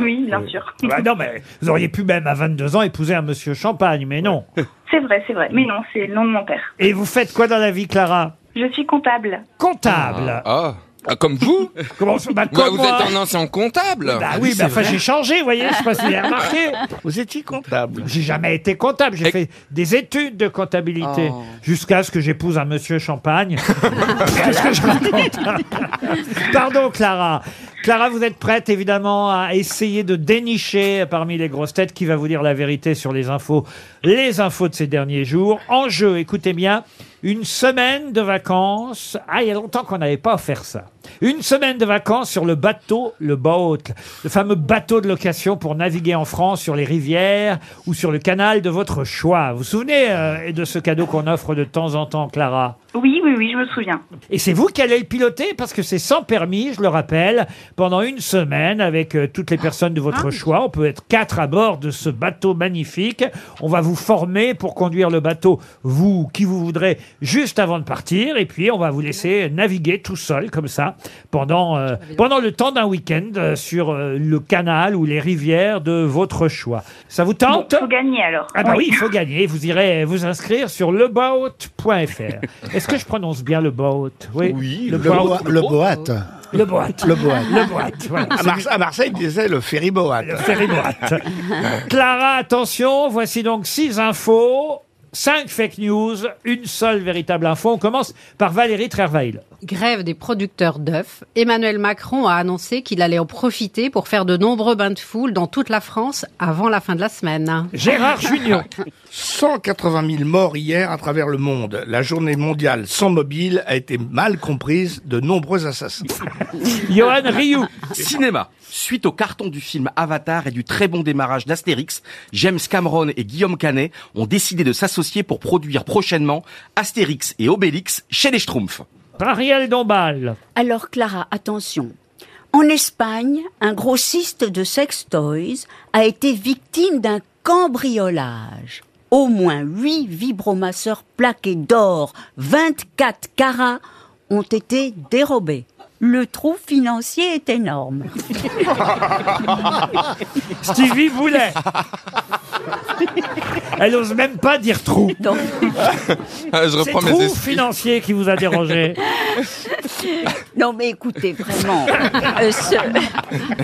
[SPEAKER 14] Oui, bien sûr.
[SPEAKER 2] Bah non, mais vous auriez pu même à 22 ans épouser un monsieur Champagne, mais non.
[SPEAKER 14] C'est vrai, c'est vrai. Mais non, c'est le nom de mon père.
[SPEAKER 2] Et vous faites quoi dans la vie, Clara
[SPEAKER 14] Je suis comptable.
[SPEAKER 2] Comptable.
[SPEAKER 9] Ah, Ah, comme vous
[SPEAKER 2] Comment ça- bah,
[SPEAKER 9] Quoi,
[SPEAKER 2] comme
[SPEAKER 9] Vous
[SPEAKER 2] moi.
[SPEAKER 9] êtes un ancien comptable
[SPEAKER 2] Bah oui, bah, enfin, j'ai changé, vous voyez, je sais pas si vous avez remarqué.
[SPEAKER 7] Vous étiez comptable.
[SPEAKER 2] J'ai jamais été comptable, j'ai fait des études de comptabilité
[SPEAKER 7] Oh.
[SPEAKER 2] jusqu'à ce que j'épouse un monsieur Champagne. Qu'est-ce que je raconte Pardon Clara. Clara, vous êtes prête évidemment à essayer de dénicher parmi les grosses têtes qui va vous dire la vérité sur les infos, les infos de ces derniers jours. En jeu, écoutez bien, une semaine de vacances. Ah, il y a longtemps qu'on n'avait pas offert ça. Une semaine de vacances sur le bateau, le boat, le fameux bateau de location pour naviguer en France sur les rivières ou sur le canal de votre choix. Vous vous souvenez euh, de ce cadeau qu'on offre de temps en temps, Clara
[SPEAKER 14] Oui, oui, oui, je me souviens.
[SPEAKER 2] et c'est vous qui allez le piloter parce que c'est sans permis, je le rappelle, pendant une semaine avec euh, toutes les personnes de
[SPEAKER 14] Ah,
[SPEAKER 2] votre choix. On peut être quatre à bord de ce bateau magnifique. On va vous former pour conduire le bateau, vous, qui vous voudrez, juste avant de partir. Et puis, on va vous laisser naviguer tout seul, comme ça, pendant,
[SPEAKER 14] Ah,
[SPEAKER 2] euh, pendant le temps d'un week-end euh, sur euh, le canal ou les rivières de votre choix. Ça vous tente
[SPEAKER 14] Faut gagner alors.
[SPEAKER 2] ah bah oui, il faut gagner. Vous irez vous inscrire sur leboat.fr. Est-ce que je prononce bien le boat Oui,
[SPEAKER 8] Le, boa- le boate. Le
[SPEAKER 2] Le boat.
[SPEAKER 8] Ah, boate.
[SPEAKER 2] Le boat, voilà.
[SPEAKER 7] À, Marse- à Marseille, ils disaient le ferry boat. Le
[SPEAKER 2] ferry boat. Clara, attention, voici donc six infos, cinq fake news, une seule véritable info. On commence par Valérie Trerveil.
[SPEAKER 6] Grève des producteurs d'œufs. Emmanuel Macron a annoncé qu'il allait en profiter pour faire de nombreux bains de foule dans toute la France avant la fin de la semaine.
[SPEAKER 7] 180 000 morts hier à travers le monde. La journée mondiale sans mobile a été mal comprise de nombreux assassins.
[SPEAKER 2] Johan Rioux.
[SPEAKER 3] Cinéma. Suite au carton du film Avatar et du très bon démarrage d'Astérix, James Cameron et Guillaume Canet ont décidé de s'associer pour produire prochainement Astérix et Obélix chez les Schtroumpfs.
[SPEAKER 2] Ariel Dombal.
[SPEAKER 4] Alors Clara, attention. En Espagne, un grossiste de sex toys a été victime d'un cambriolage. Au moins huit vibromasseurs plaqués d'or, 24 carats, ont été dérobés. Le trou financier est énorme.
[SPEAKER 2] Stevie Boulet. Elle n'ose même pas dire trou.
[SPEAKER 9] Ah, je
[SPEAKER 2] C'est
[SPEAKER 9] reprends mes
[SPEAKER 2] trou
[SPEAKER 9] esprits.
[SPEAKER 2] financier qui vous a dérangé.
[SPEAKER 4] Non mais écoutez, vraiment, euh, ce-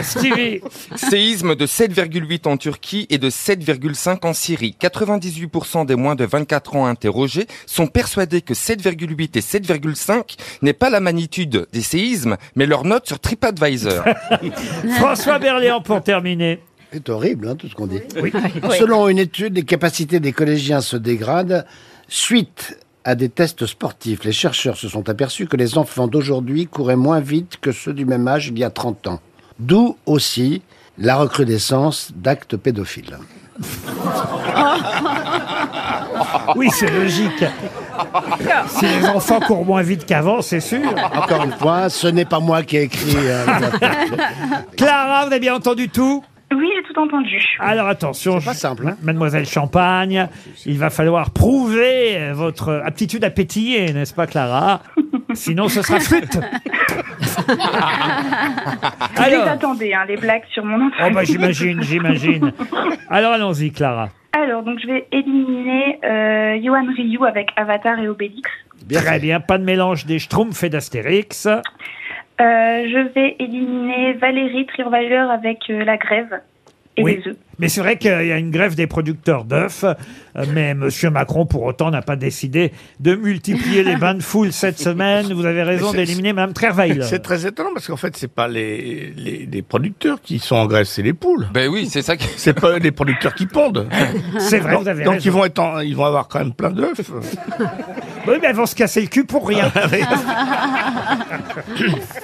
[SPEAKER 2] Stevie.
[SPEAKER 9] Séisme de 7,8 en Turquie et de 7,5 en Syrie. 98% des moins de 24 ans interrogés sont persuadés que 7,8 et 7,5 n'est pas la magnitude des séismes, mais leur note sur TripAdvisor.
[SPEAKER 2] François Berléand pour terminer.
[SPEAKER 8] C'est horrible, hein, tout ce qu'on dit.
[SPEAKER 2] Oui.
[SPEAKER 8] Selon une étude, les capacités des collégiens se dégradent suite à des tests sportifs. Les chercheurs se sont aperçus que les enfants d'aujourd'hui couraient moins vite que ceux du même âge il y a 30 ans. D'où aussi la recrudescence d'actes pédophiles.
[SPEAKER 2] Oui, c'est logique. Si les enfants courent moins vite qu'avant, c'est sûr.
[SPEAKER 8] Encore une fois, ce n'est pas moi qui ai écrit. euh,
[SPEAKER 2] Clara, vous avez bien entendu tout
[SPEAKER 14] Oui, j'ai tout entendu.
[SPEAKER 2] Alors attention, pas simple,
[SPEAKER 8] hein.
[SPEAKER 2] mademoiselle Champagne, il va falloir prouver euh, votre aptitude à pétiller, n'est-ce pas Clara Sinon ce sera flûte.
[SPEAKER 14] Je les
[SPEAKER 2] Alors.
[SPEAKER 14] attendais, hein, les blagues sur mon
[SPEAKER 2] Oh
[SPEAKER 14] entrée.
[SPEAKER 2] bah j'imagine, j'imagine. Alors allons-y, Clara.
[SPEAKER 14] Alors, donc je vais éliminer euh, Yohan Ryu avec Avatar et Obélix.
[SPEAKER 2] Très bien, pas de mélange des Schtroumpfs et d'Astérix.
[SPEAKER 14] Euh, je vais éliminer Valérie Trierweiler avec euh, La Grève et
[SPEAKER 2] Oui.
[SPEAKER 14] les œufs.
[SPEAKER 2] Mais c'est vrai qu'il y a une grève des producteurs d'œufs, euh, mais Monsieur Macron, pour autant, n'a pas décidé de multiplier les bains de foule cette semaine. Vous avez raison
[SPEAKER 7] Mais c'est-
[SPEAKER 2] d'éliminer Mme Trerveil.
[SPEAKER 7] C'est très étonnant parce qu'en fait, c'est pas les, les, les producteurs qui sont en grève, c'est les poules.
[SPEAKER 9] Ben oui, c'est ça.
[SPEAKER 7] C'est pas les producteurs qui pondent.
[SPEAKER 2] C'est vrai,
[SPEAKER 7] Donc,
[SPEAKER 2] vous avez
[SPEAKER 7] donc
[SPEAKER 2] raison.
[SPEAKER 7] ils vont être, en- ils vont avoir quand même plein d'œufs.
[SPEAKER 2] Oui, mais elles vont se casser le cul pour rien.
[SPEAKER 7] Ah
[SPEAKER 2] Quoi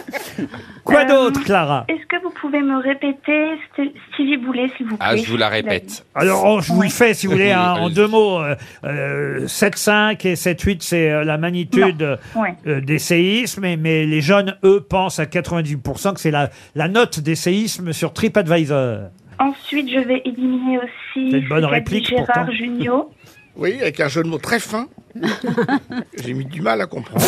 [SPEAKER 14] Euh,
[SPEAKER 2] d'autre, Clara
[SPEAKER 14] Est-ce que vous pouvez me répéter St- Stevie Boulet, s'il vous plaît
[SPEAKER 9] Ah, je vous la répète.
[SPEAKER 2] Alors, oh, je vous le fais, si vous voulez, hein, en deux mots. Euh, euh, 7,5 et 7,8, c'est euh, la magnitude euh,
[SPEAKER 14] Ouais.
[SPEAKER 2] euh, des séismes. Et- mais les jeunes, eux, pensent à 98% que c'est la, la note des séismes sur TripAdvisor.
[SPEAKER 14] Ensuite, je vais éliminer aussi
[SPEAKER 2] C'est
[SPEAKER 14] ce
[SPEAKER 2] une bonne
[SPEAKER 14] qu'a dit
[SPEAKER 2] réplique,
[SPEAKER 14] Gérard
[SPEAKER 2] pourtant.
[SPEAKER 14] Junior.
[SPEAKER 7] Oui, avec un jeu de mots très fin. J'ai mis du mal à comprendre.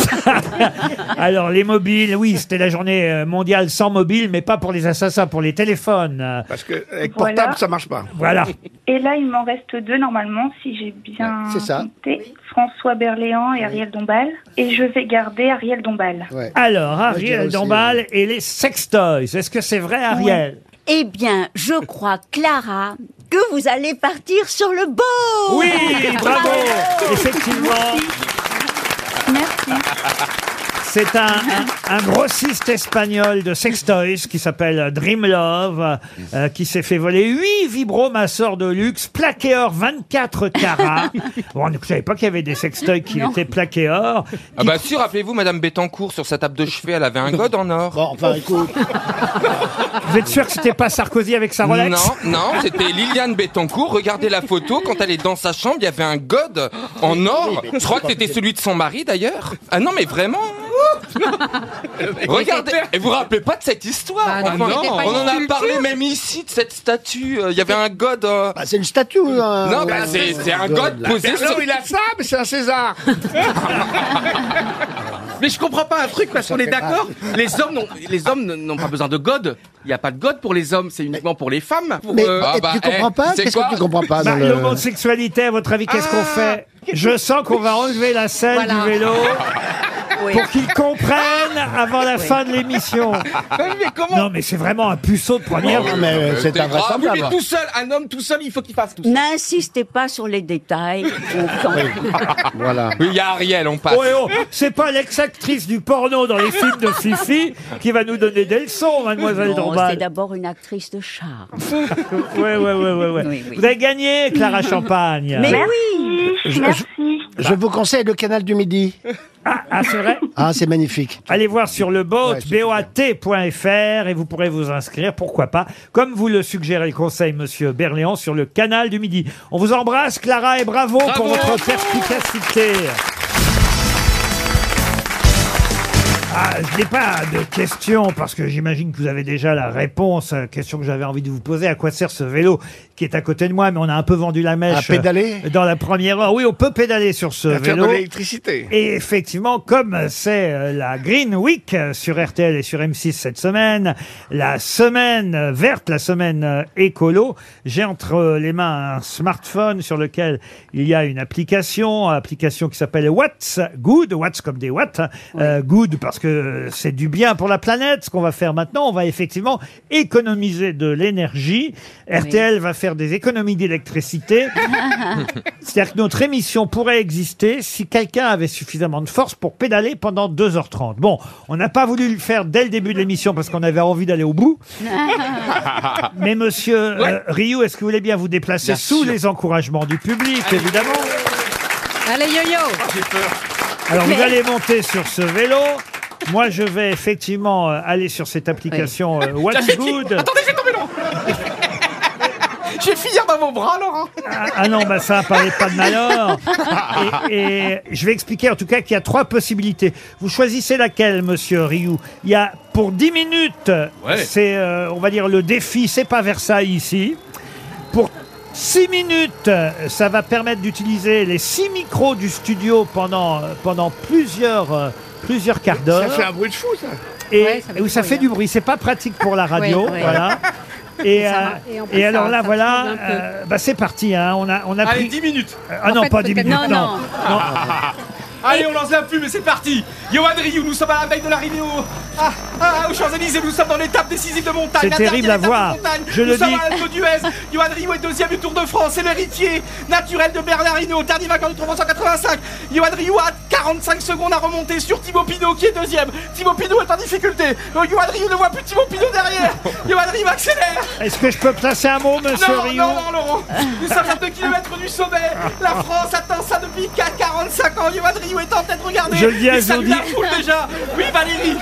[SPEAKER 2] Alors, les mobiles, oui, c'était la journée euh, mondiale sans mobile, mais pas pour les assassins, pour les téléphones.
[SPEAKER 7] Parce que euh, avec
[SPEAKER 14] Voilà. portable, ça
[SPEAKER 7] marche pas.
[SPEAKER 2] Voilà.
[SPEAKER 14] Et là, il m'en reste deux normalement, si j'ai bien
[SPEAKER 2] c'est ça.
[SPEAKER 14] compté. François Berléand et Ariel Dombal. Et je vais garder Ariel Dombal.
[SPEAKER 2] Alors,
[SPEAKER 14] je dirais
[SPEAKER 7] euh,
[SPEAKER 2] Ariel
[SPEAKER 14] aussi,
[SPEAKER 2] Dombal et les sextoys. Est-ce que c'est vrai, Ariel
[SPEAKER 4] Eh bien, je crois, Clara, que vous allez partir sur le beau
[SPEAKER 2] Oui, bravo Effectivement,
[SPEAKER 4] Merci.
[SPEAKER 2] c'est un, un- un grossiste espagnol de sextoys qui s'appelle Dream Love, euh, qui s'est fait voler 8 vibromasseurs de luxe, plaqué or 24 carats. bon, on ne savait pas qu'il y avait des sextoys qui
[SPEAKER 9] Non.
[SPEAKER 2] étaient plaqué or.
[SPEAKER 9] Ah bah si, rappelez-vous, Madame Bettencourt, sur sa table de chevet, elle avait un god en or. Bon,
[SPEAKER 2] enfin,
[SPEAKER 9] écoute.
[SPEAKER 2] Vous êtes sûr que c'était pas Sarkozy avec sa Rolex
[SPEAKER 9] Non, non, c'était Liliane Bettencourt. Regardez la photo, quand elle est dans sa chambre, il y avait un god en or. Je crois que c'était celui de son mari, d'ailleurs. Ah non, mais vraiment
[SPEAKER 12] hein.
[SPEAKER 9] Regardez, et vous vous rappelez pas de cette histoire
[SPEAKER 3] Bah non,
[SPEAKER 9] Enfin,
[SPEAKER 3] c'était pas
[SPEAKER 9] On
[SPEAKER 3] une
[SPEAKER 9] en a
[SPEAKER 3] sculpture.
[SPEAKER 9] parlé même ici de cette statue. euh, Il y avait un god. euh,
[SPEAKER 8] Ah, C'est une statue. euh,
[SPEAKER 9] Non, bah,
[SPEAKER 8] euh,
[SPEAKER 9] c'est- c'est un
[SPEAKER 8] de-
[SPEAKER 9] god
[SPEAKER 8] de la-
[SPEAKER 9] posé
[SPEAKER 8] Bernard,
[SPEAKER 9] sur-
[SPEAKER 8] il a-
[SPEAKER 7] ça, mais c'est un César.
[SPEAKER 3] Mais je comprends pas un truc parce qu'on est d'accord. Les hommes n'ont les hommes n- n'ont pas besoin de god. Il y a pas de god pour les hommes, c'est uniquement pour les femmes. Pour,
[SPEAKER 8] Mais
[SPEAKER 3] euh,
[SPEAKER 8] et
[SPEAKER 3] ah bah,
[SPEAKER 8] tu comprends
[SPEAKER 3] eh,
[SPEAKER 8] pas
[SPEAKER 3] c'est
[SPEAKER 8] Qu'est-ce
[SPEAKER 3] quoi Ah.
[SPEAKER 8] que tu comprends pas
[SPEAKER 2] Bah,
[SPEAKER 8] dans
[SPEAKER 2] L'homosexualité, à votre avis, qu'est-ce qu'on fait Je sens qu'on va enlever la selle du vélo pour qu'ils comprennent avant la fin de l'émission. non, mais c'est vraiment un puceau de première.
[SPEAKER 8] Non, mais, euh, c'est
[SPEAKER 3] Ah oui, mais tout seul, un homme tout seul, il faut qu'il fasse tout.
[SPEAKER 4] N'insistez pas sur les détails. on s'en
[SPEAKER 8] Voilà.
[SPEAKER 9] Oui, il y a Ariel, on passe.
[SPEAKER 2] Oh, eh oh, c'est pas l'ex-actrice du porno dans les films de Fifi qui va nous donner des leçons, mademoiselle
[SPEAKER 4] Non, c'est
[SPEAKER 2] Dombal.
[SPEAKER 4] d'abord une actrice de charme.
[SPEAKER 2] Ouais, ouais, ouais, ouais, ouais. Vous avez gagné, Clara Champagne.
[SPEAKER 8] Mais
[SPEAKER 4] oui
[SPEAKER 8] Je- Je, je vous conseille le canal du Midi.
[SPEAKER 2] Ah, c'est vrai
[SPEAKER 8] Ah, c'est magnifique.
[SPEAKER 2] Allez voir sur le boat, boat.fr, et vous pourrez vous inscrire, pourquoi pas, comme vous le suggérez le conseil, monsieur Berléand, sur le canal du Midi. On vous embrasse, Clara, et bravo, pour votre perspicacité. Ah, je n'ai pas de question parce que j'imagine que vous avez déjà la réponse. euh, Question que j'avais envie de vous poser à quoi sert ce vélo qui est à côté de moi, mais on a un peu vendu la mèche.
[SPEAKER 7] À pédaler
[SPEAKER 2] euh, Dans la première heure, oui, on peut pédaler sur ce
[SPEAKER 7] À faire
[SPEAKER 2] vélo.
[SPEAKER 7] de l'électricité.
[SPEAKER 2] Et effectivement, comme c'est euh, la Green Week euh, sur RTL et sur M6 cette semaine, la semaine euh, verte, la semaine euh, écolo, j'ai entre euh, les mains un smartphone sur lequel il y a une application, application qui s'appelle What's Good, What's comme des watts, hein, euh, Good parce que euh, c'est du bien pour la planète ce qu'on va faire maintenant, on va effectivement économiser de l'énergie. RTL va faire des économies d'électricité. C'est-à-dire que notre émission pourrait exister si quelqu'un avait suffisamment de force pour pédaler pendant 2h30. Bon, on n'a pas voulu le faire dès le début de l'émission parce qu'on avait envie d'aller au bout. Mais monsieur euh, Rioux, est-ce que vous voulez bien vous déplacer sous les encouragements du public, évidemment
[SPEAKER 6] Allez, yo-yo
[SPEAKER 2] Alors vous
[SPEAKER 6] Mais-
[SPEAKER 2] allez monter sur ce vélo. Moi, je vais effectivement euh, aller sur cette application euh, What's Good.
[SPEAKER 3] Attendez, je vais tomber là. Je vais finir dans mon bras, Laurent.
[SPEAKER 2] Ah non, bah ça, parlez pas de malheur. Et, et je vais expliquer en tout cas qu'il y a trois possibilités. Vous choisissez laquelle, monsieur Rioux Il y a pour 10 minutes, c'est, euh, on va dire, le défi, c'est pas Versailles ici. Pour 6 minutes, euh, ça va permettre d'utiliser les 6 micros du studio pendant, euh, pendant plusieurs, euh, plusieurs quarts d'heure.
[SPEAKER 7] Ça fait un bruit de fou, ça.
[SPEAKER 2] et
[SPEAKER 6] Ouais, ça fait
[SPEAKER 2] où ça
[SPEAKER 6] trop
[SPEAKER 2] fait
[SPEAKER 6] bien.
[SPEAKER 2] du bruit. hein. C'est pas pratique pour la radio,
[SPEAKER 6] Ouais, ouais.
[SPEAKER 2] voilà. Et,
[SPEAKER 6] Ça
[SPEAKER 2] euh,
[SPEAKER 6] va. Et en plus,
[SPEAKER 2] et
[SPEAKER 6] ça-
[SPEAKER 2] alors là,
[SPEAKER 6] ça
[SPEAKER 2] voilà,
[SPEAKER 6] trouble un peu.
[SPEAKER 2] euh, bah, c'est parti. hein, On a, on a
[SPEAKER 3] Allez,
[SPEAKER 2] pris-
[SPEAKER 3] 10 minutes. Ah,
[SPEAKER 2] Euh, ah
[SPEAKER 3] En
[SPEAKER 2] non,
[SPEAKER 3] fait,
[SPEAKER 2] pas 10
[SPEAKER 3] peut-être-
[SPEAKER 2] minutes.
[SPEAKER 3] non,
[SPEAKER 2] non.
[SPEAKER 3] non. Allez, on lance la pub et c'est parti. Yoann Ryu, nous sommes à la veille de l'arrivée au, ah, ah, aux Champs-Élysées. Nous sommes dans l'étape décisive de montagne.
[SPEAKER 2] C'est
[SPEAKER 3] la
[SPEAKER 2] terrible
[SPEAKER 3] dernière
[SPEAKER 2] à
[SPEAKER 3] étape de
[SPEAKER 2] voir.
[SPEAKER 3] montagne.
[SPEAKER 2] Je
[SPEAKER 3] nous
[SPEAKER 2] le
[SPEAKER 3] sommes
[SPEAKER 2] dis.
[SPEAKER 3] à l'Alpe d'Huez. Yoann Ryu est deuxième du Tour de France. C'est l'héritier naturel de Bernard Hinault. Dernier vainqueur du Tour de France en 85. Yoann Ryu a 45 secondes à remonter sur Thibaut Pinot qui est deuxième. Thibaut Pinot est en difficulté. Euh, Yoann Ryu ne voit plus Thibaut Pinot derrière. Yoann Ryu accélère.
[SPEAKER 2] Est-ce que je peux placer un mot, monsieur
[SPEAKER 3] Non,
[SPEAKER 2] Rio
[SPEAKER 3] non, non, Laurent Nous sommes à 2 km du sommet La France attend ça depuis 4 45 ans Yoann Rio est en tête, regardez
[SPEAKER 2] Je le dis à
[SPEAKER 3] Il salue la
[SPEAKER 2] Zodi.
[SPEAKER 3] foule déjà Oui, Valérie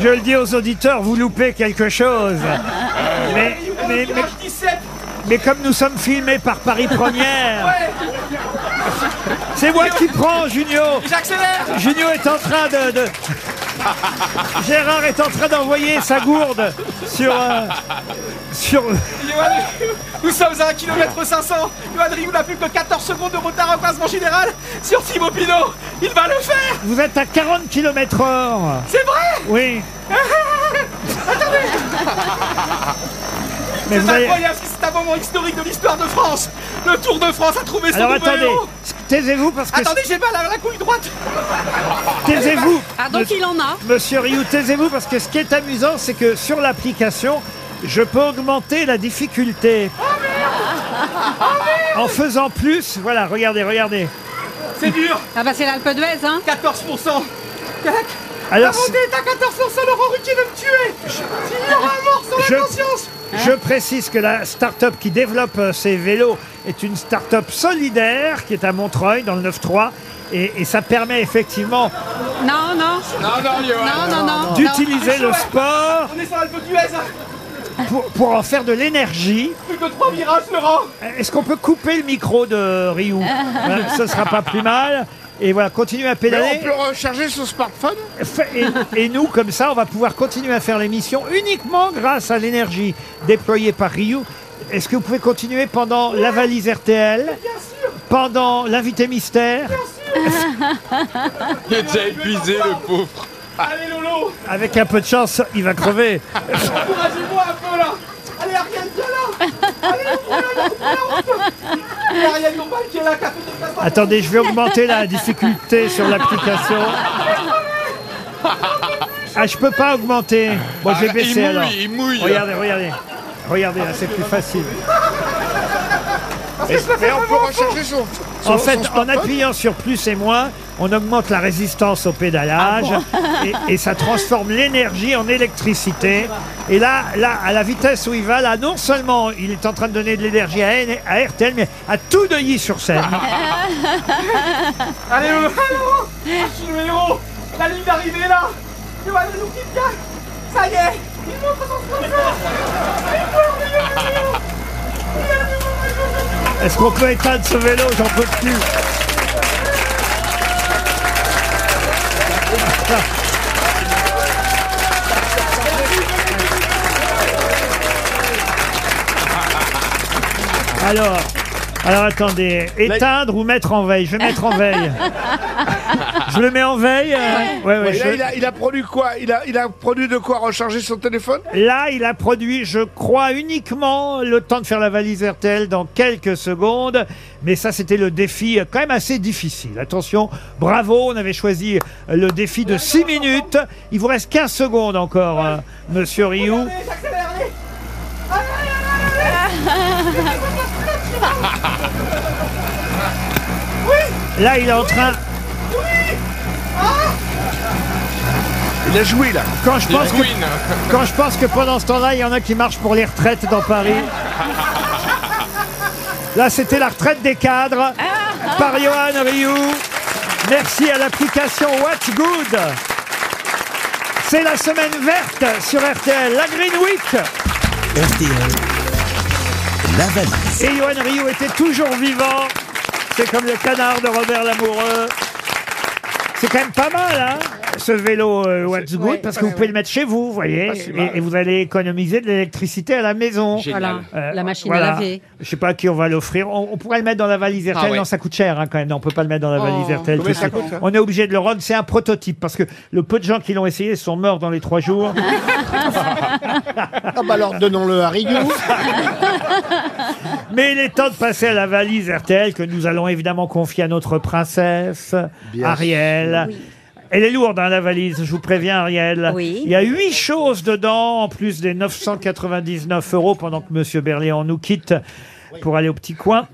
[SPEAKER 2] Je le dis aux auditeurs, vous loupez quelque chose. Mais, mais, mais-
[SPEAKER 3] 17
[SPEAKER 2] mais comme nous sommes filmés par Paris Première, c'est moi qui prends, Junio.
[SPEAKER 3] J'accélère
[SPEAKER 2] Junio est en train de, de- Gérard est en train d'envoyer sa gourde sur... euh, sur...
[SPEAKER 3] Yoann Ryu, Nous sommes à 1 km 500 Yoann Ryu n'a plus que 14 secondes de retard au classement général sur Thibaut Pinot Il va le faire
[SPEAKER 2] Vous êtes à 40 km heure.
[SPEAKER 3] C'est vrai
[SPEAKER 2] Oui. Mais
[SPEAKER 3] C'est
[SPEAKER 2] vous avez-
[SPEAKER 3] incroyable, c'est un moment historique de l'histoire de France Le Tour de France a trouvé son
[SPEAKER 2] Alors
[SPEAKER 3] nouveau
[SPEAKER 2] attendez,
[SPEAKER 3] héros.
[SPEAKER 2] taisez-vous parce que...
[SPEAKER 3] Attendez, j'ai mal à la couille droite
[SPEAKER 2] Taisez-vous
[SPEAKER 6] Ah, donc
[SPEAKER 2] Monsieur-
[SPEAKER 6] il en a
[SPEAKER 2] Monsieur Rioux, taisez-vous parce que ce qui est amusant, c'est que sur l'application, je peux augmenter la difficulté.
[SPEAKER 6] Ah,
[SPEAKER 2] En faisant plus, voilà, regardez, regardez.
[SPEAKER 3] C'est dur
[SPEAKER 6] Ah bah c'est l'Alpe d'Huez, hein Ah,
[SPEAKER 3] 14% Tac
[SPEAKER 2] Alors,
[SPEAKER 3] La montée est à 14%, Laurent Ruquier veut me tuer Il y aura un mort sur la
[SPEAKER 2] Je-
[SPEAKER 3] conscience
[SPEAKER 2] bah. Je précise que la start-up qui développe euh, ces vélos est une start-up solidaire qui est à Montreuil dans le 9-3 et, et ça permet effectivement
[SPEAKER 6] Non, non
[SPEAKER 3] Non, hein. non, Johan.
[SPEAKER 6] Non, non, non, non.
[SPEAKER 2] d'utiliser le
[SPEAKER 3] Ouais.
[SPEAKER 2] sport
[SPEAKER 3] On est sur l'Alpe d'Huez hein.
[SPEAKER 2] pour, pour en faire de l'énergie.
[SPEAKER 3] Plus que 3 virages, Laurent
[SPEAKER 2] Est-ce qu'on peut couper le micro de Ryu Voilà, Ce sera pas plus mal. Et voilà, continuez à
[SPEAKER 7] Mais
[SPEAKER 2] pédaler.
[SPEAKER 7] on peut recharger son smartphone
[SPEAKER 2] Fa- Et, et nous, comme ça, on va pouvoir continuer à faire l'émission uniquement grâce à l'énergie déployée par Ryu. Est-ce que vous pouvez continuer pendant la valise RTL Pendant l'invité mystère
[SPEAKER 9] Il est déjà épuisé, le pauvre.
[SPEAKER 3] Allez, Lolo
[SPEAKER 2] Avec un peu de chance, il va crever.
[SPEAKER 3] Encouragez-moi un peu, là Allez, Ariane, viens là Allez, on peut, là, on peut, là, on peut. Et Ariane Dombal qui est là, qui a fait des passes.
[SPEAKER 2] Attendez, je vais augmenter la difficulté sur l'application. Ah, je peux pas augmenter. Bon, je
[SPEAKER 5] Ah,
[SPEAKER 2] vais
[SPEAKER 5] il
[SPEAKER 2] baisser
[SPEAKER 5] mouille,
[SPEAKER 2] alors.
[SPEAKER 5] il mouille.
[SPEAKER 2] Regardez, regardez. Regardez, là, c'est plus facile.
[SPEAKER 7] Et et on peut recharger son, son-
[SPEAKER 2] En fait,
[SPEAKER 7] son
[SPEAKER 2] en
[SPEAKER 7] smartphone
[SPEAKER 2] appuyant sur plus et moins, on augmente la résistance au pédalage
[SPEAKER 5] Ah
[SPEAKER 2] et, et ça transforme l'énergie en électricité. Et là, là, à la vitesse où il va, là, non seulement il est en train de donner de l'énergie à, N- à RTL, mais à tout Neuilly sur scène.
[SPEAKER 3] Allez, Lolo Allez, Laurent Ah, Je suis le héros La ligne d'arrivée, est là Johan Ryu qui vient Ça y est Il montre son sponsor Il pleure, mais il est le héros.
[SPEAKER 2] Est-ce qu'on peut éteindre ce vélo J'en peux plus. Alors, alors attendez, éteindre ou mettre en veille Je vais mettre en veille. Je le mets en veille. euh, ouais, ouais,
[SPEAKER 7] Et là,
[SPEAKER 2] je-
[SPEAKER 7] il, a, il a produit quoi il a, il a produit de quoi recharger son téléphone
[SPEAKER 2] Là, il a produit, je crois, uniquement le temps de faire la valise RTL dans quelques secondes. Mais ça, c'était le défi euh, quand même assez difficile. Attention, bravo, on avait choisi euh, le défi de 6 minutes. Il vous reste 15 secondes encore, euh, monsieur Rioux.
[SPEAKER 3] Allez, j'accélère, allez
[SPEAKER 2] Là, il est en train...
[SPEAKER 7] Il a joué là.
[SPEAKER 2] Quand oh, je pense que, quand je pense que pendant ce temps-là, il y en a qui marchent pour les retraites dans Paris. Là, c'était la retraite des cadres par Johan Rioux. Merci à l'application Watch Good. C'est la semaine verte sur RTL, la Green Week.
[SPEAKER 1] RTL, la valise.
[SPEAKER 2] Et Johan Rioux était toujours vivant. C'est comme le canard de Robert Lamoureux. C'est quand même pas mal, hein ce vélo euh, What's Good
[SPEAKER 21] ouais,
[SPEAKER 2] parce que
[SPEAKER 21] ouais,
[SPEAKER 2] vous pouvez le mettre chez vous, vous voyez,
[SPEAKER 21] Pas si
[SPEAKER 2] et-
[SPEAKER 21] mal.
[SPEAKER 2] et, vous allez économiser de l'électricité à la maison.
[SPEAKER 6] Génial. Voilà, la machine à laver.
[SPEAKER 2] Je sais pas à qui on va l'offrir. On, on pourrait le mettre dans la valise RTL.
[SPEAKER 6] ouais.
[SPEAKER 2] Non, ça coûte cher hein, quand même. Non, on peut pas le mettre dans la valise
[SPEAKER 6] Oh.
[SPEAKER 2] RTL.
[SPEAKER 6] Combien
[SPEAKER 2] tout
[SPEAKER 6] ça
[SPEAKER 2] de suite.
[SPEAKER 6] coûte, ça
[SPEAKER 2] on est obligé de le rendre. C'est un prototype parce que le peu de gens qui l'ont essayé sont morts dans les trois jours.
[SPEAKER 8] Ah bah alors donnons-le à Rigou.
[SPEAKER 2] Mais il est temps de passer à la valise RTL que nous allons évidemment confier à notre princesse,
[SPEAKER 8] Bien
[SPEAKER 2] Ariel.
[SPEAKER 8] sûr.
[SPEAKER 2] Elle est lourde, hein, la valise, je vous préviens, Ariel. Il y a huit choses dedans, en plus des 999 euros, pendant que Monsieur Berléand nous quitte pour aller au petit coin.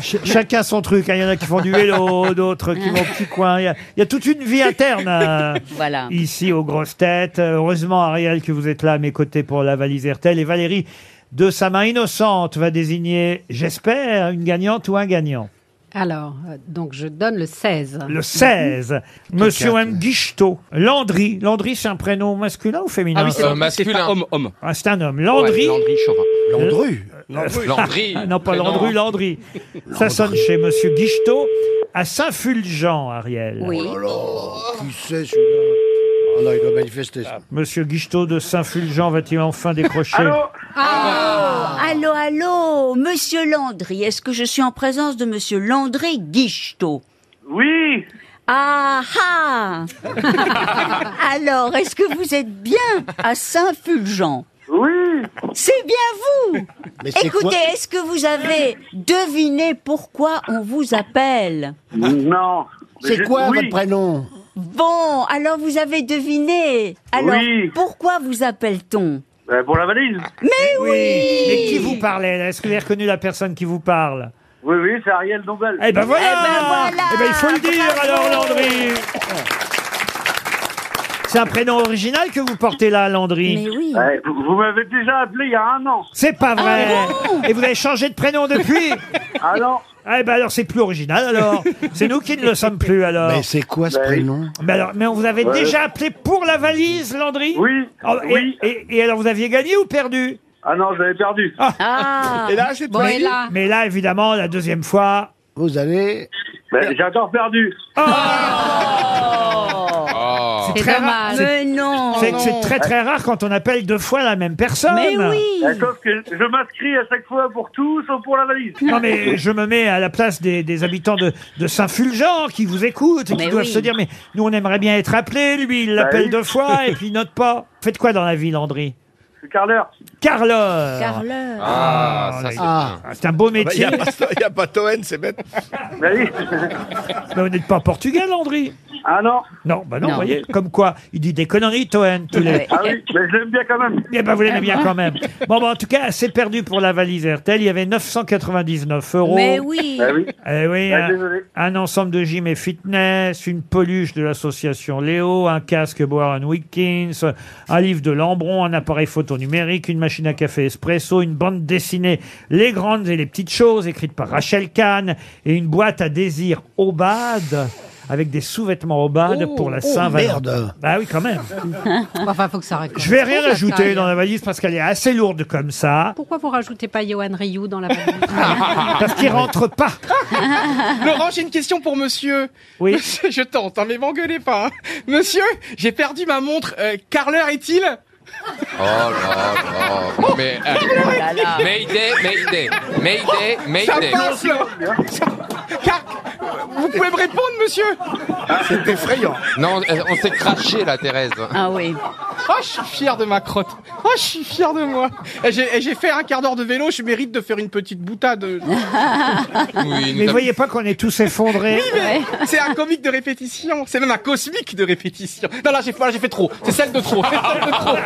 [SPEAKER 2] Ch- Chacun son truc. hein. Il y en a qui font du vélo, d'autres qui vont au petit coin. Il y a- il y, a toute une vie interne euh,
[SPEAKER 4] Voilà.
[SPEAKER 2] ici aux grosses têtes. Euh, Heureusement, Ariel, que vous êtes là à mes côtés pour la valise RTL. Et Valérie, de sa main innocente, va désigner, j'espère, une gagnante ou un gagnant.
[SPEAKER 6] Alors, euh, donc je donne le 16.
[SPEAKER 2] Le 16, Monsieur M. Guichetot. Landry. Landry, c'est un prénom masculin ou féminin
[SPEAKER 3] Ah oui, c'est Euh, un- masculin. c'est un homme,
[SPEAKER 2] homme. c'est un homme. Landry.
[SPEAKER 3] Ouais, Landry Chauvin. Euh,
[SPEAKER 2] Landru.
[SPEAKER 8] Euh,
[SPEAKER 3] Landru. Landry.
[SPEAKER 2] non, pas
[SPEAKER 3] Prénom.
[SPEAKER 2] Landru, Landry. Ça sonne chez Monsieur Guichetot à Saint-Fulgent, Ariel.
[SPEAKER 8] Oh là là, qui c'est celui-là Oh non, il doit manifester. ça.
[SPEAKER 2] Monsieur Guichetot de Saint-Fulgent va-t-il enfin décrocher
[SPEAKER 4] Ah. Allô, allô, Monsieur Landry, est-ce que je suis en présence de Monsieur Landry Guichetot Oui Ah ah Alors, est-ce que vous êtes bien à Saint-Fulgent Oui C'est bien vous
[SPEAKER 5] Mais c'est quoi
[SPEAKER 4] Écoutez, est-ce que vous avez deviné pourquoi on vous appelle
[SPEAKER 22] Non.
[SPEAKER 8] C'est quoi votre prénom
[SPEAKER 4] Bon, alors vous avez deviné Alors,
[SPEAKER 22] Oui.
[SPEAKER 4] pourquoi vous appelle-t-on
[SPEAKER 22] Euh, Pour la valise
[SPEAKER 4] Mais oui,
[SPEAKER 2] Eh Mais qui vous parlait là Est-ce que vous avez reconnu la personne qui vous parle
[SPEAKER 22] Oui, oui, c'est Ariel Dombal.
[SPEAKER 2] Eh ben voilà Eh ben, il faut le dire alors, Landry C'est un prénom original que vous portez là, Landry
[SPEAKER 22] Ouais, Eh, vous vous m'avez déjà appelé il y a un an.
[SPEAKER 2] C'est pas vrai Et vous avez changé de prénom depuis
[SPEAKER 22] Alors
[SPEAKER 2] Eh ben alors c'est plus original alors C'est nous qui ne le sommes plus alors
[SPEAKER 8] Mais c'est quoi
[SPEAKER 22] Ben,
[SPEAKER 8] ce prénom
[SPEAKER 2] Mais alors, mais on vous avait
[SPEAKER 8] Ouais.
[SPEAKER 2] déjà appelé pour la valise, Landry Oh,
[SPEAKER 22] Oui.
[SPEAKER 2] et, et- et alors, vous aviez gagné ou perdu
[SPEAKER 22] Ah non, j'avais perdu.
[SPEAKER 4] Ah. Et là, j'ai Bon, perdu. et là
[SPEAKER 2] Mais là, évidemment, la deuxième fois.
[SPEAKER 8] Vous allez.
[SPEAKER 22] J'ai encore perdu.
[SPEAKER 2] Oh. C'est très rare.
[SPEAKER 4] Ah. Mais non.
[SPEAKER 2] C'est c'est très très rare quand on appelle deux fois la même personne.
[SPEAKER 22] Eh, Sauf que je m'inscris à chaque fois pour tout, sauf pour la valise.
[SPEAKER 2] Non mais je me mets à la place des, des habitants de, de Saint-Fulgent qui vous écoutent, et qui
[SPEAKER 22] Mais
[SPEAKER 2] doivent
[SPEAKER 22] oui.
[SPEAKER 2] se dire mais nous on aimerait bien être appelés, lui il
[SPEAKER 22] Bah
[SPEAKER 2] l'appelle
[SPEAKER 22] oui.
[SPEAKER 2] deux fois et puis il note pas. Faites quoi dans la ville, Landry
[SPEAKER 22] Je suis carleur.
[SPEAKER 2] Carleur.
[SPEAKER 22] Carleur.
[SPEAKER 2] Ah,
[SPEAKER 22] Ah,
[SPEAKER 2] ça,
[SPEAKER 22] c'est
[SPEAKER 2] c'est
[SPEAKER 22] bien.
[SPEAKER 2] ah, c'est un beau métier.
[SPEAKER 7] bah, Il n'y a pas Toen, c'est bête.
[SPEAKER 22] Bah
[SPEAKER 2] Mais vous n'êtes pas portugais, Landry
[SPEAKER 22] Ah non
[SPEAKER 2] Non, bah non,
[SPEAKER 22] Non.
[SPEAKER 2] vous voyez, comme quoi, il dit des conneries, Toen, tous les...
[SPEAKER 22] Ah oui, mais je l'aime bien quand même.
[SPEAKER 2] Eh ben, vous l'aimez bien quand même. Bon, bah, en tout cas, c'est perdu pour la valise RTL. Il y avait 999 euros.
[SPEAKER 4] Mais oui. Ah oui.
[SPEAKER 2] Eh oui,
[SPEAKER 4] Ah,
[SPEAKER 2] un,
[SPEAKER 4] désolé.
[SPEAKER 2] un ensemble de gym et fitness, une peluche de l'association Léo, un casque Bowen Wilkins, un livre de Lambron, un appareil photo numérique, une machine à café espresso, une bande dessinée Les grandes et les petites choses, écrite par Rachel Kahn, et une boîte à désir Obad, avec des sous-vêtements Obad
[SPEAKER 6] Oh,
[SPEAKER 2] pour la
[SPEAKER 6] oh,
[SPEAKER 2] Saint-Valentin.
[SPEAKER 6] merde.
[SPEAKER 2] Bah oui, quand même.
[SPEAKER 6] enfin, faut que ça raconte.
[SPEAKER 2] Je vais rien ajouter dans la valise parce qu'elle est assez lourde comme ça.
[SPEAKER 6] Pourquoi vous rajoutez pas Johan Ryu dans la valise
[SPEAKER 2] Parce qu'il rentre pas.
[SPEAKER 3] Laurent, j'ai une question pour monsieur.
[SPEAKER 2] Oui.
[SPEAKER 3] Monsieur, je tente, hein, mais m'engueulez pas. hein. Monsieur, j'ai perdu ma montre. Euh, Carleur est-il
[SPEAKER 12] Oh là là. Mais, euh,
[SPEAKER 3] Oh là là.
[SPEAKER 12] Mayday, Mayday, Mayday,
[SPEAKER 3] Ça
[SPEAKER 12] Mayday.
[SPEAKER 3] passe, là. Car- Vous pouvez me répondre, monsieur
[SPEAKER 12] C'est effrayant. Non, euh, on s'est craché là, Thérèse.
[SPEAKER 4] Ah oui.
[SPEAKER 3] Oh, je suis fier de ma crotte. Oh, je suis fier de moi. Et J'ai et j'ai fait un quart d'heure de vélo, je mérite de faire une petite boutade.
[SPEAKER 2] mais voyez pas qu'on est tous effondrés.
[SPEAKER 3] Oui, mais c'est un comique de répétition. C'est même un cosmique de répétition. Non, là, j'ai là, j'ai fait trop. C'est celle de trop. C'est celle de trop.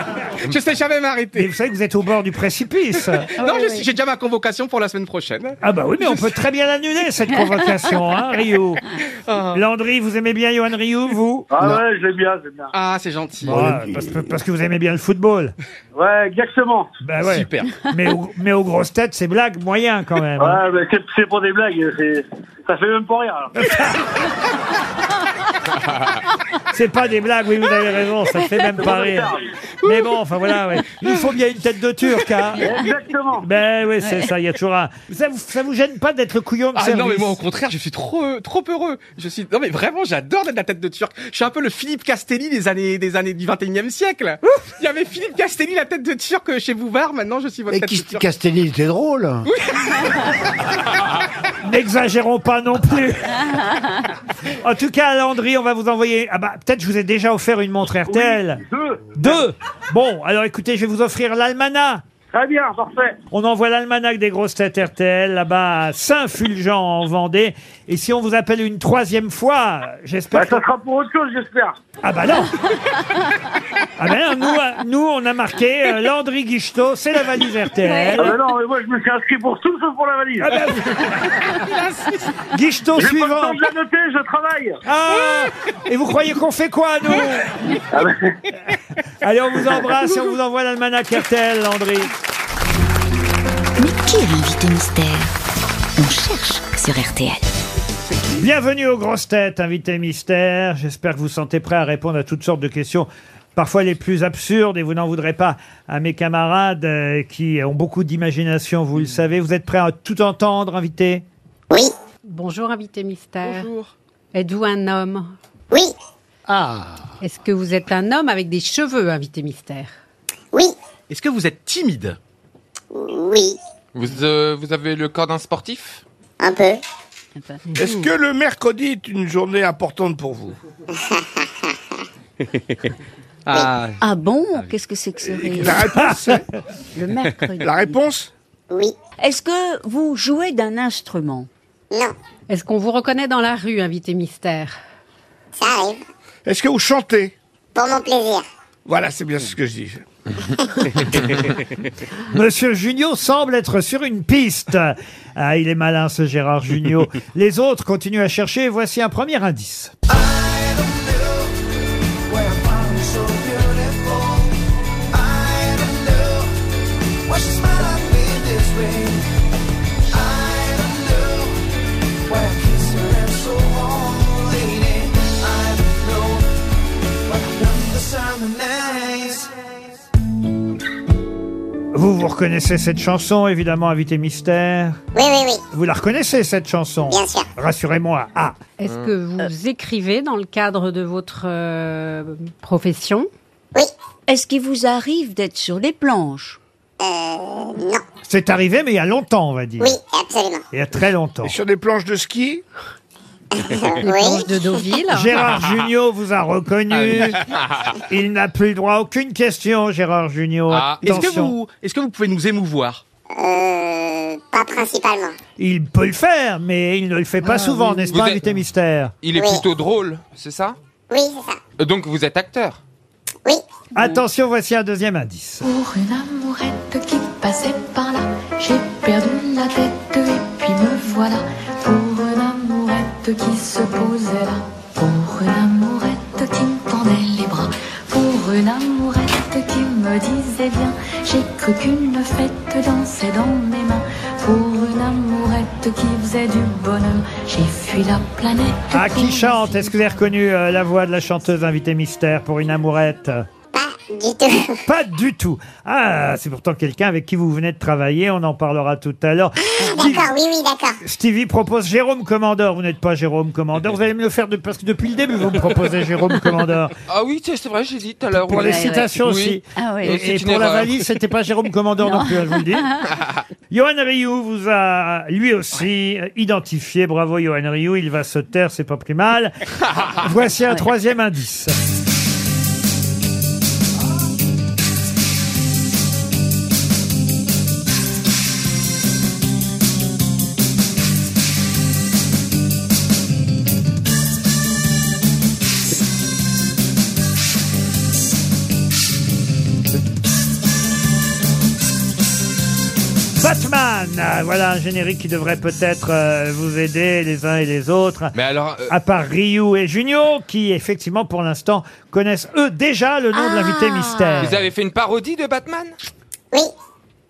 [SPEAKER 3] Je sais jamais m'arrêter.
[SPEAKER 2] Mais vous savez que vous êtes au bord du précipice.
[SPEAKER 3] non, je suis- j'ai déjà ma convocation pour la semaine prochaine.
[SPEAKER 2] Ah bah oui, mais on peut très bien l'annuler, cette convocation, hein, Rio.
[SPEAKER 3] Ah.
[SPEAKER 2] Landry, vous aimez bien Johan Rio, vous
[SPEAKER 22] Ah ouais, je l'aime bien, j'aime bien.
[SPEAKER 3] Ah, c'est gentil.
[SPEAKER 2] Bon, parce, que- parce que vous aimez bien le football.
[SPEAKER 22] Ouais, exactement.
[SPEAKER 2] Bah ouais. Mais, au- mais aux grosses têtes, c'est blague moyen quand même. hein.
[SPEAKER 22] Ouais, mais c'est- c'est pour des blagues. c'est- Ça fait même pas rire. alors.
[SPEAKER 2] C'est pas des blagues, oui, vous avez raison, ça fait même pas rire. Mais bon, enfin voilà, ouais. il faut bien une tête de turc, hein.
[SPEAKER 18] Exactement.
[SPEAKER 2] Ben oui, c'est ça, il y a toujours un. Ça vous, ça vous gêne pas d'être le couillon de
[SPEAKER 3] Ah non, mais
[SPEAKER 2] service
[SPEAKER 3] moi, au contraire, je suis trop, euh, trop heureux. Je suis, non, mais vraiment, j'adore d'être la tête de Turc. Je suis un peu le Philippe Castelli des années, des années du 21e siècle. Il y avait Philippe Castelli, la tête de Turc euh, chez Bouvard. Maintenant, je suis votre
[SPEAKER 8] Et
[SPEAKER 3] tête de
[SPEAKER 8] qui-
[SPEAKER 3] Turc.
[SPEAKER 8] Castelli, il était drôle.
[SPEAKER 2] N'exagérons pas non plus. En tout cas, Landry, on va vous envoyer. Ah bah, peut-être je vous ai déjà offert une montre RTL.
[SPEAKER 18] deux.
[SPEAKER 2] Deux. Bon, alors écoutez, je vais vous offrir l'almanach.
[SPEAKER 18] Très bien, parfait.
[SPEAKER 2] On envoie l'almanach des grosses têtes RTL là-bas à Saint-Fulgent en Vendée. Et si on vous appelle une troisième fois, j'espère.
[SPEAKER 18] Bah, ça
[SPEAKER 2] que-
[SPEAKER 18] sera pour autre chose, j'espère.
[SPEAKER 2] Ah bah non Ah bah non, nous, euh, nous, on a marqué euh, Landry Guichetot, c'est la valise
[SPEAKER 18] Ah
[SPEAKER 2] RTL.
[SPEAKER 18] bah non, mais moi je me suis inscrit pour tout sauf pour la valise.
[SPEAKER 2] Ah bah, Guichetot
[SPEAKER 18] J'ai pas le
[SPEAKER 2] suivant.
[SPEAKER 18] temps de la noter, je travaille.
[SPEAKER 2] Ah Et vous croyez qu'on fait quoi, nous
[SPEAKER 18] Ah, ben.
[SPEAKER 2] Allez, on vous embrasse et on vous envoie l'almanach RTL, Landry.
[SPEAKER 19] Mais qui est l'invité mystère On cherche sur RTL.
[SPEAKER 2] Bienvenue aux grosses têtes, invité mystère. J'espère que vous vous sentez prêt à répondre à toutes sortes de questions. Parfois les plus absurdes, et vous n'en voudrez pas à mes camarades euh, qui ont beaucoup d'imagination, vous le savez. Vous êtes prêts à tout entendre, invité
[SPEAKER 6] Bonjour, invité mystère. Bonjour. Êtes-vous un homme Oui.
[SPEAKER 8] Ah.
[SPEAKER 6] Est-ce que vous êtes un homme avec des cheveux, invité mystère
[SPEAKER 3] Oui. Est-ce que vous êtes timide?
[SPEAKER 6] Oui.
[SPEAKER 12] Vous, euh, vous avez le corps d'un sportif
[SPEAKER 7] Un peu. Est-ce
[SPEAKER 12] Mmh.
[SPEAKER 7] que le mercredi est une journée importante pour vous
[SPEAKER 3] Ah.
[SPEAKER 4] Ah bon Qu'est-ce que c'est que ce rire
[SPEAKER 7] La réponse
[SPEAKER 4] Le mercredi.
[SPEAKER 7] La réponse
[SPEAKER 4] Oui. Est-ce que vous jouez d'un instrument
[SPEAKER 6] Non. Est-ce qu'on vous reconnaît dans la rue, invité mystère Ça arrive.
[SPEAKER 7] Est-ce que vous chantez
[SPEAKER 6] Pour mon plaisir.
[SPEAKER 7] Voilà, c'est bien ce que je dis.
[SPEAKER 2] Monsieur Junio semble être sur une piste. Ah, il est malin ce Gérard Junio. Les autres continuent à chercher. Voici un premier indice.
[SPEAKER 5] Where I found you so beautiful. I don't know why she smiled at me this way. I don't know why I kissed her and so on, lady. I don't know what number sounded nice.
[SPEAKER 2] Vous, vous reconnaissez cette chanson, évidemment, invité mystère
[SPEAKER 6] Oui, oui, oui.
[SPEAKER 2] Vous la reconnaissez, cette chanson
[SPEAKER 6] Bien sûr.
[SPEAKER 2] Rassurez-moi. Ah
[SPEAKER 6] Est-ce que vous écrivez dans le cadre de votre euh, profession
[SPEAKER 4] Oui. Est-ce qu'il vous arrive d'être sur les planches non.
[SPEAKER 2] C'est arrivé, mais il y a longtemps, on va dire.
[SPEAKER 4] absolument.
[SPEAKER 2] Il y a très longtemps.
[SPEAKER 7] Sur des planches de ski planches
[SPEAKER 6] de Deauville
[SPEAKER 2] Gérard Junio vous a reconnu.
[SPEAKER 3] Ah.
[SPEAKER 2] Il n'a plus le droit à aucune question, Gérard Junio.
[SPEAKER 3] Ah. Est-ce que
[SPEAKER 2] Attention.
[SPEAKER 3] vous, est-ce que vous pouvez nous émouvoir?
[SPEAKER 24] Euh, Pas principalement.
[SPEAKER 2] Il peut le faire, mais il ne le fait pas
[SPEAKER 12] Ah,
[SPEAKER 2] souvent,
[SPEAKER 12] oui.
[SPEAKER 2] n'est-ce
[SPEAKER 12] Vous
[SPEAKER 2] pas,
[SPEAKER 12] êtes-
[SPEAKER 2] invité mystère
[SPEAKER 12] Il est
[SPEAKER 2] Oui.
[SPEAKER 12] plutôt drôle, c'est ça
[SPEAKER 24] Oui, c'est ça.
[SPEAKER 12] Euh, Donc vous êtes acteur
[SPEAKER 2] Attention, voici un deuxième indice.
[SPEAKER 24] Pour une amourette qui passait par là, j'ai perdu la tête et puis me voilà. Pour une amourette qui se posait là, pour une amourette qui me tendait les bras, pour une amourette qui me disait bien, j'ai cru qu'une fête dansait dans mes mains. Pour une amourette qui faisait du bonheur, j'ai fui la planète.
[SPEAKER 2] Ah, qui chante Est-ce que vous avez reconnu euh, la voix de la chanteuse invitée mystère pour une amourette
[SPEAKER 24] du tout.
[SPEAKER 2] Pas du tout. Ah, c'est pourtant quelqu'un avec qui vous venez de travailler. On en parlera tout à l'heure.
[SPEAKER 24] D'accord, oui, oui, Ah, d'accord.
[SPEAKER 2] Stevie propose Jérôme Commandeur. Vous n'êtes pas Jérôme Commandeur. Vous allez me le faire de... parce que depuis le début, vous me proposez Jérôme Commandeur.
[SPEAKER 12] Ah oui, c'est c'est vrai, j'ai dit tout à l'heure.
[SPEAKER 2] Pour
[SPEAKER 12] oui.
[SPEAKER 2] les citations
[SPEAKER 12] Oui.
[SPEAKER 2] aussi.
[SPEAKER 12] Donc,
[SPEAKER 2] Et,
[SPEAKER 12] c'est
[SPEAKER 2] et
[SPEAKER 12] une
[SPEAKER 2] pour la
[SPEAKER 12] erreur.
[SPEAKER 2] valise, c'était pas Jérôme Commandeur non.
[SPEAKER 12] Non.
[SPEAKER 2] plus, hein, je vous le dis. Johan Rioux vous a, lui aussi, euh, identifié. Bravo, Johan Rioux. Il va se taire, c'est pas plus mal. Voici un troisième indice. Batman Ah, Voilà un générique qui devrait peut-être euh, vous aider les uns et les autres.
[SPEAKER 12] Mais alors, euh,
[SPEAKER 2] À part Ryu et Junio, qui effectivement pour l'instant connaissent eux déjà le nom de l'invité mystère.
[SPEAKER 12] Vous avez fait une parodie de Batman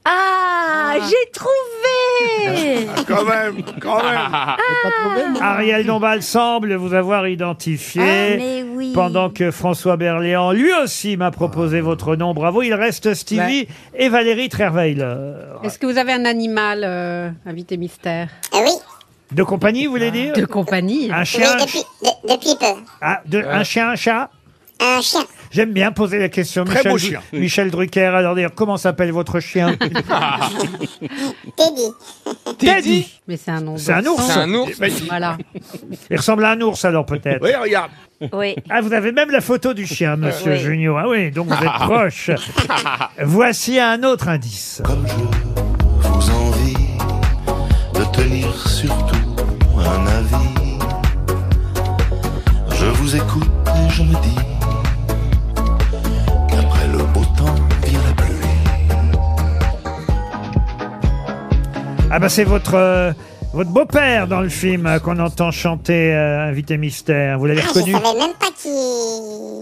[SPEAKER 4] Ah, j'ai trouvé
[SPEAKER 7] Quand même, quand même.
[SPEAKER 25] Ah.
[SPEAKER 2] Ariel Dombal semble vous avoir identifié.
[SPEAKER 4] Ah, mais oui.
[SPEAKER 2] Pendant que François Berléand, lui aussi, m'a proposé votre nom. Bravo, il reste Stevie et Valérie Trerweiler.
[SPEAKER 6] Est-ce que vous avez un animal, euh, invité mystère
[SPEAKER 25] Eh Oui.
[SPEAKER 2] De compagnie, vous voulez dire
[SPEAKER 6] De compagnie.
[SPEAKER 2] Un chien,
[SPEAKER 25] Oui, depuis, de- depuis peu.
[SPEAKER 2] ah, de- un chien, un chat
[SPEAKER 25] Un chien.
[SPEAKER 2] J'aime bien poser la question,
[SPEAKER 25] Très
[SPEAKER 2] Michel,
[SPEAKER 25] beau
[SPEAKER 2] Dru-
[SPEAKER 25] chien.
[SPEAKER 2] Michel Drucker. Alors d'ailleurs, comment s'appelle votre chien
[SPEAKER 25] Teddy.
[SPEAKER 2] Teddy
[SPEAKER 6] Mais c'est un ours.
[SPEAKER 2] C'est un ours. C'est un ours.
[SPEAKER 6] Voilà.
[SPEAKER 2] Il ressemble à un ours alors peut-être.
[SPEAKER 7] Oui, regarde.
[SPEAKER 4] Oui.
[SPEAKER 2] Ah, vous avez même la photo du chien, monsieur
[SPEAKER 5] Oui.
[SPEAKER 2] Junio. Ah oui, donc vous êtes proche. Voici un autre indice.
[SPEAKER 5] vous envie de tenir surtout un avis. Je vous écoute et je me dis qu'après le beau temps vient la pluie.
[SPEAKER 2] Ah bah c'est votre euh, votre beau-père dans le film euh, qu'on entend chanter euh, Invité Mystère. Vous l'avez
[SPEAKER 25] Ah, je
[SPEAKER 2] reconnu
[SPEAKER 25] savais même pas qui.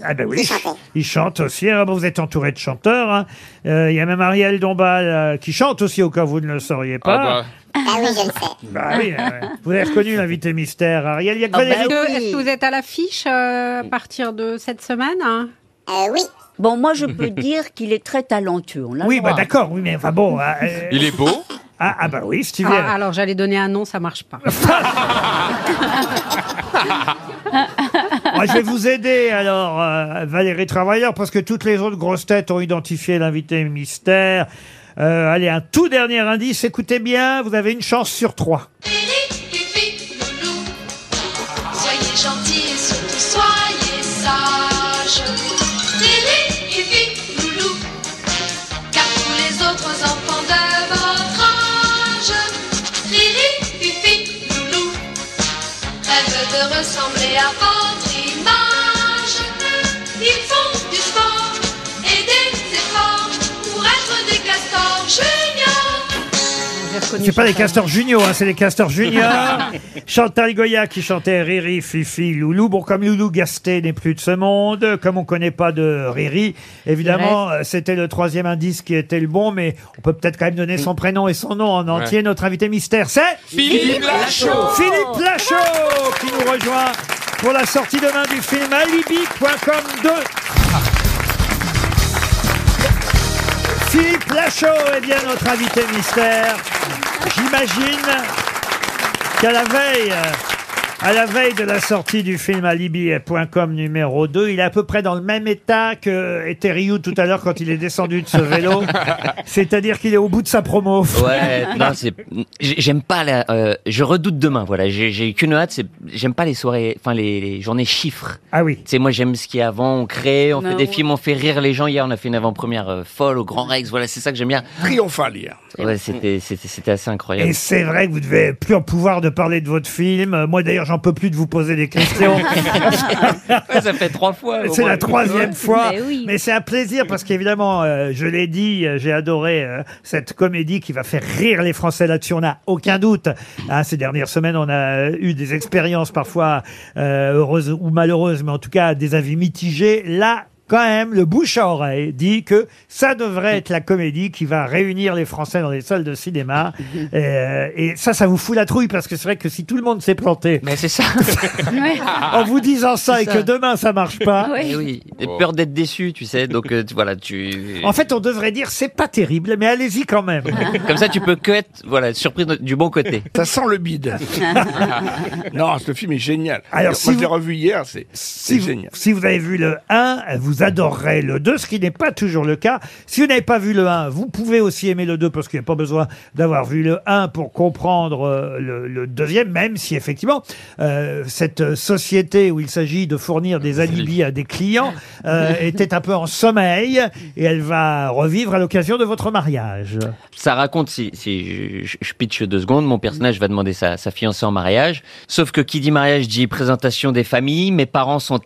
[SPEAKER 2] Ah ben oui,
[SPEAKER 25] qui chantait.
[SPEAKER 2] il chante aussi. Ah bon, vous êtes entouré de chanteurs. hein. Euh, Il y a même Ariel Dombal euh, qui chante aussi au cas où vous ne le sauriez
[SPEAKER 5] bah.
[SPEAKER 2] pas.
[SPEAKER 25] Ah oui, je le sais.
[SPEAKER 2] Bah oui, euh, ouais. vous avez reconnu l'invité mystère, Ariel. Il y a que Valérie-
[SPEAKER 6] hein. Est-ce que, est-ce que vous êtes à l'affiche euh, à partir de cette semaine hein
[SPEAKER 25] Euh, Oui.
[SPEAKER 4] Bon, moi, je peux dire qu'il est très talentueux. On l'a
[SPEAKER 2] Oui,
[SPEAKER 4] le
[SPEAKER 2] bah
[SPEAKER 4] droit.
[SPEAKER 2] d'accord, oui, mais enfin bon. euh, euh,
[SPEAKER 12] Il est beau.
[SPEAKER 2] ah, ah bah oui, Stevie.
[SPEAKER 6] Ah, Alors j'allais donner un nom, ça marche pas.
[SPEAKER 25] Ah.
[SPEAKER 2] Moi, je vais vous aider alors, euh, Valérie Travailleur, parce que toutes les autres grosses têtes ont identifié l'invité mystère. Euh, allez, un tout dernier indice, écoutez bien, vous avez une chance sur trois.
[SPEAKER 24] Soyez gentils et surtout soyez sages. Lili, Fifi, Loulou, car tous les autres enfants de votre âge, Lili, Fifi, Loulou, rêvent de ressembler à votre image. Ils font du sport et des efforts pour être des castors juniors.
[SPEAKER 2] C'est pas les castors juniors, hein, c'est les castors juniors. Chantal Goya qui chantait Riri, Fifi, Loulou. Bon, comme Loulou Gasté n'est plus de ce monde, comme on connaît pas de Riri, évidemment, euh, c'était le troisième indice qui était le bon, mais on peut peut-être quand même donner son prénom et son nom en entier.
[SPEAKER 12] Ouais.
[SPEAKER 2] Notre invité mystère, c'est
[SPEAKER 12] Philippe Lachaud.
[SPEAKER 2] Philippe Lachaud qui nous rejoint pour la sortie demain du film Alibi.com 2. Philippe Lachaud est bien notre invité mystère. J'imagine qu'à la veille, euh, à la veille de la sortie du film Alibi.com numéro 2, il est à peu près dans le même état que était Ryu tout à l'heure quand il est descendu de ce vélo. C'est-à-dire qu'il est au bout de sa promo.
[SPEAKER 26] Ouais, non, c'est. j'ai- J'aime pas la. euh, je redoute demain, voilà. J'ai j'ai qu'une hâte, c'est. J'aime pas les soirées. Enfin, les, les journées chiffres.
[SPEAKER 2] Ah oui.
[SPEAKER 26] Tu sais, moi, j'aime ce qu'il y a avant. On crée, on
[SPEAKER 2] Non,
[SPEAKER 26] fait des
[SPEAKER 2] ouais.
[SPEAKER 26] films, on fait rire les gens. Hier, on a fait une avant-première euh, folle au Grand Rex. Voilà, c'est ça que j'aime bien.
[SPEAKER 7] Triomphal hier.
[SPEAKER 26] Ouais, c'était c'était- c'était assez incroyable.
[SPEAKER 2] Et c'est vrai que vous devez plus en pouvoir de parler de votre film. Euh, Moi d'ailleurs, j'en peux plus de vous poser des questions.
[SPEAKER 26] Ouais, ça fait trois fois. au
[SPEAKER 2] C'est
[SPEAKER 26] moins.
[SPEAKER 2] la troisième fois.
[SPEAKER 26] Ouais.
[SPEAKER 2] Mais, c'est un plaisir parce qu'évidemment, euh, je l'ai dit, euh, j'ai adoré euh, cette comédie qui va faire rire les Français là-dessus. On n'a aucun doute. Hein, ces dernières semaines, on a euh, eu des expériences parfois euh, heureuses ou malheureuses, mais en tout cas des avis mitigés. Là, quand même, le bouche à oreille dit que ça devrait être la comédie qui va réunir les Français dans les salles de cinéma. Euh, et ça, ça vous fout la trouille parce que c'est vrai que si tout le monde s'est planté.
[SPEAKER 26] Mais c'est ça.
[SPEAKER 2] en vous disant ça
[SPEAKER 26] C'est
[SPEAKER 2] et
[SPEAKER 26] ça.
[SPEAKER 2] que demain ça marche pas.
[SPEAKER 26] Eh oui. Et peur d'être déçu, tu sais. Donc, euh, tu- voilà, tu.
[SPEAKER 2] En fait, on devrait dire c'est pas terrible, mais allez-y quand même.
[SPEAKER 26] Comme ça, tu peux que être, voilà, surpris de- du bon côté.
[SPEAKER 7] Ça sent le bide. Ah. non, ce film est génial.
[SPEAKER 2] Alors,
[SPEAKER 7] Moi,
[SPEAKER 2] si
[SPEAKER 7] je l'ai
[SPEAKER 2] vous-
[SPEAKER 7] revu hier, c'est c'est
[SPEAKER 2] Si vous,
[SPEAKER 7] génial.
[SPEAKER 2] si vous avez vu le 1, vous adorerez le 2, ce qui n'est pas toujours le cas. Si vous n'avez pas vu le 1, vous pouvez aussi aimer le 2 parce qu'il n'y a pas besoin d'avoir vu le 1 pour comprendre euh, le, le deuxième, même si effectivement euh, cette société où il s'agit de fournir des alibis à des clients euh, était un peu en sommeil et elle va revivre à l'occasion de votre mariage.
[SPEAKER 26] Ça raconte, si, si je, je pitch deux secondes, mon personnage va demander sa, sa fiancée en mariage. Sauf que qui dit mariage dit présentation des familles. Mes parents sont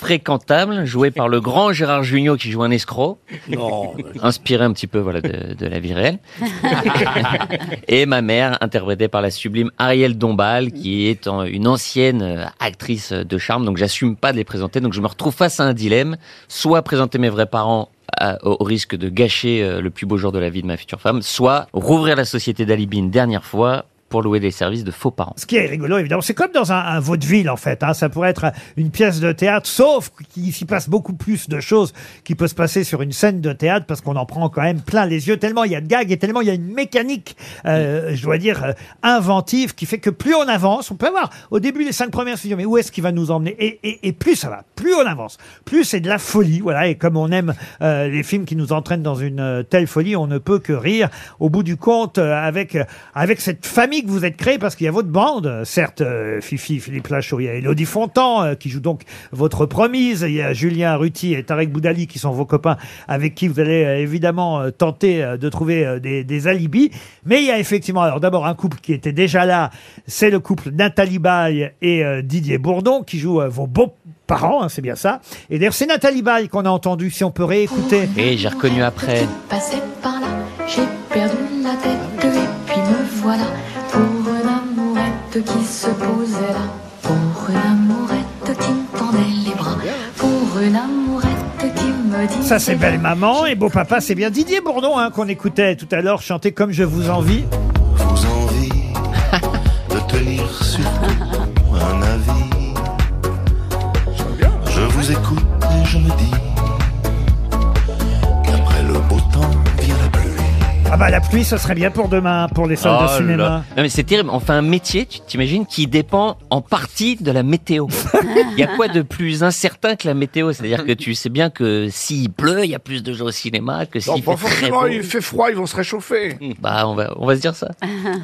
[SPEAKER 26] infréquentables, joués par le grand Gérard Jugnot qui joue un escroc.
[SPEAKER 7] Non.
[SPEAKER 26] Inspiré un petit peu voilà, de, de la vie réelle. Et ma mère, interprétée par la sublime Ariel Dombal, qui est en- une ancienne euh, actrice de charme. Donc j'assume pas de les présenter. Donc je me retrouve face à un dilemme. Soit présenter mes vrais parents à- au au risque de gâcher euh, le plus beau jour de la vie de ma future femme, soit rouvrir la société d'Alibi une dernière fois pour louer les services de faux parents.
[SPEAKER 2] Ce qui est rigolo, évidemment, c'est comme dans un, un vaudeville, en fait. hein. Ça pourrait être une pièce de théâtre, sauf qu'il s'y passe beaucoup plus de choses qui peut se passer sur une scène de théâtre, parce qu'on en prend quand même plein les yeux, tellement il y a de gags et tellement il y a une mécanique, euh, je dois dire, euh, inventive, qui fait que plus on avance, on peut avoir, au début, les cinq premières, on se dit, mais où est-ce qu'il va nous emmener et, et- et plus ça va, plus on avance, plus c'est de la folie, voilà. Et comme on aime euh, les films qui nous entraînent dans une euh, telle folie, on ne peut que rire au bout du compte euh, avec, euh, avec cette famille que vous êtes créée, parce qu'il y a votre bande, euh, certes, euh, Fifi, Philippe Lachaud, il y a Elodie Fontan, euh, qui joue donc votre promise, il y a Julien Ruti et Tarek Boudali, qui sont vos copains, avec qui vous allez euh, évidemment euh, tenter euh, de trouver euh, des, des alibis. Mais il y a effectivement, alors d'abord un couple qui était déjà là, c'est le couple Nathalie Baye et euh, Didier Bourdon, qui jouent euh, vos beaux parents, hein, c'est bien ça. Et d'ailleurs, c'est Nathalie Baye qu'on a entendu, si on peut réécouter.
[SPEAKER 26] Et j'ai reconnu après.
[SPEAKER 24] passé par là, j'ai perdu la tête et puis me voilà pour une amourette qui se posait là, pour une amourette qui me tendait les bras, pour une amourette qui me dit
[SPEAKER 2] Ça, c'est Belle Maman et Beau Papa, c'est bien Didier Bourdon hein, qu'on écoutait tout à l'heure chanter Comme je vous envie.
[SPEAKER 5] Vous envie de tenir sur tout un avis. Je vous écoute et je me dis qu'après le beau temps vient la pluie.
[SPEAKER 2] Ah bah la pluie, ce serait bien pour demain, pour les salles de
[SPEAKER 26] Oh là là.
[SPEAKER 2] cinéma.
[SPEAKER 26] Non mais c'est terrible, on fait un métier, tu t'imagines, qui dépend en partie de la météo. Il y a quoi de plus incertain que la météo C'est-à-dire que tu sais bien que s'il pleut, il y a plus de gens au cinéma que s'il
[SPEAKER 7] Non, pas
[SPEAKER 26] fait très
[SPEAKER 7] forcément,
[SPEAKER 26] beau.
[SPEAKER 7] il fait froid, ils vont se réchauffer.
[SPEAKER 26] Bah on va, on va se dire ça.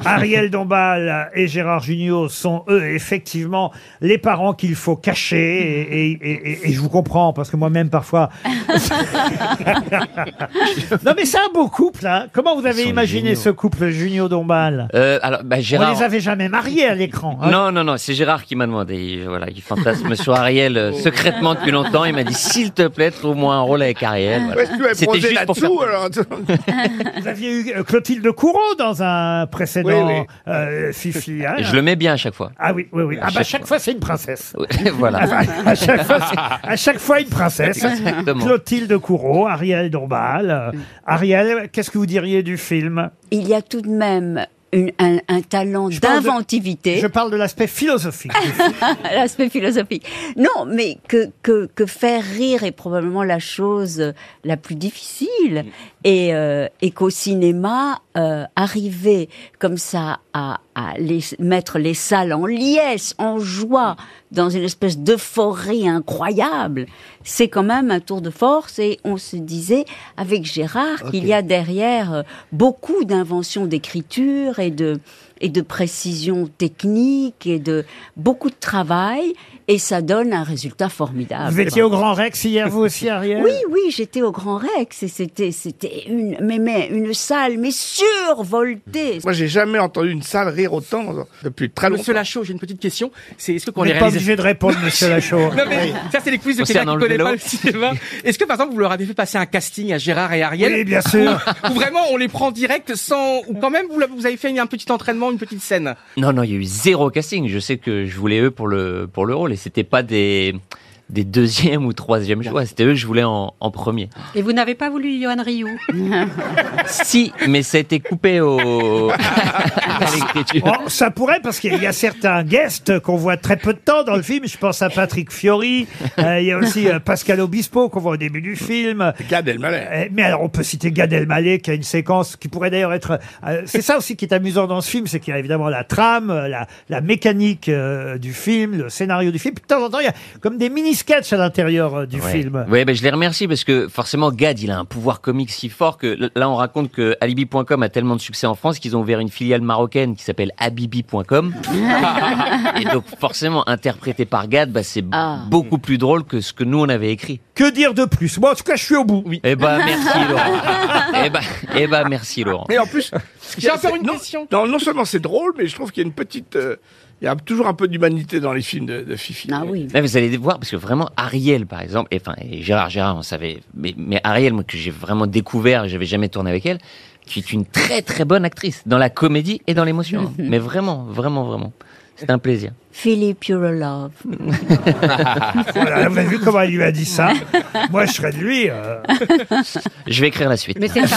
[SPEAKER 2] Ariel Dombal et Gérard Jugnot sont eux effectivement les parents qu'il faut cacher et, et- et- et- et je vous comprends parce que moi-même parfois. non mais c'est un beau couple. Hein. Comment vous avez
[SPEAKER 26] sont
[SPEAKER 2] imaginé
[SPEAKER 26] géniaux.
[SPEAKER 2] ce couple Jugnot Dombal
[SPEAKER 26] Euh, alors bah, Gérard.
[SPEAKER 2] On les avait jamais mariés à l'écran. hein.
[SPEAKER 26] Non, non, non, c'est Gérard qui m'a demandé. Il, voilà, il fantasme sur Ariel euh, secrètement depuis longtemps. Il m'a dit, s'il te plaît, trouve-moi un rôle avec Ariel. Voilà.
[SPEAKER 7] Est-ce que tu vas
[SPEAKER 26] C'était
[SPEAKER 7] bronzer
[SPEAKER 26] juste pour faire-
[SPEAKER 7] là-dessous alors
[SPEAKER 2] Vous aviez eu euh, Clotilde Courreau dans un précédent
[SPEAKER 26] Oui, oui.
[SPEAKER 2] euh, Fifi. hein.
[SPEAKER 26] Et Je le mets bien à chaque fois.
[SPEAKER 2] Ah oui, oui, oui.
[SPEAKER 26] À
[SPEAKER 2] Ah bah
[SPEAKER 26] chaque
[SPEAKER 2] chaque fois c'est une princesse.
[SPEAKER 26] voilà.
[SPEAKER 2] à chaque fois, c'est- à chaque fois une princesse.
[SPEAKER 26] Exactement. Mm.
[SPEAKER 2] Clotilde Courreau, Ariel Dombal. Euh, Ariel, qu'est-ce que vous diriez du film
[SPEAKER 4] Il y a tout de même une- un, un talent
[SPEAKER 2] parle de-
[SPEAKER 4] d'inventivité.
[SPEAKER 2] Je parle de l'aspect philosophique.
[SPEAKER 4] L'aspect philosophique. Non, mais que, que, que faire rire est probablement la chose la plus difficile. Et, euh, et qu'au cinéma, euh, arriver comme ça à, à les, mettre les salles en liesse, en joie, dans une espèce d'euphorie incroyable, c'est quand même un tour de force. Et on se disait, avec Gérard,
[SPEAKER 15] Ok.
[SPEAKER 4] qu'il y a derrière euh, beaucoup d'inventions d'écriture et de et de précision technique et de beaucoup de travail et ça donne un résultat formidable.
[SPEAKER 2] Vous étiez au Grand Rex hier, vous aussi, Ariel
[SPEAKER 4] Oui, oui, j'étais au Grand Rex et c'était c'était une mais, mais une salle mais survoltée.
[SPEAKER 7] Moi, j'ai jamais entendu une salle rire autant depuis très longtemps.
[SPEAKER 3] Monsieur Lachaud, j'ai une petite question. C'est est-ce que quand
[SPEAKER 7] Vous
[SPEAKER 3] les
[SPEAKER 7] n'êtes pas
[SPEAKER 3] réalisa-
[SPEAKER 7] obligé de répondre, monsieur Lachaud.
[SPEAKER 3] non mais
[SPEAKER 7] Oui.
[SPEAKER 3] ça c'est les quiz de
[SPEAKER 7] Concernant
[SPEAKER 3] quelqu'un
[SPEAKER 7] le
[SPEAKER 3] qui connaît
[SPEAKER 7] vélo.
[SPEAKER 3] pas le cinéma. Est-ce que par exemple vous leur avez fait passer un casting à Gérard et Ariel
[SPEAKER 2] Oui, bien sûr.
[SPEAKER 3] Ou vraiment on les prend direct sans ou quand même vous, la- vous avez fait un petit entraînement, une petite scène.
[SPEAKER 26] Non, non, il y a eu zéro casting. Je sais que je voulais eux pour le, pour le rôle et c'était pas des, des deuxièmes ou troisièmes choix. C'était eux que je voulais en, en premier.
[SPEAKER 6] Et vous n'avez pas voulu Johan Rioux
[SPEAKER 26] Si, mais ça a été coupé au, à l'écriture.
[SPEAKER 2] Oh, ça pourrait, parce qu'il y a certains guests qu'on voit très peu de temps dans le film. Je pense à Patrick Fiori. euh, il y a aussi euh, Pascal Obispo qu'on voit au début du film.
[SPEAKER 7] Gad Elmaleh.
[SPEAKER 2] Euh, Mais alors, on peut citer Gad Elmaleh qui a une séquence qui pourrait d'ailleurs être. euh, c'est ça aussi qui est amusant dans ce film, c'est qu'il y a évidemment la trame, euh, la, la mécanique euh, du film, le scénario du film. Puis, de temps en temps, il y a comme des mini sketchs à l'intérieur euh, du
[SPEAKER 26] Ouais.
[SPEAKER 2] film.
[SPEAKER 26] Ouais, ben je les remercie parce que forcément, Gad, il a un pouvoir comique si fort que l- là, on raconte que Alibi.com a tellement de succès en France qu'ils ont ouvert une filiale marocaine qui s'appelle Abibi.com. Et donc, forcément, interprété par Gad, bah, c'est b- beaucoup plus drôle que ce que nous on avait écrit.
[SPEAKER 2] Que dire de plus Moi, en tout cas, je suis au bout. Oui.
[SPEAKER 26] Eh ben, merci Laurent. eh ben, eh ben, merci Laurent.
[SPEAKER 7] Mais en plus,
[SPEAKER 3] J'ai encore une
[SPEAKER 7] non,
[SPEAKER 3] question.
[SPEAKER 7] Non, non seulement c'est drôle, mais je trouve qu'il y a une petite. euh, il y a toujours un peu d'humanité dans les films de, de Fifi. Ah oui.
[SPEAKER 26] Là, vous allez voir, parce que vraiment, Ariel, par exemple, et, enfin, et Gérard, Gérard, on savait, mais, mais Ariel, moi, que j'ai vraiment découvert, j'avais jamais tourné avec elle, qui est une très très bonne actrice, dans la comédie et dans l'émotion. hein. mais vraiment, vraiment, vraiment. C'est un plaisir.
[SPEAKER 4] Philippe, you're a love.
[SPEAKER 2] Voilà, vous avez vu comment il lui a dit ça Moi, je serais de lui. euh.
[SPEAKER 26] Je vais écrire la suite.
[SPEAKER 4] Mais c'est sa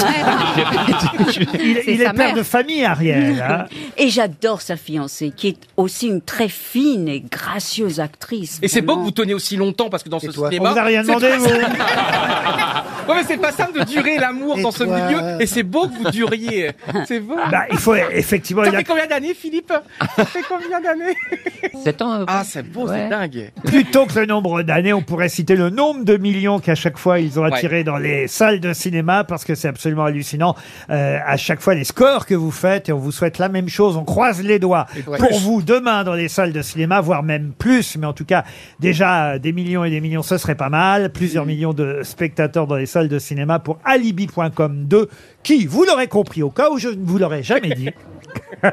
[SPEAKER 2] Il, il est père de famille, Ariel. hein.
[SPEAKER 4] Et j'adore sa fiancée, qui est aussi une très fine et gracieuse actrice.
[SPEAKER 3] Et c'est beau que vous teniez aussi longtemps parce que dans ce cinéma.
[SPEAKER 4] On vous a rien
[SPEAKER 3] c'est
[SPEAKER 4] demandé,
[SPEAKER 3] pas
[SPEAKER 4] vous.
[SPEAKER 3] simple. Ouais, mais c'est pas simple de durer l'amour
[SPEAKER 2] Et
[SPEAKER 3] dans ce
[SPEAKER 2] toi
[SPEAKER 3] milieu. Et c'est beau que vous duriez. C'est beau.
[SPEAKER 2] Bah, il faut effectivement.
[SPEAKER 3] Ça
[SPEAKER 2] il a-
[SPEAKER 3] fait combien d'années, Philippe Ça fait combien d'années
[SPEAKER 26] 7 ans. euh,
[SPEAKER 3] Ah, c'est beau, c'est dingue.
[SPEAKER 2] Plutôt que le nombre d'années, on pourrait citer le nombre de millions qu'à chaque fois ils ont attiré dans les salles de cinéma parce que c'est absolument hallucinant. Euh, à chaque fois les scores que vous faites et on vous souhaite la même chose. On croise les doigts
[SPEAKER 8] Ouais.
[SPEAKER 2] pour
[SPEAKER 8] Plus.
[SPEAKER 2] vous demain dans les salles de cinéma, voire même plus, mais en tout cas déjà euh, des millions et des millions, ce serait pas mal. Plusieurs millions de spectateurs dans les salles de cinéma pour Alibi.com 2 qui, vous l'aurez compris au cas où je ne vous l'aurais jamais dit.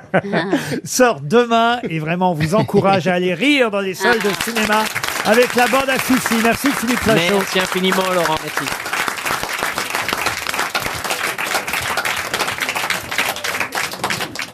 [SPEAKER 2] sort demain et vraiment on vous encourage à aller rire dans les salles de cinéma avec la bande à Fifi. Merci Philippe Lachaud.
[SPEAKER 26] Merci infiniment, Laurent. Merci.